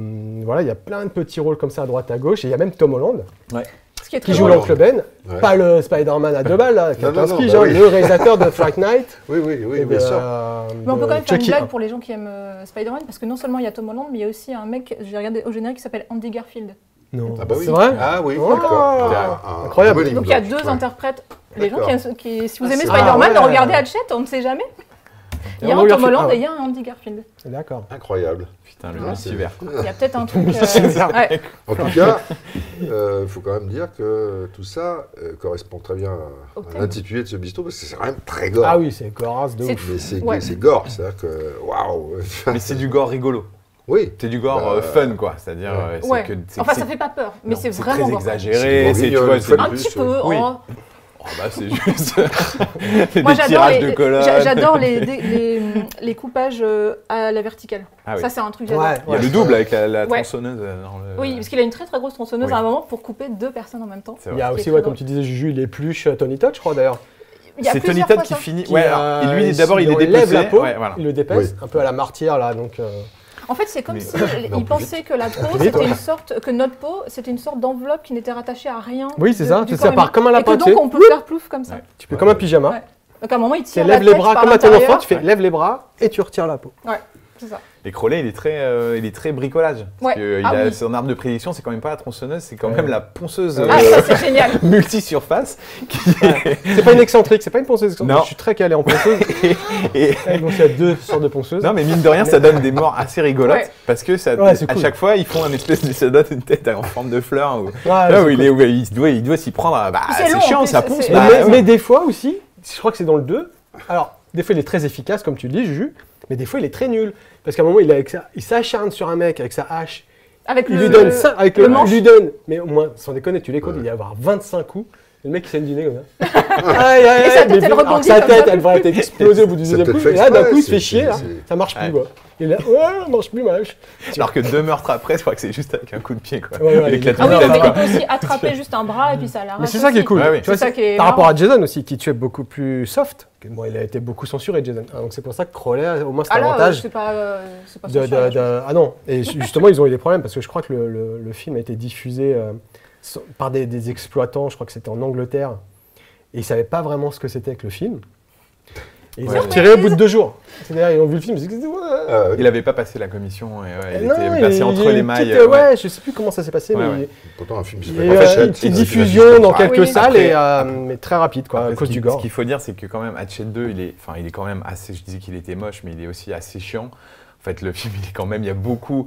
voilà, il y a plein de petits rôles comme ça à droite à gauche. Et il y a même Tom Holland
Ce qui
qui
est très
joue
drôle.
l'oncle Ben,
Ah Ouais.
pas le Spider-Man à deux balles, là,
Non, non, non,
Kaczynski,
bah
genre,
oui.
le réalisateur de Fright Night.
Oui, oui, oui,
et
bien
de,
sûr.
euh,
Mais on peut
de
quand même faire une
Chucky,
blague
hein.
pour les gens qui aiment euh, Spider-Man, parce que non seulement il y a Tom Holland, mais il y a aussi un mec, j'ai regardé au générique, qui s'appelle Andy Garfield.
Non,
Ah bah oui.
c'est vrai
Ah oui,
Oh.
d'accord.
Ah,
Un- un-
incroyable.
un homonyme,
Donc il y a deux
ouais.
interprètes. Les gens qui, aiment- qui- si vous
Ah,
aimez
c'est-
Spider-Man,
Ah ouais.
regardez Hatchet, on ne sait jamais. Il y a
Et
un
Andy
Tom
Garfield.
Holland
Ah
et il y a un Andy Garfield.
D'accord.
Incroyable.
Putain, le
Ouais, c'est-
multivers.
Il y a peut-être un truc. euh, ouais.
En tout cas, il faut quand même dire que tout ça euh, correspond très bien à-
Au
à
thème.
l'intitulé de ce bistrot parce que c'est quand même très gore.
Ah oui, c'est corasse de
C'est-
ouf.
Mais c'est
Ouais.
c'est gore, c'est-à-dire que waouh.
Mais c'est du gore rigolo.
oui.
C'est du gore
Bah,
euh, fun, quoi. C'est-à-dire, euh, c'est
Ouais.
que. c'est-
Enfin,
c'est-
ça fait pas peur, mais
non,
c'est vraiment
très
gore.
exagéré.
C'est
C'est tu
gore,
vois,
une
c'est-
fois de
Ah,
Un
plus,
petit peu.
euh, oui.
oh.
Oh, bah, c'est juste. des
Moi, j'adore
tirages
les,
de
j'a-
colonnes.
j'adore les, des- les- les coupages euh, à la verticale.
Ah oui.
Ça, c'est un truc que
Ouais,
j'adore.
Il y a
ouais.
le double avec la, la
Ouais.
tronçonneuse. euh, dans le-
Oui, parce qu'il a une très très grosse tronçonneuse
Oui.
à un moment pour couper deux personnes en même temps.
C'est
Il
vrai.
y a
qui est
aussi,
très
ouais,
drôle.
comme tu disais, Juju, il est plus euh, Tony Todd, je crois d'ailleurs.
Il y a
C'est Tony
plusieurs
Todd
fois
qui
ça.
finit.
Qui,
Ouais,
euh,
alors, et lui, d'abord, il est
on lève
dépecé.
la peau,
Ouais, voilà.
il le dépèce,
Oui.
un peu à la martyre, là. Donc, euh,
En fait, c'est comme
Mais-
si
en
ils
plus
pensaient que la peau,
vite, ouais.
c'était une sorte, que notre peau, c'était une sorte d'enveloppe qui n'était rattachée à rien.
Oui, c'est
de-
ça,
du
c'est-
corps
ça part
humain.
comme un lapin,
Et que
tu sais.
donc, on peut faire plouf comme ça.
Ouais,
tu
tu
fais
peux-
comme un pyjama.
Ouais. Donc, à un moment, il
Tu
tire la
lèves les
tête
bras
par
comme à ton
l'intérieur.
enfant, tu fais lève les bras et tu retires la peau.
Ouais, c'est ça.
Et Crowley, il est très, euh, il est très bricolage.
Ouais.
Parce que, euh, il
Ah
a-
oui.
Son arme de prédiction, c'est quand même pas la tronçonneuse, c'est quand même la ponceuse
Euh,
euh,
Ah, ça, c'est génial.
multi-surface. Qui...
C'est pas une excentrique, c'est pas une ponceuse excentrique.
Non.
Je suis très calé en ponceuse.
et-
Ouais, Donc, il y a deux sortes de ponceuses.
Non, mais mine de rien, ça donne des morts assez rigolotes.
Ouais.
Parce que ça,
Ouais, c'est
à
cool.
chaque fois, ils font un espèce de. Ça donne une tête en forme de fleur. Ou...
Ouais,
là où
c'est
il, est, où il se doit il doit s'y prendre. à- Bah,
C'est long,
c'est
en
chiant,
plus,
ça
c'est-
ponce.
c'est-
bah,
mais,
ouais.
mais des fois aussi, je crois que c'est dans le 2. Alors, des fois, il est très efficace, comme tu le dis, Juju, mais des fois, il est très nul. Parce qu'à un moment, il, a avec sa- il s'acharne sur un mec avec sa hache.
Avec
Il
le,
lui donne ça, avec le,
le manche.
il lui donne. Mais au moins, sans déconner, tu les comptes, il y a avoir 25 coups. Et le mec, il saigne du nez comme ça. aïe, aïe,
Et
aïe,
sa tête,
mais
elle
alors que
rebondit
sa
comme
tête,
ça.
elle va être explosée au bout du
C'est
deuxième
peut-être
coup.
fait
Et là, d'un
exprès,
coup, il se fait
c'est-
chier, là.
c'est-
Ça marche
Ouais.
plus, quoi. Il est là, ouais, ça marche plus, ma hache.
Alors que deux meurtres après, je crois que c'est juste avec un coup de pied. Quoi.
Ouais, ouais,
avec la
il est-
Ah oui,
tête,
mais
quoi.
il peut aussi attraper juste un bras et puis Ah, ça l'arrache.
Mais c'est ça qui est
aussi.
cool.
Ouais, Bah oui.
Tu vois,
C'est ça
c'est-
qui est
par rapport
marrant.
à Jason aussi, qui tuait beaucoup plus soft. Bon, il a été beaucoup censuré, Jason. Ah, donc c'est pour ça que Crowley, au moins, c'est
Ah
un
là, euh,
avantage.
c'est pas, euh, c'est pas
de-
censuré,
de-
je pense.
de- ah non, et ju- justement, ils ont eu des problèmes parce que je crois que le, le- le film a été diffusé euh, so- par des, des exploitants, je crois que c'était en Angleterre, et ils savaient pas vraiment ce que c'était que le film. Et ils
Ouais.
ont retiré au bout de deux jours. C'est-à-dire, ils ont vu le film, ils se disent, ouais.
Ah, oui.
Il avait pas passé la commission. Et, ouais, il
Ah Non,
était
il- il y
passé
a
entre
une
les mailles.
Petite,
ouais.
euh, ouais, je sais plus comment ça s'est passé,
Ouais,
mais
ouais.
Pourtant, un film qui
il
s'appelle
y a
Hatchet,
eu, euh,
c'est
une petite
un
diffusion dans
Ah,
quelques
Oui.
salles,
Après-
et, euh, mais très rapide, quoi,
Après,
à
ce
cause
qui-
du gore.
Ce qu'il faut dire, c'est que quand même, Hatchet 2, il est, enfin, il est quand même assez. Je disais qu'il était moche, mais il est aussi assez chiant. En fait, le film, il est quand même. Il y a beaucoup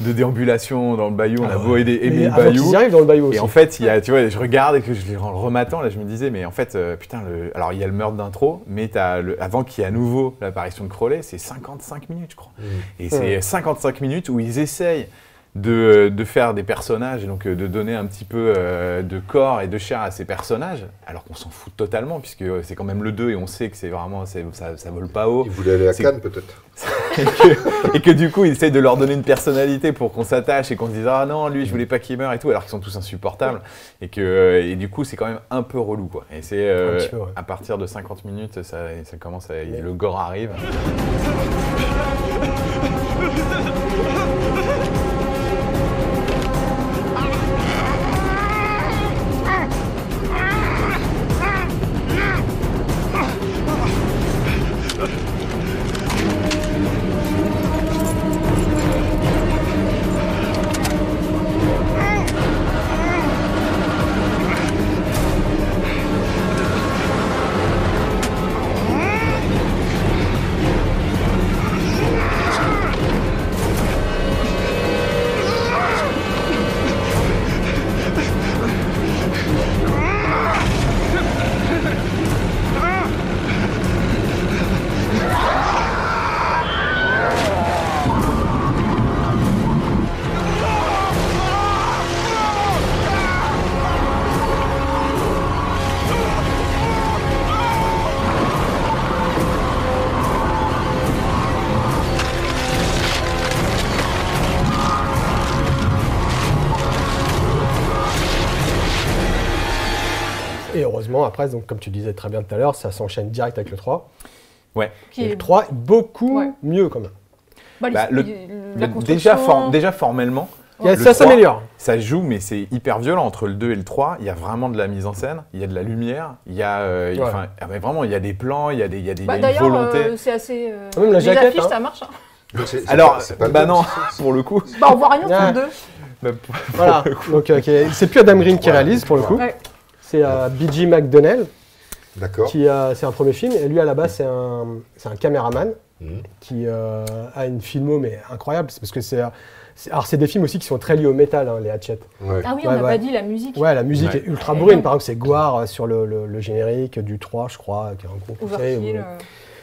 de déambulations dans le bayou. On a beau aider, aimer
Ah Mais
le
avant qu'ils
bayou.
y arrivent dans le bayou
Et
aussi.
en fait, il y a, tu vois, je regarde et que je les en le rematant, là, je me disais, mais en fait, euh, putain, le- alors il y a le meurtre d'intro, mais t'as le- avant qu'il y ait à nouveau l'apparition de Crowley, c'est 55 minutes, je crois. Et c'est 55 minutes où ils essayent de, de faire des personnages, et donc euh, de donner un petit peu euh, de corps et de chair à ces personnages, alors qu'on s'en fout totalement, puisque euh, c'est quand même le 2 et on sait que c'est vraiment, c'est- ça, ça vole pas haut
Il voulait aller à
C'est-
Cannes, peut-être.
et, que, et que du coup, ils essayent de leur donner une personnalité pour qu'on s'attache et qu'on se dise ah non, lui, je voulais pas qu'il meure et tout, alors qu'ils sont tous insupportables. Et que euh, et du coup, c'est quand même un peu relou quoi. Et c'est euh,
Un petit peu, ouais.
à partir de 50 minutes, ça, ça commence, à, le gore arrive.
Ah
évidemment, après, donc, comme tu disais très bien tout à l'heure, ça s'enchaîne direct avec le 3.
Ouais.
Qui
et
est-
le 3, beaucoup
Ouais.
mieux quand même.
bah,
Bah,
les-
le-
les-
Le-
la
déjà,
construction,
for- déjà formellement,
Il y a-
Le
ça
3.
s'améliore.
ça joue, mais c'est hyper violent. Entre le 2 et le 3, il y a vraiment de la mise en scène, il y a de la lumière, il y a. euh, il-
Ouais.
enfin, ah, mais vraiment, il y a des plans, il y a, des, il y a des- il y a
Bah,
une
D'ailleurs,
volonté.
euh, c'est assez. euh,
Ah, même la
les
jaquette,
affiches,
hein.
ça marche. hein.
Alors, bah non, pour le coup.
Bah, on voit rien sur
Ouais.
le deux.
Voilà. donc, euh, qui est- c'est plus Adam Green qui
Ouais.
réalise pour le coup.
Ouais.
C'est euh, B.G. McDonnell,
D'accord.
qui euh, c'est un premier film. Et lui, à la base, c'est un, c'est un caméraman
Mm.
Mhm.
qui euh, a une filmo mais incroyable. C'est parce que c'est, euh, c'est- alors c'est des films aussi qui sont très liés au métal, hein, les Hatchet.
Ouais.
Ah oui, on
Ouais,
n'a
ouais.
pas dit la musique.
Ouais, la musique
Ouais.
est ultra brune. Par exemple, c'est Guar euh, sur le, le- le générique du 3, je crois, qui est un groupe. vous savez,
Overkill.
où-
euh.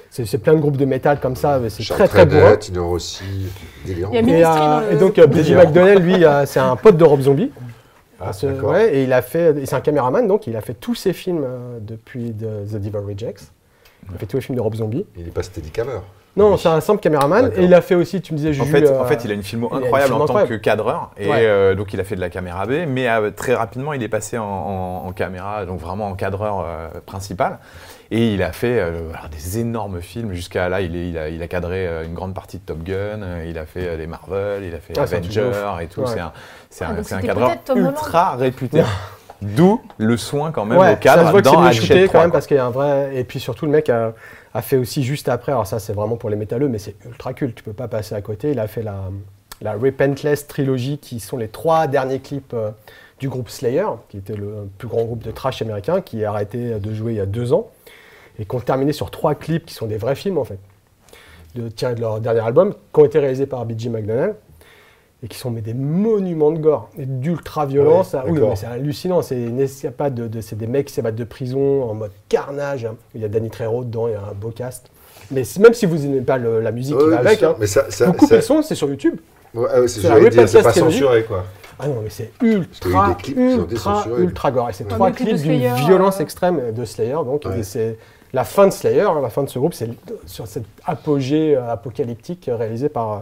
C'est c'est plein de groupes de métal comme ça, mais c'est
Charles
très très bourrin.
Trenet, Tino Rossi, délirant.
Il y a
Et,
mis- Ministry dans
euh,
le-
et donc, euh, Buddy
Délirant.
McDonnell, lui, euh, c'est un pote de Rob Zombie.
Ah,
Parce que-
d'accord.
ouais, et il a fait, et c'est un caméraman, donc il a fait tous ses films euh, depuis de- The Devil Rejects. Il a fait tous les films de Rob Zombie.
Il n'est pas Steadicammer.
Non, c'est un simple caméraman.
D'accord.
Et il a fait aussi, tu me disais, Juju.
En fait, en
euh,
fait, il a une filmo
il a une
incroyable
filmo
en tant que
incroyable.
cadreur. Et
Ouais.
euh, donc, il a fait de la caméra B, mais euh, très rapidement, il est passé en, en- en caméra, donc vraiment en cadreur euh, principal. Et il a fait euh, alors, des énormes films jusqu'à là. Il, est- il a, il a cadré euh, une grande partie de Top Gun, euh, il a fait euh, des Marvel, il a fait
Ah, c'est un truc de
Avengers et tout.
Ouais.
C'est un, c'est
Ah,
un-
donc
c'est un
c'était
cadreur
peut-être Tom Holland.
ultra réputé. D'où le soin quand même au
ça se
cadre
voit que c'est
dans
mieux
Hatchet
shooté quand
3.
même parce qu'il y a un vrai. Et puis surtout, le mec a, a fait aussi juste après. Alors ça, c'est vraiment pour les métalleux, mais c'est ultra culte. Tu peux pas passer à côté. Il a fait la, la Repentless trilogie, qui sont les trois derniers clips euh, du groupe Slayer, qui était le plus grand groupe de trash américain, qui a arrêté de jouer il y a deux ans et qui ont terminé sur trois clips qui sont des vrais films en fait, de tirés de leur dernier album, qui ont été réalisés par B.G. McDonnell et qui sont mais, des monuments de gore et d'ultra violence.
Ouais,
Ah oui,
d'accord.
mais c'est hallucinant. C'est une escapade de, de- c'est des mecs qui s'ébattent de prison en mode carnage. hein. Il y a Danny Trejo dedans, il y a un beau cast. Mais c'est- même si vous n'aimez pas le- la musique qui
Ouais,
va
bien
avec,
sûr,
hein,
Mais ça, ça,
vous coupez
ça-
le son, c'est sur YouTube.
Ouais, ah ouais, c'est
C'est la
j'allais dire,
Whiplash
c'est pas
Trilogy.
censuré quoi.
Ah non, mais c'est
Parce qu'il y a eu
ultra,
des clips qui ont été
ultra,
censurés.
ultra gore. Et c'est
Ouais.
trois
le clip de
clips d'une
Slayer,
violence
euh,
extrême de Slayer. Donc,
Ouais.
et c'est la fin de Slayer, hein, la fin de ce groupe, c'est sur cet apogée euh, apocalyptique euh, réalisé par, euh,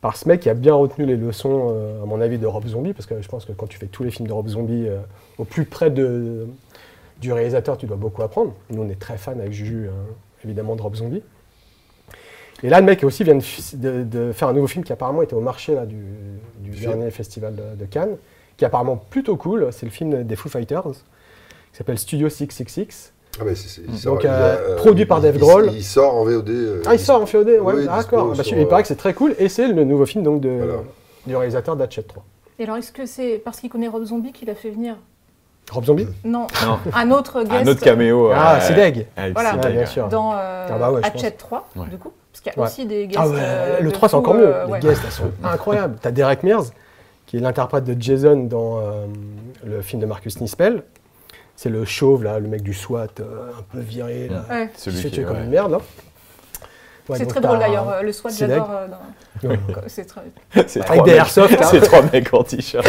par ce mec qui a bien retenu les leçons, euh, à mon avis, de Rob Zombie. Parce que je pense que quand tu fais tous les films de Rob Zombie euh, au plus près de, du réalisateur, tu dois beaucoup apprendre. Nous, on est très fans avec Juju, hein, évidemment, de Rob Zombie. Et là, le mec aussi vient de, fi- de- de faire un nouveau film qui apparemment était au marché là, du, du
film.
dernier festival de, de Cannes, qui est apparemment plutôt cool. C'est le film des Foo Fighters, qui s'appelle Studio 666.
Ah bah, c'est- c'est- il
Donc,
il a,
euh, produit par
il-
Dave
il-
Grohl.
Il, sort en VOD. euh,
Ah, il sort en FOD, ouais,
Oui,
d'accord.
dispo
Bah,
sur,
il paraît
euh,
que c'est très cool, et c'est le nouveau film donc, de,
Voilà.
du réalisateur d'Hatchet 3.
Et alors, est-ce que c'est parce qu'il connaît Rob Zombie qu'il a fait venir
Rob Zombie
Non,
Non.
un autre guest.
Un autre caméo.
Ah,
euh,
c'est deg
Alex
Voilà.
Sideg,
Ouais, bien
ouais.
sûr.
dans euh,
Ah bah ouais, je
Hatchet 3,
Ouais.
du coup, parce qu'il y a
Ouais.
aussi des guests.
Ah ouais,
euh,
le
de
3 c'est
fous,
encore mieux.
euh,
Les
ouais.
guests, elles sont incroyables. T'as Derek Mears, qui est l'interprète de Jason dans euh, le film de Marcus Nispel. C'est le chauve, là, le mec du SWAT, euh, un peu viré, là,
Ouais.
qui se
Celui
fait
qui
tuer
est
comme
ouais.
une merde. là. Ouais,
C'est
donc
très
t'as-
drôle d'ailleurs, euh, le SWAT,
Sidek.
j'adore. euh, dans-
Ouais.
C'est très-
C'est
Avec
trois
des
mecs-
airsoft, hein.
C'est trois mecs en t-shirt.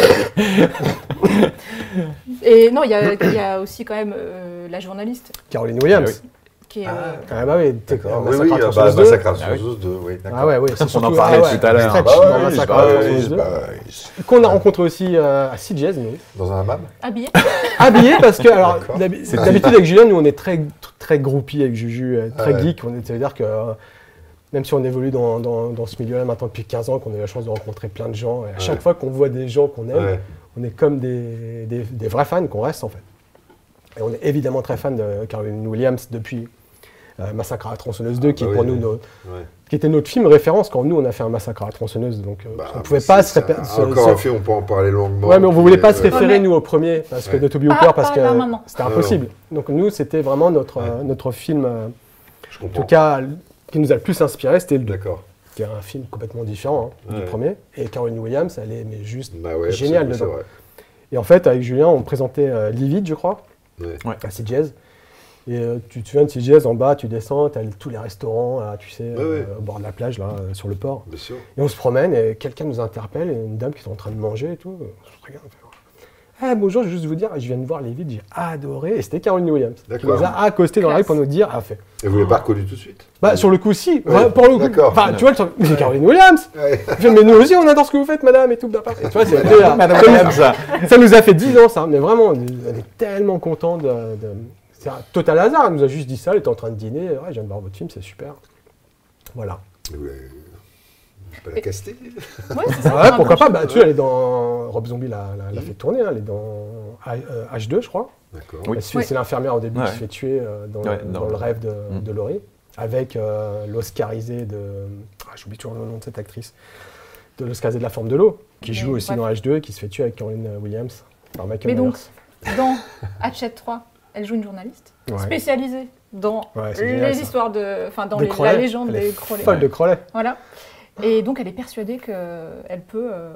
Et non, il y, a- il y a aussi quand même euh, la journaliste
Caroline Williams.
qui est. euh,
Ah bah oui, t'es
D'accord. Oui,
Massacre
oui,
à
ah, bah,
tronçonneuse deux.
Massacre
Ah oui.
sur 2, oui, d'accord.
Ah ouais, oui,
On en parlait tout à l'ure.
Ah
Stretch
bah
dans
oui,
Massacre
bah
à
oui,
tronçonneuse deux.
bah oui.
Qu'on a rencontré aussi euh, à CJS, nous.
Dans un hammam
habillée.
habillé parce que alors
D'accord.
d'habi- d'habitude avec Julien nous on est très très groupie avec Juju euh, très
Ouais.
geek on est- ça veut dire que euh, même si on évolue dans, dans- dans ce milieu-là maintenant depuis 15 ans, qu'on a eu la chance de rencontrer plein de gens, et à chaque
Ouais.
fois qu'on voit des gens qu'on aime,
Ouais.
on est comme des, des- des vrais fans qu'on reste en fait. Et on est évidemment très fan de Caroline Williams depuis euh, Massacre à la tronçonneuse 2, qui
bah
est pour
oui,
nous
oui.
notre-
Ouais.
qui était notre film référence quand nous on a fait un Massacre à la tronçonneuse, donc euh,
Bah,
on pouvait
c'est-
pas se,
c'est
répé-
un-
se-
Encore
se-
un film, on peut en parler longuement.
Ouais, mais on
puis,
voulait pas se
euh,
référer,
Ouais.
nous, au premier, parce que
Ouais.
de Toby Hooper,
Ah,
parce
pas
que
là, maintenant.
c'était
Non,
impossible. Donc nous, c'était vraiment notre, euh, notre film, euh,
Je
en tout
comprends.
cas, l- qui nous a le plus inspiré, c'était le 2,
D'accord.
qui est un film complètement différent hein,
Ouais.
du premier. Et Caroline Williams, elle est mais juste
Bah ouais,
géniale
absolument,
dedans.
c'est vrai.
Et en fait, avec Julien, on présentait euh, Livid, je crois,
Ouais.
à CJS. Et euh, tu te souviens de CJS, en bas, tu descends, t'as tous les restaurants, là, tu sais, euh,
ouais.
au bord de la plage, là, euh, sur le port.
Bien sûr.
Et on se promène et quelqu'un nous interpelle, et une dame qui est en train de manger et tout. On se regarde, on fait, Ah, bonjour, je veux juste vous dire, je viens de voir les vides, j'ai adoré. Et c'était Caroline Williams. Qui
D'accord.
nous a accosté dans la rue
Classe.
pour nous dire, ah, fait.
Et vous l'avez pas reconnu tout de suite
Bah, sur le coup, si. Enfin, pour le coup.
d'accord.
Enfin, tu vois, le truc, mais c'est Caroline Williams.
Ouais.
Je fais, mais nous aussi, on adore ce que vous faites, madame, et tout. blablabla. Et tu vois, c'est déjà- ça,
ça.
nous- ça nous a fait 10 ans, ça. Mais vraiment, on est on est tellement contents de. de- C'est un total hasard. Elle nous a juste dit ça. Elle était en train de dîner. Ouais, je viens de voir votre film, c'est super. Voilà.
Ouais. Je peux la caster
Ouais, c'est
Ah
ça.
ouais,
un
pourquoi
peu-
pas bah, Tu vois, elle est dans. Rob Zombie l'a, l'a- l'a fait tourner. hein, Elle est dans I- euh, H2, je crois.
D'accord.
Oui.
Elle se fait-
Ouais.
C'est l'infirmière au début
Ouais.
qui se fait tuer euh, dans,
Ouais,
dans
dans
le
le-
rêve de,
Mm.
de Laurie, avec euh, l'Oscarisé de. Ah, j'oublie toujours le nom de cette actrice. De l'Oscarisé de la forme de l'eau, qui
Mais
joue aussi
bref.
dans H2 et qui se fait tuer avec Caroline Williams par Michael
Mais donc,
Myers.
dans Hatchet 3, elle joue une journaliste
Ouais.
spécialisée dans
Ouais, c'est
les
génial, ça.
histoires de. Enfin, dans
Des
les- la
Crowley.
légende
Elle est
des Crowley.
Folle de Crowley.
Voilà. Et donc, elle est persuadée qu'elle peut euh,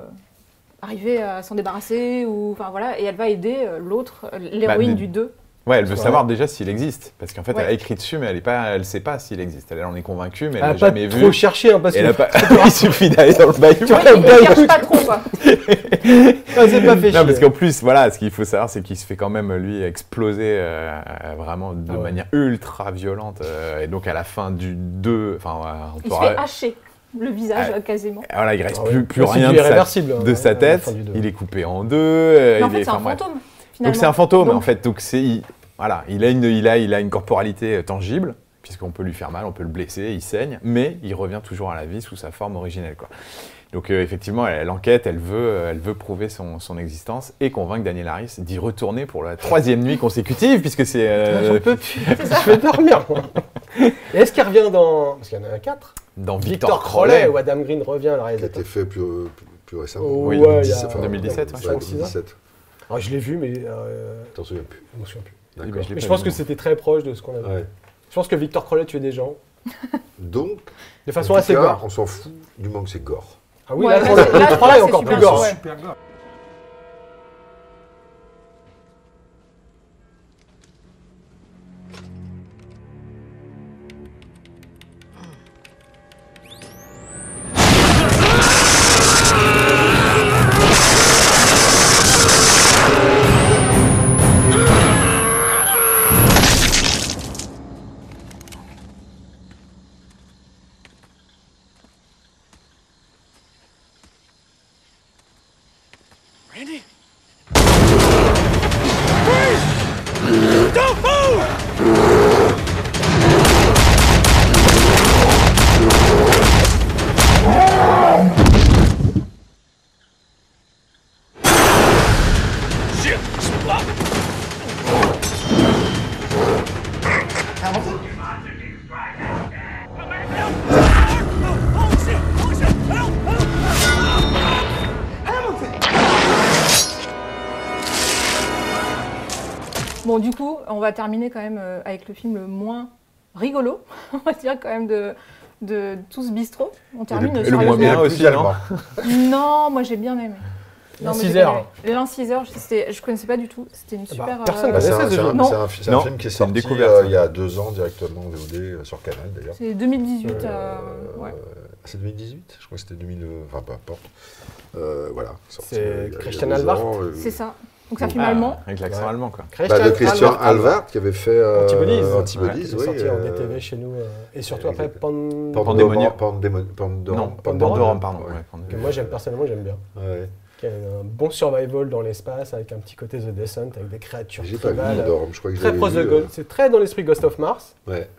arriver à s'en débarrasser. Ou, enfin, voilà, et elle va aider euh, l'autre, euh, l'héroïne
des-
du 2.
Ouais, elle veut
Ouais.
savoir déjà s'il existe. Parce qu'en fait,
Ouais.
elle a écrit dessus, mais elle est pas, elle sait pas s'il existe. Elle en est convaincue, mais elle
Elle
l'a
a Ah, pas
jamais
trop
vu.
cherché, hein, parce
Et elle
que
a pas... Il suffit d'aller dans le bail.
vois,
Elle
Ouais, bah,
ne cherche
écoute.
pas trop, quoi.
elle s'est pas fait
Non, parce
chier.
qu'en plus, voilà, ce qu'il faut savoir, c'est qu'il se fait quand même, lui, exploser euh, euh, vraiment de
Ah ouais.
manière ultra violente. euh, et donc, à la fin du 2, enfin, ouais, on
Il se
pourra-
fait hacher le visage,
Ah.
euh, quasiment.
Voilà, il reste
Ah ouais.
plus, plus
Mais c'est
rien
du
de sa,
irréversible, hein,
de sa
à la
tête.
fin du deux.
Il est coupé en deux. euh,
Mais en
il
fait,
est-
c'est un
enfin, bref.
fantôme, finalement.
Donc, c'est un fantôme,
Donc-
en fait. Donc, c'est. il- Voilà, il a, une, il, a, il a une corporalité euh, tangible, puisqu'on peut lui faire mal, on peut le blesser, il saigne, mais il revient toujours à la vie sous sa forme originelle. Quoi. Donc, euh, effectivement, elle, elle enquête, elle veut, euh, elle veut prouver son, son existence et convaincre Daniel Harris d'y retourner pour la troisième nuit consécutive, puisque c'est. euh,
Ah, J'en peux plus, je vais dormir. moi. Et est-ce qu'elle revient dans. Parce qu'il y en a un 4.
dans Victor, Ah,
Victor Crowley, où Adam Green revient à la
Qui a été
réalisateur.
fait plus, plus, plus récemment.
Oh,
Oui,
ouais,
2017,
il y a-
enfin, 2017, ouais,
je pense qu'il y en a.
2017.
Alors, Ah, je l'ai vu, mais euh,
T'en souviens plus.
je m'en souviens plus.
Eh
D'accord.
ben, je l'ai
Mais je
pas
pense
vu,
que
moi.
c'était très proche de ce qu'on avait.
Ouais.
Je pense que Victor Crowley tuait des gens.
Donc,
De
en
façon
tout
assez
cas,
gore.
on s'en fout du moment que c'est gore.
Ah oui,
Ouais,
là,
là,
pour
c'est-
le
là,
le Crowley est
c'est
encore
super
plus gore.
gore, ouais.
Randy? Freeze! Don't move! Shit! Stop! Oh, shit! Oh, shit! Help! Help!
Bon, du coup, on va terminer quand même euh, avec le film le moins rigolo, on va dire quand même, de, de tout ce bistrot. On termine
et
sur
le
le-
moins bien aussi, non
Bah,
Non, moi j'ai bien aimé. Non, mais j'ai
L'inciseur.
bien aimé. L'inciseur, c'était- je connaissais pas du tout. C'était une
bah,
super. euh,
personne
Bah, c'est un,
connaissait ce
c'est un-
jeu.
Non.
c'est un fi- c'est un
Non,
film qui est
c'est une
sorti
découverte,
euh,
ouais.
il y a deux ans directement en VOD euh, sur Canal d'ailleurs.
C'est 2018. euh,
Euh,
ouais.
C'est 2018 Je crois que c'était 2000. Enfin, peu importe. Euh, voilà. sorti
C'est
il y a- il y a
Christian
deux
Alvart.
ans, euh,
C'est ça. Donc c'est un
Ah.
film allemand.
Ah, avec l'accent
Ouais.
allemand, quoi.
bah, de Christian Alvart qui avait fait euh,
Antibodies.
Antibodies,
C'est
oui.
sorti en
euh,
DTV chez nous. euh, Et surtout
euh,
après
exact.
Pan.
Pandemonium. Pandémon- Pandorum.
Non,
Pandorum.
Pandorum, pardon.
Ouais.
ouais, Pandorum.
Que moi, j'aime personnellement, j'aime bien.
Ouais.
Qui a un bon survival dans l'espace avec un petit côté The Descent, avec des créatures
J'ai pas vu
tribales, euh,
Pandorum, je crois que je
Très
l'avais
proche de
vu,
Ghost. C'est très dans l'esprit Ghost of Mars.
euh, Ouais.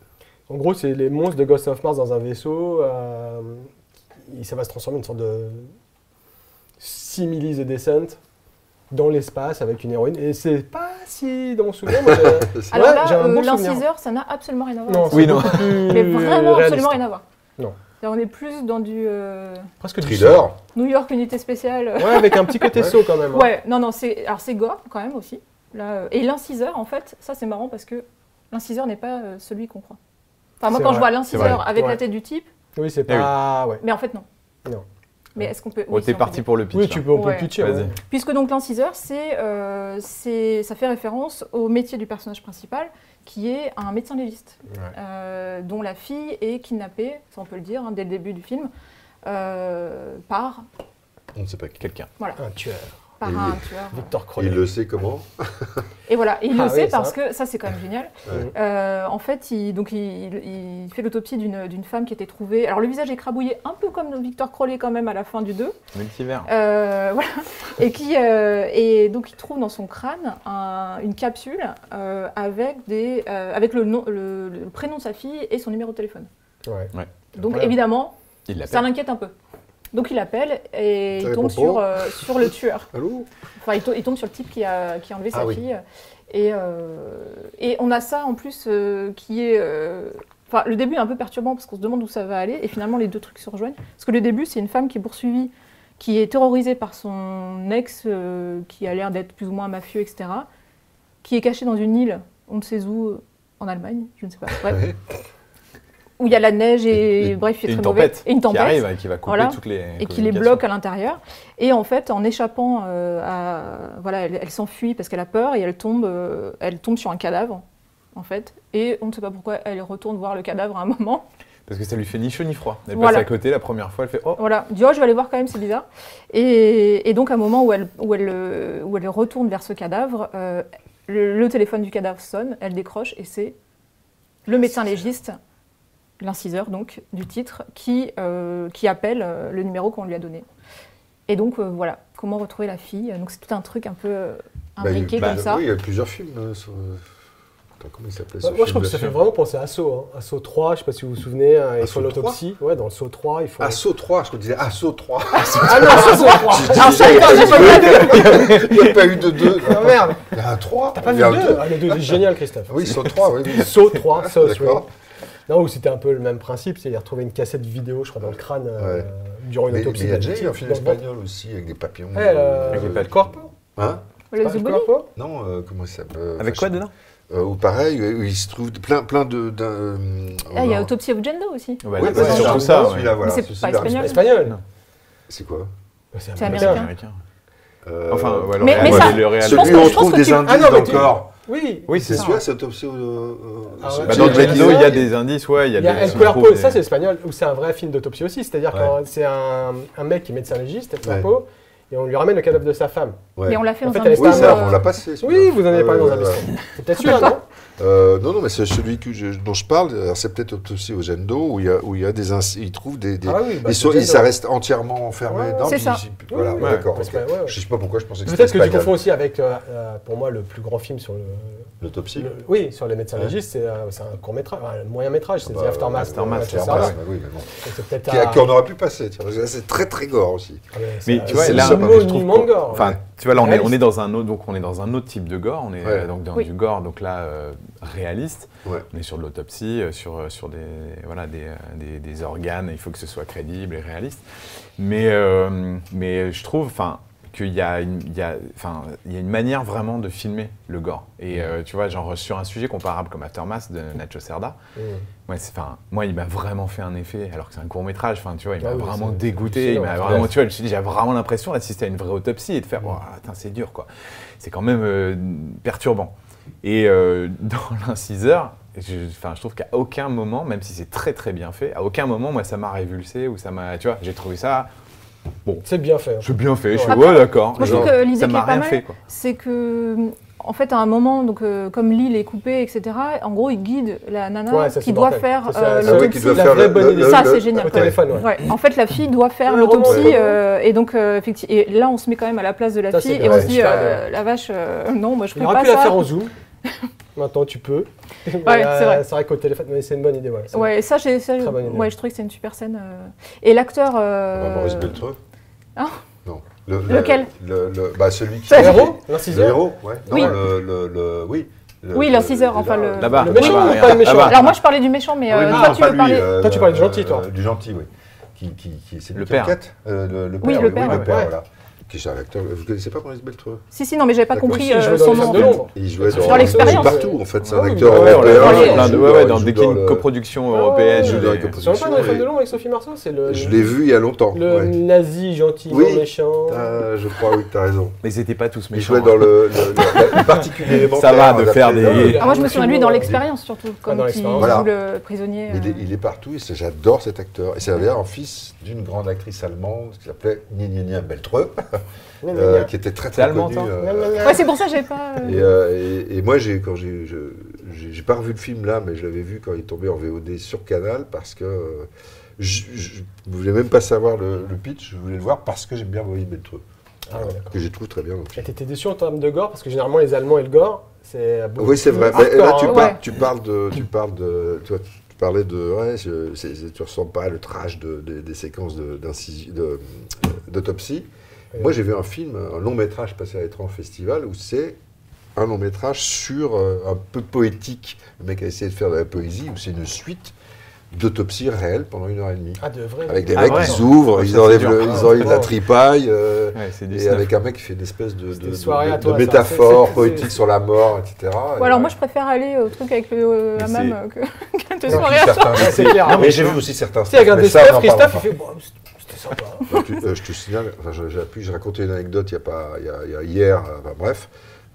En gros, c'est les monstres de Ghost of Mars dans un vaisseau. euh, et ça va se transformer en une sorte de simili The Descent dans l'espace avec une héroïne. Et c'est pas si dans mon souvenir. moi, j'ai-
C'est-
Alors
Ouais, j'ai
là,
un
euh,
bon souvenir.
l'inciseur, ça n'a absolument rien à voir.
non,
avec
c'est
Oui, non.
beaucoup plus
ça. Mais vraiment
réaliste.
absolument rien à voir.
Non.
C'est-à-dire, On est plus dans du euh,
Presque du
Thriller.
New York unité spéciale.
saut. Ouais, avec un petit côté
Ouais.
saut quand même. hein.
Ouais, non, non, c'est alors c'est gore quand même aussi. Là, euh, et l'inciseur, en fait, ça c'est marrant parce que l'inciseur n'est pas euh, celui qu'on croit. Enfin, moi
C'est
quand
vrai,
je vois l'inciseur
vrai.
avec
Ouais.
la tête du type,
Oui,
Eh
c'est pas. Ouais.
mais en fait non.
Non.
Mais est-ce qu'on peut
Oh,
oui, si,
t'es
on peut
parti
dire.
pour le pitch.
Oui, tu
là.
peux, on peut
Ouais.
le pitcher.
Vas-y.
ouais.
Puisque donc l'inciseur, c'est, euh, c'est- ça fait référence au métier du personnage principal, qui est un médecin légiste,
Ouais.
euh, dont la fille est kidnappée, ça on peut le dire, hein, dès le début du film, euh, par
On ne sait pas qui.
Quelqu'un.
Un tueur.
par
Et-
un tueur.
Ah, Victor Crowley.
Il le sait comment
Et voilà, et il
Ah
le sait
oui, ça.
parce que ça, c'est quand même génial.
Ouais.
Euh, en fait, il, donc, il, il- il fait l'autopsie d'une d'une femme qui était trouvée. Alors, le visage écrabouillé, un peu comme Victor Crowley, quand même, à la fin du 2.
Multivers.
Euh, voilà. Et qui euh, et donc il trouve dans son crâne un- une capsule euh, avec des euh, avec le, nom, le, le prénom de sa fille et son numéro de téléphone.
Ouais.
Donc
Incroyable.
évidemment,
Il
ça
l'appelle.
l'inquiète un peu. Donc il appelle et
Ça
il tombe
répond pas.
sur euh, sur le tueur.
Allô
Enfin, il, to- il tombe sur le type qui a qui a enlevé
Ah
sa
oui.
fille. Et euh, et on a ça en plus euh, qui est euh, Enfin, le début est un peu perturbant parce qu'on se demande où ça va aller et finalement les deux trucs se rejoignent. Parce que le début, c'est une femme qui est poursuivie, qui est terrorisée par son ex euh, qui a l'air d'être plus ou moins mafieux, etc. Qui est cachée dans une île, on ne sait où, euh, en Allemagne, je ne sais pas. Bref. Où il y a la neige et,
Et-
bref, il fait
et
très
une
mauvais.
tempête.
Et une
Qui
tempête
arrive et qui va couper
Voilà.
toutes les.
et qui les
communications.
bloque à l'intérieur. Et en fait, en échappant, euh, à, voilà, elle, elle s'enfuit parce qu'elle a peur et elle tombe, euh, elle tombe sur un cadavre, en fait. Et on ne sait pas pourquoi elle retourne voir le cadavre à un moment.
Parce que ça lui fait ni chaud ni froid. Elle
Voilà.
passe à côté la première fois, elle fait Oh,
Voilà, du oh, je vais aller voir quand même, c'est bizarre. Et, et donc, à un moment où elle, où elle, euh, où elle retourne vers ce cadavre, euh, le, le téléphone du cadavre sonne, elle décroche et c'est le médecin légiste, l'inciseur donc, du titre, qui, euh, qui appelle euh, le numéro qu'on lui a donné. Et donc, euh, voilà, comment retrouver la fille. Donc, c'est tout un truc un peu euh,
Bah, il-
imbriqué
bah,
comme ça.
Oui, il y a plusieurs films. euh, sur... euh, Attends, comment il s'appelait
Bah,
ce
moi, je
film
trouve que ça
là-dessus
fait vraiment penser à Assaut. Hein. Assaut 3, je sais pas si vous vous souvenez, hein, ils font
Assaut 3?
l'autopsie. Ouais, dans le Assaut 3, ils font.
Assaut 3, je crois que disais Assaut 3.
Ah non, Assaut 3
Ah, ça, il n'y a pas eu de 2.
Ah merde
Il y a un 3.
T'as pas vu le 2 Ah, le 2 est génial, Christophe.
Oui, Assaut 3, oui. oui.
Saut 3, sauce, oui.
D'accord.
Non, où c'était un peu le même principe, c'est-à-dire retrouver une cassette vidéo, je crois, dans le crâne euh,
Ouais.
durant une
Mais mais
autopsie.
il y a déjà
d'adjectif,
eu un film
dans le ventre.
espagnol aussi avec des papillons.
Eh, euh,
avec pas de corps
Hein
Pas
Le
le
Zuboli.
corpo
Non, euh, comment ça s'appelle euh,
Avec
enfin,
quoi
je sais
dedans
pas. Euh, Ou pareil, où il se trouve plein, plein de. d'un, euh,
Ah, il y a
euh,
Autopsie of Gendo aussi.
Ouais,
Oui,
bah, c'est surtout ça. ouais.
celui-là, voilà.
Mais c'est
celui-là,
pas espagnol.
Espagnol
Non.
C'est quoi
Bah, C'est
C'est
américain.
américain.
Américain.
Euh,
Enfin, ouais, le
Mais-
réel-
mais
ouais,
ça-
le réel-
je pense
Celui
que-
où on
je pense
trouve
que
des
tu-
indices
Ah non,
dans
mais
le
tu-
corps.
Oui
Oui, c'est
C'est euh,
ça.
celui-là, cette autopsie. au- au-
Ah
ce-
ouais.
Bah,
tu-
dans
Il y a-
tu-
Jack
Gendo, il y a
Gyllenhaal.
des indices, ouais. Il y a,
Il y a
des
El
sous-groupes,
Cuerpo,
mais-
ça c'est espagnol, où c'est un vrai film d'autopsie aussi. C'est-à-dire
Ouais.
que c'est un, un mec qui est médecin légiste, El Cuerpo, et on lui ramène le cadavre de sa femme.
Ouais.
Mais on l'a fait
En
dans
fait,
un
elle est
Oui,
bistrot,
Star
ça,
Wars.
on
euh,
l'a passé.
Oui, vous en avez parlé
Ouais,
dans un
ouais,
bistrot.
ouais.
C'est peut-être celui-là, non
Euh, non, non, mais c'est celui que je- dont je parle, alors c'est peut-être aussi au Gendo, où il y a, où il y a des inc- ils trouvent des, des-
Ah oui, bah,
ils
c'est
sont-
Gendo.
ils- ça reste entièrement enfermé.
Ouais,
dans
c'est
puis-
ça.
puis- Voilà,
Ouais,
d'accord.
ouais,
ok.
ouais, ouais.
Je sais pas pourquoi je pensais que c'était
Peut-être que tu
espagnol.
confonds aussi avec, euh, euh, pour moi, le plus grand film sur le.
L'autopsie.
le- oui, sur les médecins
Ouais.
légistes, c'est euh, c'est un court métrage, un moyen métrage, c'est
Bah,
The Aftermath.
ouais,
Aftermath,
euh,
Aftermath,
Mathieu
Aftermath,
Sarah.
bah oui, mais bon.
Donc C'est peut-être
Qui-
à-
à Qui on aurait pu passer, tiens, parce que là, c'est très très gore aussi.
Ah, mais
Mais
c'est-
tu vois,
c'est
là,
le
je
mot
trouve
ni
qu'on-
manga,
Enfin,
ouais.
tu vois, là, on est, on
Réaliste.
est dans un autre, donc on est dans un autre type de gore. On est
Ouais.
euh, donc dans
Oui.
du gore, donc là euh, réaliste.
Ouais.
On est sur de l'autopsie, euh, sur euh, sur des voilà des, euh, des, des organes. Il faut que ce soit crédible et réaliste. Mais euh, mais je trouve, enfin, qu'il y a une, il y a, enfin, il y a une manière vraiment de filmer le gore. Et euh, tu vois, genre sur un sujet comparable comme Aftermath de Nacho Cerda. Ouais, c'est- enfin, moi, il m'a vraiment fait un effet, alors que c'est un court métrage. Enfin, tu vois, il
Ah
m'a
oui,
vraiment
c'est-
dégoûté. Il
c'est
m'a
sûr.
vraiment, tu vois, je me suis dit, j'ai vraiment l'impression d'assister à une vraie autopsie et de
Mm.
faire, Ouah, putain, c'est dur, quoi. C'est quand même euh, perturbant. Et euh, dans l'inciseur, je, enfin, je trouve qu'à aucun moment, même si c'est très très bien fait, à aucun moment, moi, ça m'a révulsé ou ça m'a, tu vois, j'ai trouvé ça,
C'est bien fait. hein.
je suis bien fait, je suis,
Après,
ouais, d'accord.
Moi, je
Genre,
trouve que l'idée
ça
qui est
m'a
pas
rien
mal,
fait, quoi.
c'est que, en fait, à un moment, donc, euh, comme l'île est coupée, etc., en gros, il guide la nana
Ouais, ça, c'est
qui doit
mortel.
faire
Ça, c'est-
euh,
ah
Ah oui,
l'autopsie.
qui doit
la
faire
vraie
le-
bonne
le-
idée.
le-
Ça,
le-
c'est génial.
Au
Ouais.
téléphone, ouais.
Ouais. En fait, la fille doit faire
Ouais,
l'autopsie.
ouais.
euh, et donc, euh, effecti- et là, on se met quand même à la place de la
Ça, c'est
fille
bien,
et on
ouais,
se dit,
super,
euh, la vache, euh, non, moi, je
Il
ferais
aurait
pas
pu la
ça.
faire en zoom. Maintenant, tu peux. Mais, euh,
c'est vrai.
C'est vrai qu'au téléphone, mais c'est une bonne idée. Ouais, c'est-
Ouais, ça, j'ai, ça,
Très bonne idée.
ouais, je trouvais que c'est une super scène. euh. Et l'acteur. euh,
Bah, Maurice Beltreux
Hein
Non. Le-
Lequel
le- le- Bah, celui qui.
Le héros
Le
L'inciseur
héros, ouais.
Oui.
Non, le, le, le- oui. Le-
Oui, l'inciseur, enfin, le-
Là-bas,
Le méchant
là-bas,
ou
regarde,
pas le méchant
là-bas.
Alors, moi, je parlais du méchant, mais
Ah oui,
euh,
non,
toi,
non,
tu
pas
veux
lui,
parler.
euh,
Toi, tu parles du gentil,
euh,
toi.
Du gentil, oui. Qui, qui, qui, c'est lui
Le
qui a
père.
quatre, euh, le, le père.
Oui, le père,
Oui,
ouais.
le père,
Ouais.
voilà. Qui est un acteur. Vous ne connaissez pas Maurice Beltreux
Si, si, non, mais j'avais pas
D'accord.
compris
Si, je
euh,
veux dans
son
les
nom.
femmes de
en fait.
l'ombre.
Il jouait
Dans
dans. il
l'expérience.
joue partout, en fait. C'est un
Ah oui,
acteur
ouais,
Ouais, on
européen.
l'a vu
Ouais,
dans plein
il
de-
joue
ouais, ouais, dans
il
des
joue dans le-
coproductions
Ah ouais.
européennes.
Il joue dans les
Tu ne pas dans les femmes de l'ombre avec Sophie Marceau C'est le,
Je l'ai vu il y a longtemps.
le
ouais.
nazi gentil,
Oui.
méchant.
Ah, je crois, oui, t'as raison.
Mais ils étaient pas tous
Il
méchants. hein.
jouait dans le, le, le- le particulier euh, élémentaire,
Ça va de
on l'a
faire
fait
des-
dans-
Ah,
Ah, moi, je me souviens de lui dans l'expérience, surtout, comme
Ah, dans
il
l'expérience.
joue
Voilà.
le prisonnier.
Il
euh.
est, il est partout, et c'est- j'adore cet acteur. Et c'est d'ailleurs un fils d'une grande actrice allemande qui s'appelait Nininia Beltreux. euh, qui était très très
allemand,
connu.
ça
euh,
Ouais, c'est pour ça que j'ai pas. euh,
et, euh, et- et moi, j'ai, quand j'ai, je- j'ai, j'ai pas revu le film là, mais je l'avais vu quand il est tombé en VOD sur Canal parce que euh, je, je voulais même pas savoir le, le pitch, je voulais le voir parce que j'aime bien Moïse Beltreux,
Ah ouais, d'accord.
que je trouve très bien. donc.
Et t'étais déçu en termes de gore Parce que généralement, les Allemands et le gore, c'est. beaucoup
Oui, c'est
Ah,
vrai.
plus
Mais là,
hardcore,
tu,
hein.
parles,
Ouais.
tu parles de, tu parles de, toi, tu parlais de, ouais, je- c'est- c'est- tu ressens pas le trash de- des- des séquences de- d'incis- de- d'autopsie. Moi, j'ai vu un film, un long métrage passé à l'étranger en festival, où c'est un long métrage sur euh, un peu poétique. Le mec a essayé de faire de la poésie, où c'est une suite d'autopsies réelles pendant une heure et demie.
Ah, de vrai.
Avec des
Ah
mecs
ouais.
qui s'ouvrent,
Ça,
ils
c'est
enlèvent,
dur. Ah,
le- ils enlèvent la
Ouais.
tripaille. euh,
Ouais, c'est
et
19.
avec un mec qui fait une espèce de, de,
une soirée à
de- de
toi, ça.
métaphore
C'est- c'est-
poétique
c'est-
sur la mort, etc.
Ou alors moi je préfère aller au truc avec le euh,
Mais
hammam
c'est-
euh, que- que de
Et puis
soirée à
certains-
Ouais, c'est clair.
Non,
Ouais.
mais j'ai vu aussi certains.
Tu sais, regarde
mais ça, on
Christophe,
en
Christophe, il fait.
parlera
Bon, C'était sympa. hein.
pas. Non, tu- euh, je te signale, enfin, je- j'appuie, je racontais une anecdote il y a pas, il y a- il y a hier, euh, enfin, bref.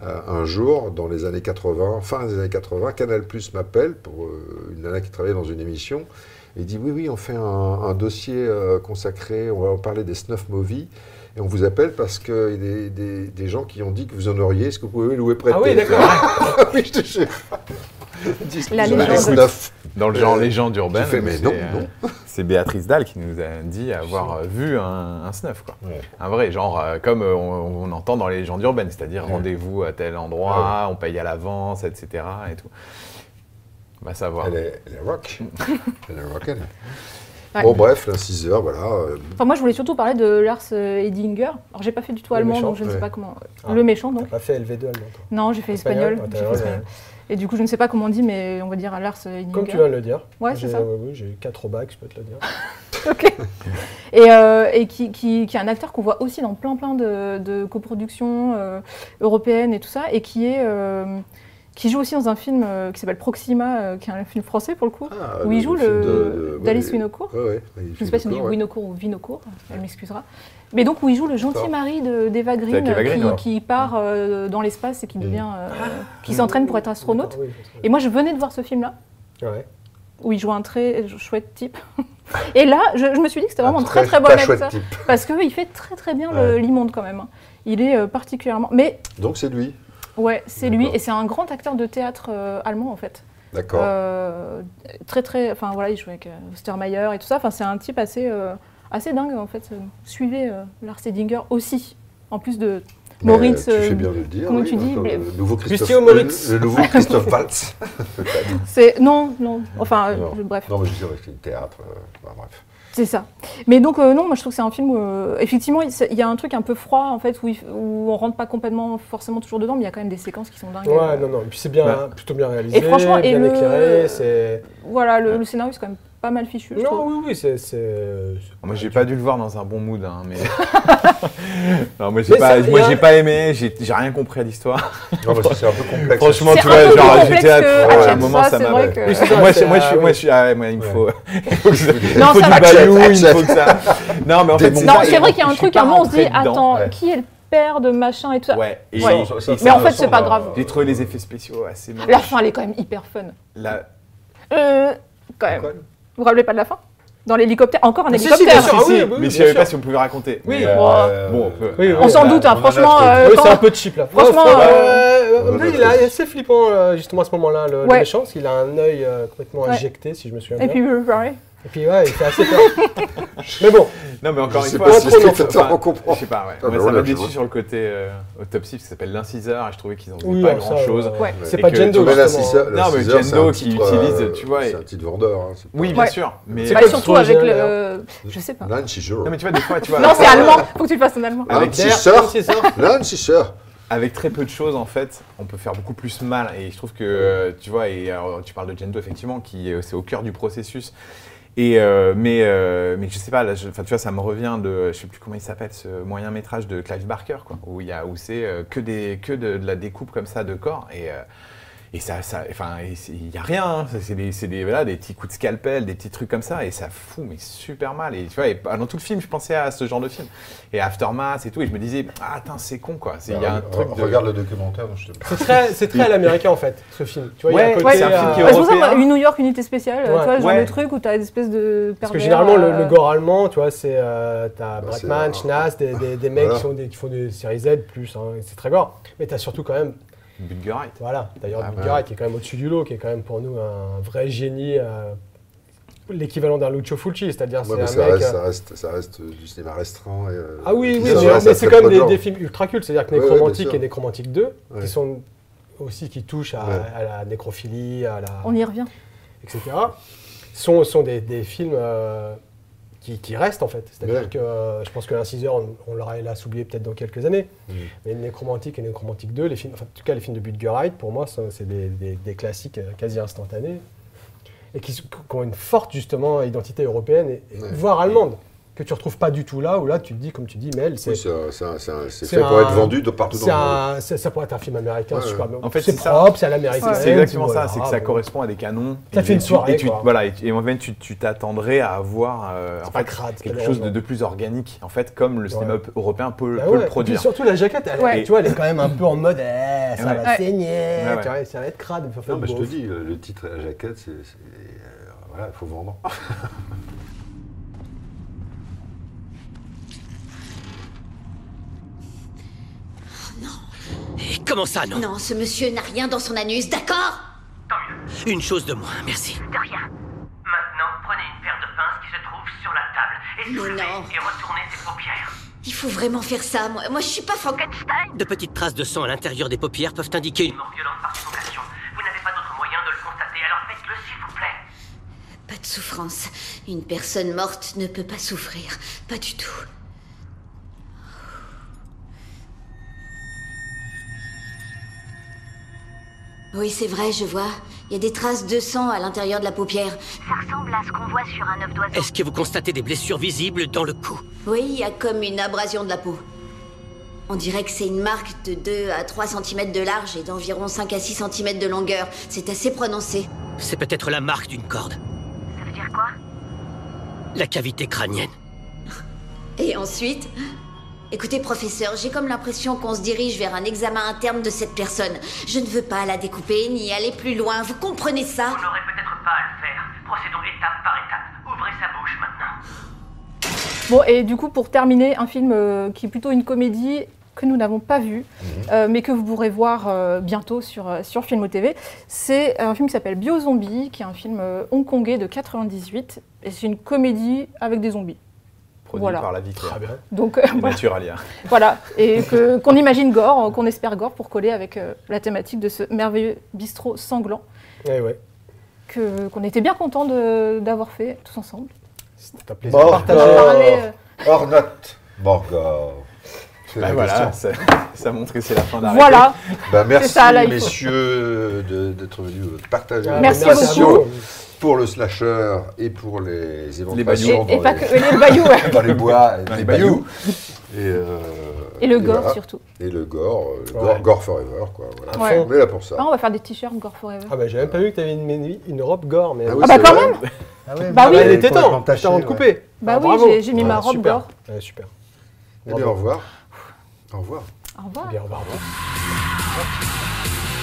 euh, un jour, dans les années 80, fin des années 80, Canal Plus m'appelle pour euh, une nana qui travaillait dans une émission. et Il dit Oui, oui, on fait un, un dossier euh, consacré, on va parler des snuff movies. Et on vous appelle parce que il y a des, des- des gens qui ont dit que vous en auriez, est-ce que vous pouvez louer près de
Ah oui,
télé
d'accord.
Ah oui, je te jure.
La
Sur
légende.
les snuff.
Dans le genre
Euh,
légende urbaine,
tu fais, mais
c'est,
non,
euh,
non.
c'est Béatrice Dalle qui nous a dit avoir euh, vu un, un snuff, quoi.
Ouais.
Un vrai, genre euh, comme euh, on, on entend dans les légendes urbaines, c'est-à-dire rendez-vous à tel endroit, on paye à l'avance, etc. et tout. On va savoir.
Elle est, elle est rock. elle est rock'n'roll.
Ouais.
Bon, bref, là, 6 heures, voilà. euh,
Enfin, moi, je voulais surtout parler de Lars euh, Eidinger. Alors, j'ai pas fait du tout
Le
allemand,
méchant,
donc je ne sais
ouais.
pas comment.
Ah.
Le méchant, donc.
T'as pas fait LV2 allemand, toi.
Non, j'ai fait espagnol.
Ah, t'as
j'ai fait
raison.
espagnol. Et du coup, je ne sais pas comment on dit, mais on va dire Lars euh, Eidinger.
Comme tu viens de le dire.
Ouais, c'est
J'ai-
ça.
ouais, ouais, J'ai 4 au bac, je peux te le dire.
Ok. Et, euh, et qui, qui- qui est un acteur qu'on voit aussi dans plein plein de, de coproductions euh, européennes et tout ça, et qui est euh, qui joue aussi dans un film euh, qui s'appelle Proxima, euh, qui est un film français pour le coup,
ah,
où il joue
film
le
de- de-
d'Alice
ouais,
Winocourt.
Ouais, ouais. Il
Je ne
fait
sais pas si on dit
Winocourt, ouais.
Winocourt ou Vinocourt, elle m'excusera. Mais donc où il joue le gentil
D'accord.
mari de- d'Eva Green,
avec Eva Green,
qui,
ouais.
qui part euh, dans l'espace
Mm.
et qui devient, euh, qui s'entraîne pour être astronaute.
D'accord, oui, je
Et moi je venais de voir ce film-là,
pense. Ouais.
où il joue un très chouette type. Et là, je, je me suis dit que c'était vraiment
Un
un très très bon
Ah, pas chouette
acteur,
type.
parce qu'il fait très très bien le-
Ouais.
l'immonde quand même. Il est euh, particulièrement... Mais
Donc, c'est lui.
ouais, c'est lui,
D'accord.
et c'est un grand acteur de théâtre euh, allemand en fait.
D'accord.
Euh, très très, enfin voilà, il jouait avec euh, Ostermayer et tout ça. Enfin, c'est un type assez euh, assez dingue en fait. Suivez euh, Lars Edinger aussi, en plus de
Mais
Moritz.
Tu
euh,
fais bien de le dire.
comment
oui,
tu dis,
d'accord,
mais-
Le nouveau Christophe,
Christian Moritz.
Le, le nouveau Christophe Waltz.
c'est non non. Enfin euh,
Non.
je- bref,
Non, mais je sais, c'est le théâtre. euh, bah, bref.
c'est ça. Mais donc euh, non, moi je trouve que c'est un film. où, euh, effectivement, il c'est- il y a un truc un peu froid en fait où, il- où on rentre pas complètement forcément toujours dedans, mais il y a quand même des séquences qui sont dingues.
Ouais,
Euh,
non, non. Et puis c'est bien,
Bah.
plutôt bien réalisé.
Et franchement, E, et
bien
le-
éclairé. C'est.
Voilà, le, le scénario c'est quand même pas mal fichu. je
Non,
trouve.
oui, oui, c'est. c'est- c'est
Moi, j'ai
du-
pas dû le voir dans un bon mood, hein, mais. non, moi, j'ai
Mais
pas,
ça-
moi,
y a-
j'ai pas aimé, j'ai j'ai rien compris à l'histoire.
Non, parce que c'est un peu complexe.
Franchement,
C'est
tu
un
vois,
peu
genre,
plus
j'étais à.
complexe que-
à
Ouais.
un moment,
Ça,
ça
c'est
m'a.
vrai que- Oui,
c'est ça,
Moi,
c'est
je- moi, je
à-
suis. Moi, je suis. ah ouais, moi, il me faut. il faut, que ça- il
Non,
faut
ça
du
va.
bayou, il
Accepte,
faut que ça. Non, mais en fait,
Non,
Non,
ça,
c'est
et
vrai qu'il y a un
je suis
truc
pas
à un moment on se dit
rentré dedans.
attends,
ouais.
qui est le père de machin et tout ça.
Ouais. et-
Ouais.
et
Mais
ça
en fait, c'est
ressemble
pas
à-
grave.
J'ai trouvé les effets spéciaux assez moches.
La fin elle est quand même hyper fun.
Ah
La-
Euh, quand même. Vous vous rappelez pas de la fin Dans l'hélicoptère Encore un
Ah, si, si,
hélicoptère
bien sûr. Ah oui, oui,
mais
bien
je savais
sûr.
pas si on pouvait raconter.
Oui.
Mais,
Bon,
euh,
Bon, on peut.
Oui, bah, oui.
On s'en doute, hein,
On en a
franchement.
trop.
euh,
Oui,
quand-
c'est un peu cheap là.
Franchement,
Ouais,
euh,
ouais, ouais, ouais, il est assez flippant euh, justement à ce moment-là, le, le
Ouais.
méchant, parce qu'il a un œil euh, complètement
Ouais.
injecté, si je me souviens
Et
bien.
puis, euh, pareil.
Et puis ouais, il fait assez peur. Mais bon,
Non, mais encore
Je
une
sais
fois,
pas si
enfin,
les spectateurs vont comprendre.
Je sais pas, ouais.
Ah,
Moi,
bah
ça
voilà,
m'a
tu
déçu
vois.
sur le côté euh, autopsie, qui s'appelle l'inciseur, et je trouvais qu'ils en faisaient
oui,
pas
alors ça,
grand chose.
euh,
Ouais.
C'est
Et
pas
que-
Jendo,
Mais là,
justement.
c'est ça- là,
Non, mais
c'est ça, c'est un
Jendo qui
titre,
utilise,
euh,
tu vois, et-
C'est un titre vendeur. hein, c'est pas-
Oui, bien
Ouais.
sûr. Mais,
C'est
Bah,
quoi le
surtout
truc
avec
original,
le. euh, Je sais pas.
Lancashire.
non, mais tu vois, des fois, tu vois,
Non, c'est allemand. Faut que tu le fasses en allemand.
Avec
Der-
Sisseur.
c'est ça.
Lancashire.
avec très peu de choses, en fait, on peut faire beaucoup plus mal. Et je trouve que, euh, tu vois, et alors, tu parles de Jendo, effectivement, qui est c'est au cœur du processus. Et euh, mais, euh, mais je sais pas, là, je- enfin, tu vois, ça me revient de, je sais plus comment il s'appelle, ce moyen métrage de Clive Barker, quoi, où, il y a- où c'est euh, que, des, que de, de la découpe comme ça de corps. Et, euh, Et ça, ça enfin, il n'y a rien. hein. Ça, C'est des, c'est des, voilà, des petits coups de scalpel, des petits trucs comme ça, et ça fout mais super mal. Et tu vois, et pendant tout le film, je pensais à ce genre de film. Et Aftermath et tout, et je me disais, ah, tain, c'est con quoi. C'est- Il y a un truc. de-
Bah, Regarde le documentaire dont je te
C'est très, c'est très à l'américain en fait, ce film. Tu vois, il y a un
Ouais,
côté,
ouais, c'est
un film
euh,
qui
Ouais,
est
Bah, c'est pour ça,
européen.
moi, une New York unité spéciale,
Ouais.
tu vois, le genre
Ouais.
de truc où t'as des espèces de.
Parce que
pervers,
généralement, le, le
euh,
gore allemand, tu vois, c'est. euh, t'as
Bah, c'est-
Bratman, Schnaz, des, des- des mecs
Voilà.
qui, sont des- qui font des séries Z, plus, hein, et c'est très gore. Mais t'as surtout quand même.
Bulgarite.
Voilà, d'ailleurs,
Ah,
bah.
Bulgaria, qui est quand même au-dessus du lot, qui est quand même pour nous un vrai génie, euh, l'équivalent d'un Lucio Fulci, c'est-à-dire
Ouais, mais
c'est
ça
un mec.
reste,
euh,
ça, reste, ça reste euh, du cinéma restreint. et, euh,
Ah oui,
et
oui,
puis
mais,
ça reste
mais
un
c'est
très
quand
peu
même
de
des,
gens.
des films ultra cultes, c'est-à-dire que
Ouais, ouais,
Nécromantique
bien sûr.
et Nécromantique 2,
Ouais.
qui sont aussi qui touchent à,
Ouais.
à la nécrophilie, à la
On y revient.
etc. sont sont des, des films euh, qui, qui restent en fait. C'est-à-dire
Ouais.
que euh, je pense que l'inciseur, on, on l'aura hélas oublié peut-être dans quelques années.
Mhm.
Mais Nécromantique et Nécromantique 2, les films, enfin, en tout cas les films de Budgerite, pour moi, ça, c'est des, des- des classiques euh, quasi instantanés et qui, s- qui ont une forte justement identité européenne, et, et
Ouais. Mm.
voire allemande, que tu retrouves pas du tout là, où là tu te dis, comme tu dis, mais elle, c'est
Oui, c'est un- c'est un- c'est un- c'est
c'est
fait pour
un-
être vendu de partout dans
c'est
le monde.
un- ça, ça pourrait être un film américain,
Ouais,
je sais
ouais.
pas, mais
En fait,
c'est
c'est ça.
propre, c'est à l'américaine.
C'est exactement ça,
voilà,
c'est que ça
bon.
correspond à des canons.
Ça
Et
fait une
tu-
soirée,
Et tu,
quoi.
voilà, et, tu- et en fait, tu tu t'attendrais à avoir euh, en
pas
fait,
crade,
quelque chose de,
malheureusement.
de plus organique, en fait, comme le cinéma
Ouais.
européen peut,
Bah
peut
ouais,
le
et puis
produire.
surtout la jaquette, elle,
Ouais.
tu vois, elle est quand même un peu en mode eh, ça
Ouais.
va
Ouais.
saigner,
Ouais, ouais.
tu vois, ça va être crade. il faut faire
Non, mais je te
beau.
dis, le le titre et la jaquette, c'est. c'est- euh, Voilà, il faut vendre.
Oh,
Et comment ça, non
Ah Non, ce monsieur n'a rien dans son anus, d'accord
Une chose de moins, merci.
De rien. Maintenant, prenez une paire de pinces qui se trouve sur la table et
Mais non.
soulevez et retournez ses paupières.
Il faut vraiment faire ça, moi. Moi, je suis pas fan.
Frankenstein
De petites traces de sang à l'intérieur des paupières peuvent indiquer une
Mort violente par suffocation. Vous n'avez pas d'autre moyen de le constater, alors faites-le s'il vous plaît.
Pas de souffrance. Une personne morte ne peut pas souffrir. Pas du tout. Oui, c'est vrai, je vois. Il y a des traces de sang à l'intérieur de la paupière.
Ça ressemble à ce qu'on voit sur un œuf d'oiseau.
Est-ce que vous constatez des blessures visibles dans le cou
Oui, il y a comme une abrasion de la peau. On dirait que c'est une marque de 2 à 3 cm de large et d'environ 5 à 6 cm de longueur. C'est assez prononcé.
C'est peut-être la marque d'une corde,
Ça veut dire quoi
la cavité crânienne.
Et ensuite Écoutez, professeur, j'ai comme l'impression qu'on se dirige vers un examen interne de cette personne. Je ne veux pas la découper ni aller plus loin, vous comprenez ça
Vous n'aurez peut-être pas à le faire. Procédons étape par étape. Ouvrez sa bouche maintenant.
Bon, et du coup, pour terminer, un film euh, qui est plutôt une comédie que nous n'avons pas vue, euh, mais que vous pourrez voir euh, bientôt sur, euh, sur Filmo TV. C'est un film qui s'appelle Bio Zombie, qui est un film euh, hongkongais de 98, et c'est une comédie avec des zombies.
Produit
Voilà.
par la Vicaire.
Très bien.
Donc euh,
Ah,
Et
bah.
voilà.
Naturalia.
voilà, et que- qu'on imagine gore, euh, qu'on espère gore pour coller avec euh, la thématique de ce merveilleux bistrot sanglant
Eh ouais,
que- qu'on était bien content de- d'avoir fait tous ensemble.
c'est un plaisir.
Bon.
Partager,
Oh.
parler, euh,
Hors note Borgor. C'est
Bah
la
voilà,
question.
ça, ça montre que c'est la fin d'arrêt.
voilà,
Bah, merci,
ça, là, il faut.
messieurs, de- d'être venus euh, partager
Ah,
Merci
vos
à
passions
vous.
pour le slasher et pour les
et,
éventrations
Toujours
et
dans,
pas
les,
que les bayous, ouais.
dans les bois, et dans
les
les
bayous.
bayous. Et, euh,
et le gore
voilà.
surtout.
Et le gore, euh, gore,
Ouais.
gore forever, quoi. Voilà.
Ouais.
On est là pour ça.
Ah, on va faire des t-shirts Gore Forever.
Ah bah j'avais même pas vu que t'avais une, une, une robe gore, mais.
Ah oui,
Ah bah
c'est
quand
vrai.
même
Ah
Bah
bah,
oui.
elle était temps, putain, on te coupait.
Bah
Ah,
oui,
bravo.
j'ai- j'ai mis ma robe
super.
gore.
Ouais, super.
Eh bien, au revoir. Au revoir.
Au revoir.
Bien, au revoir.
Au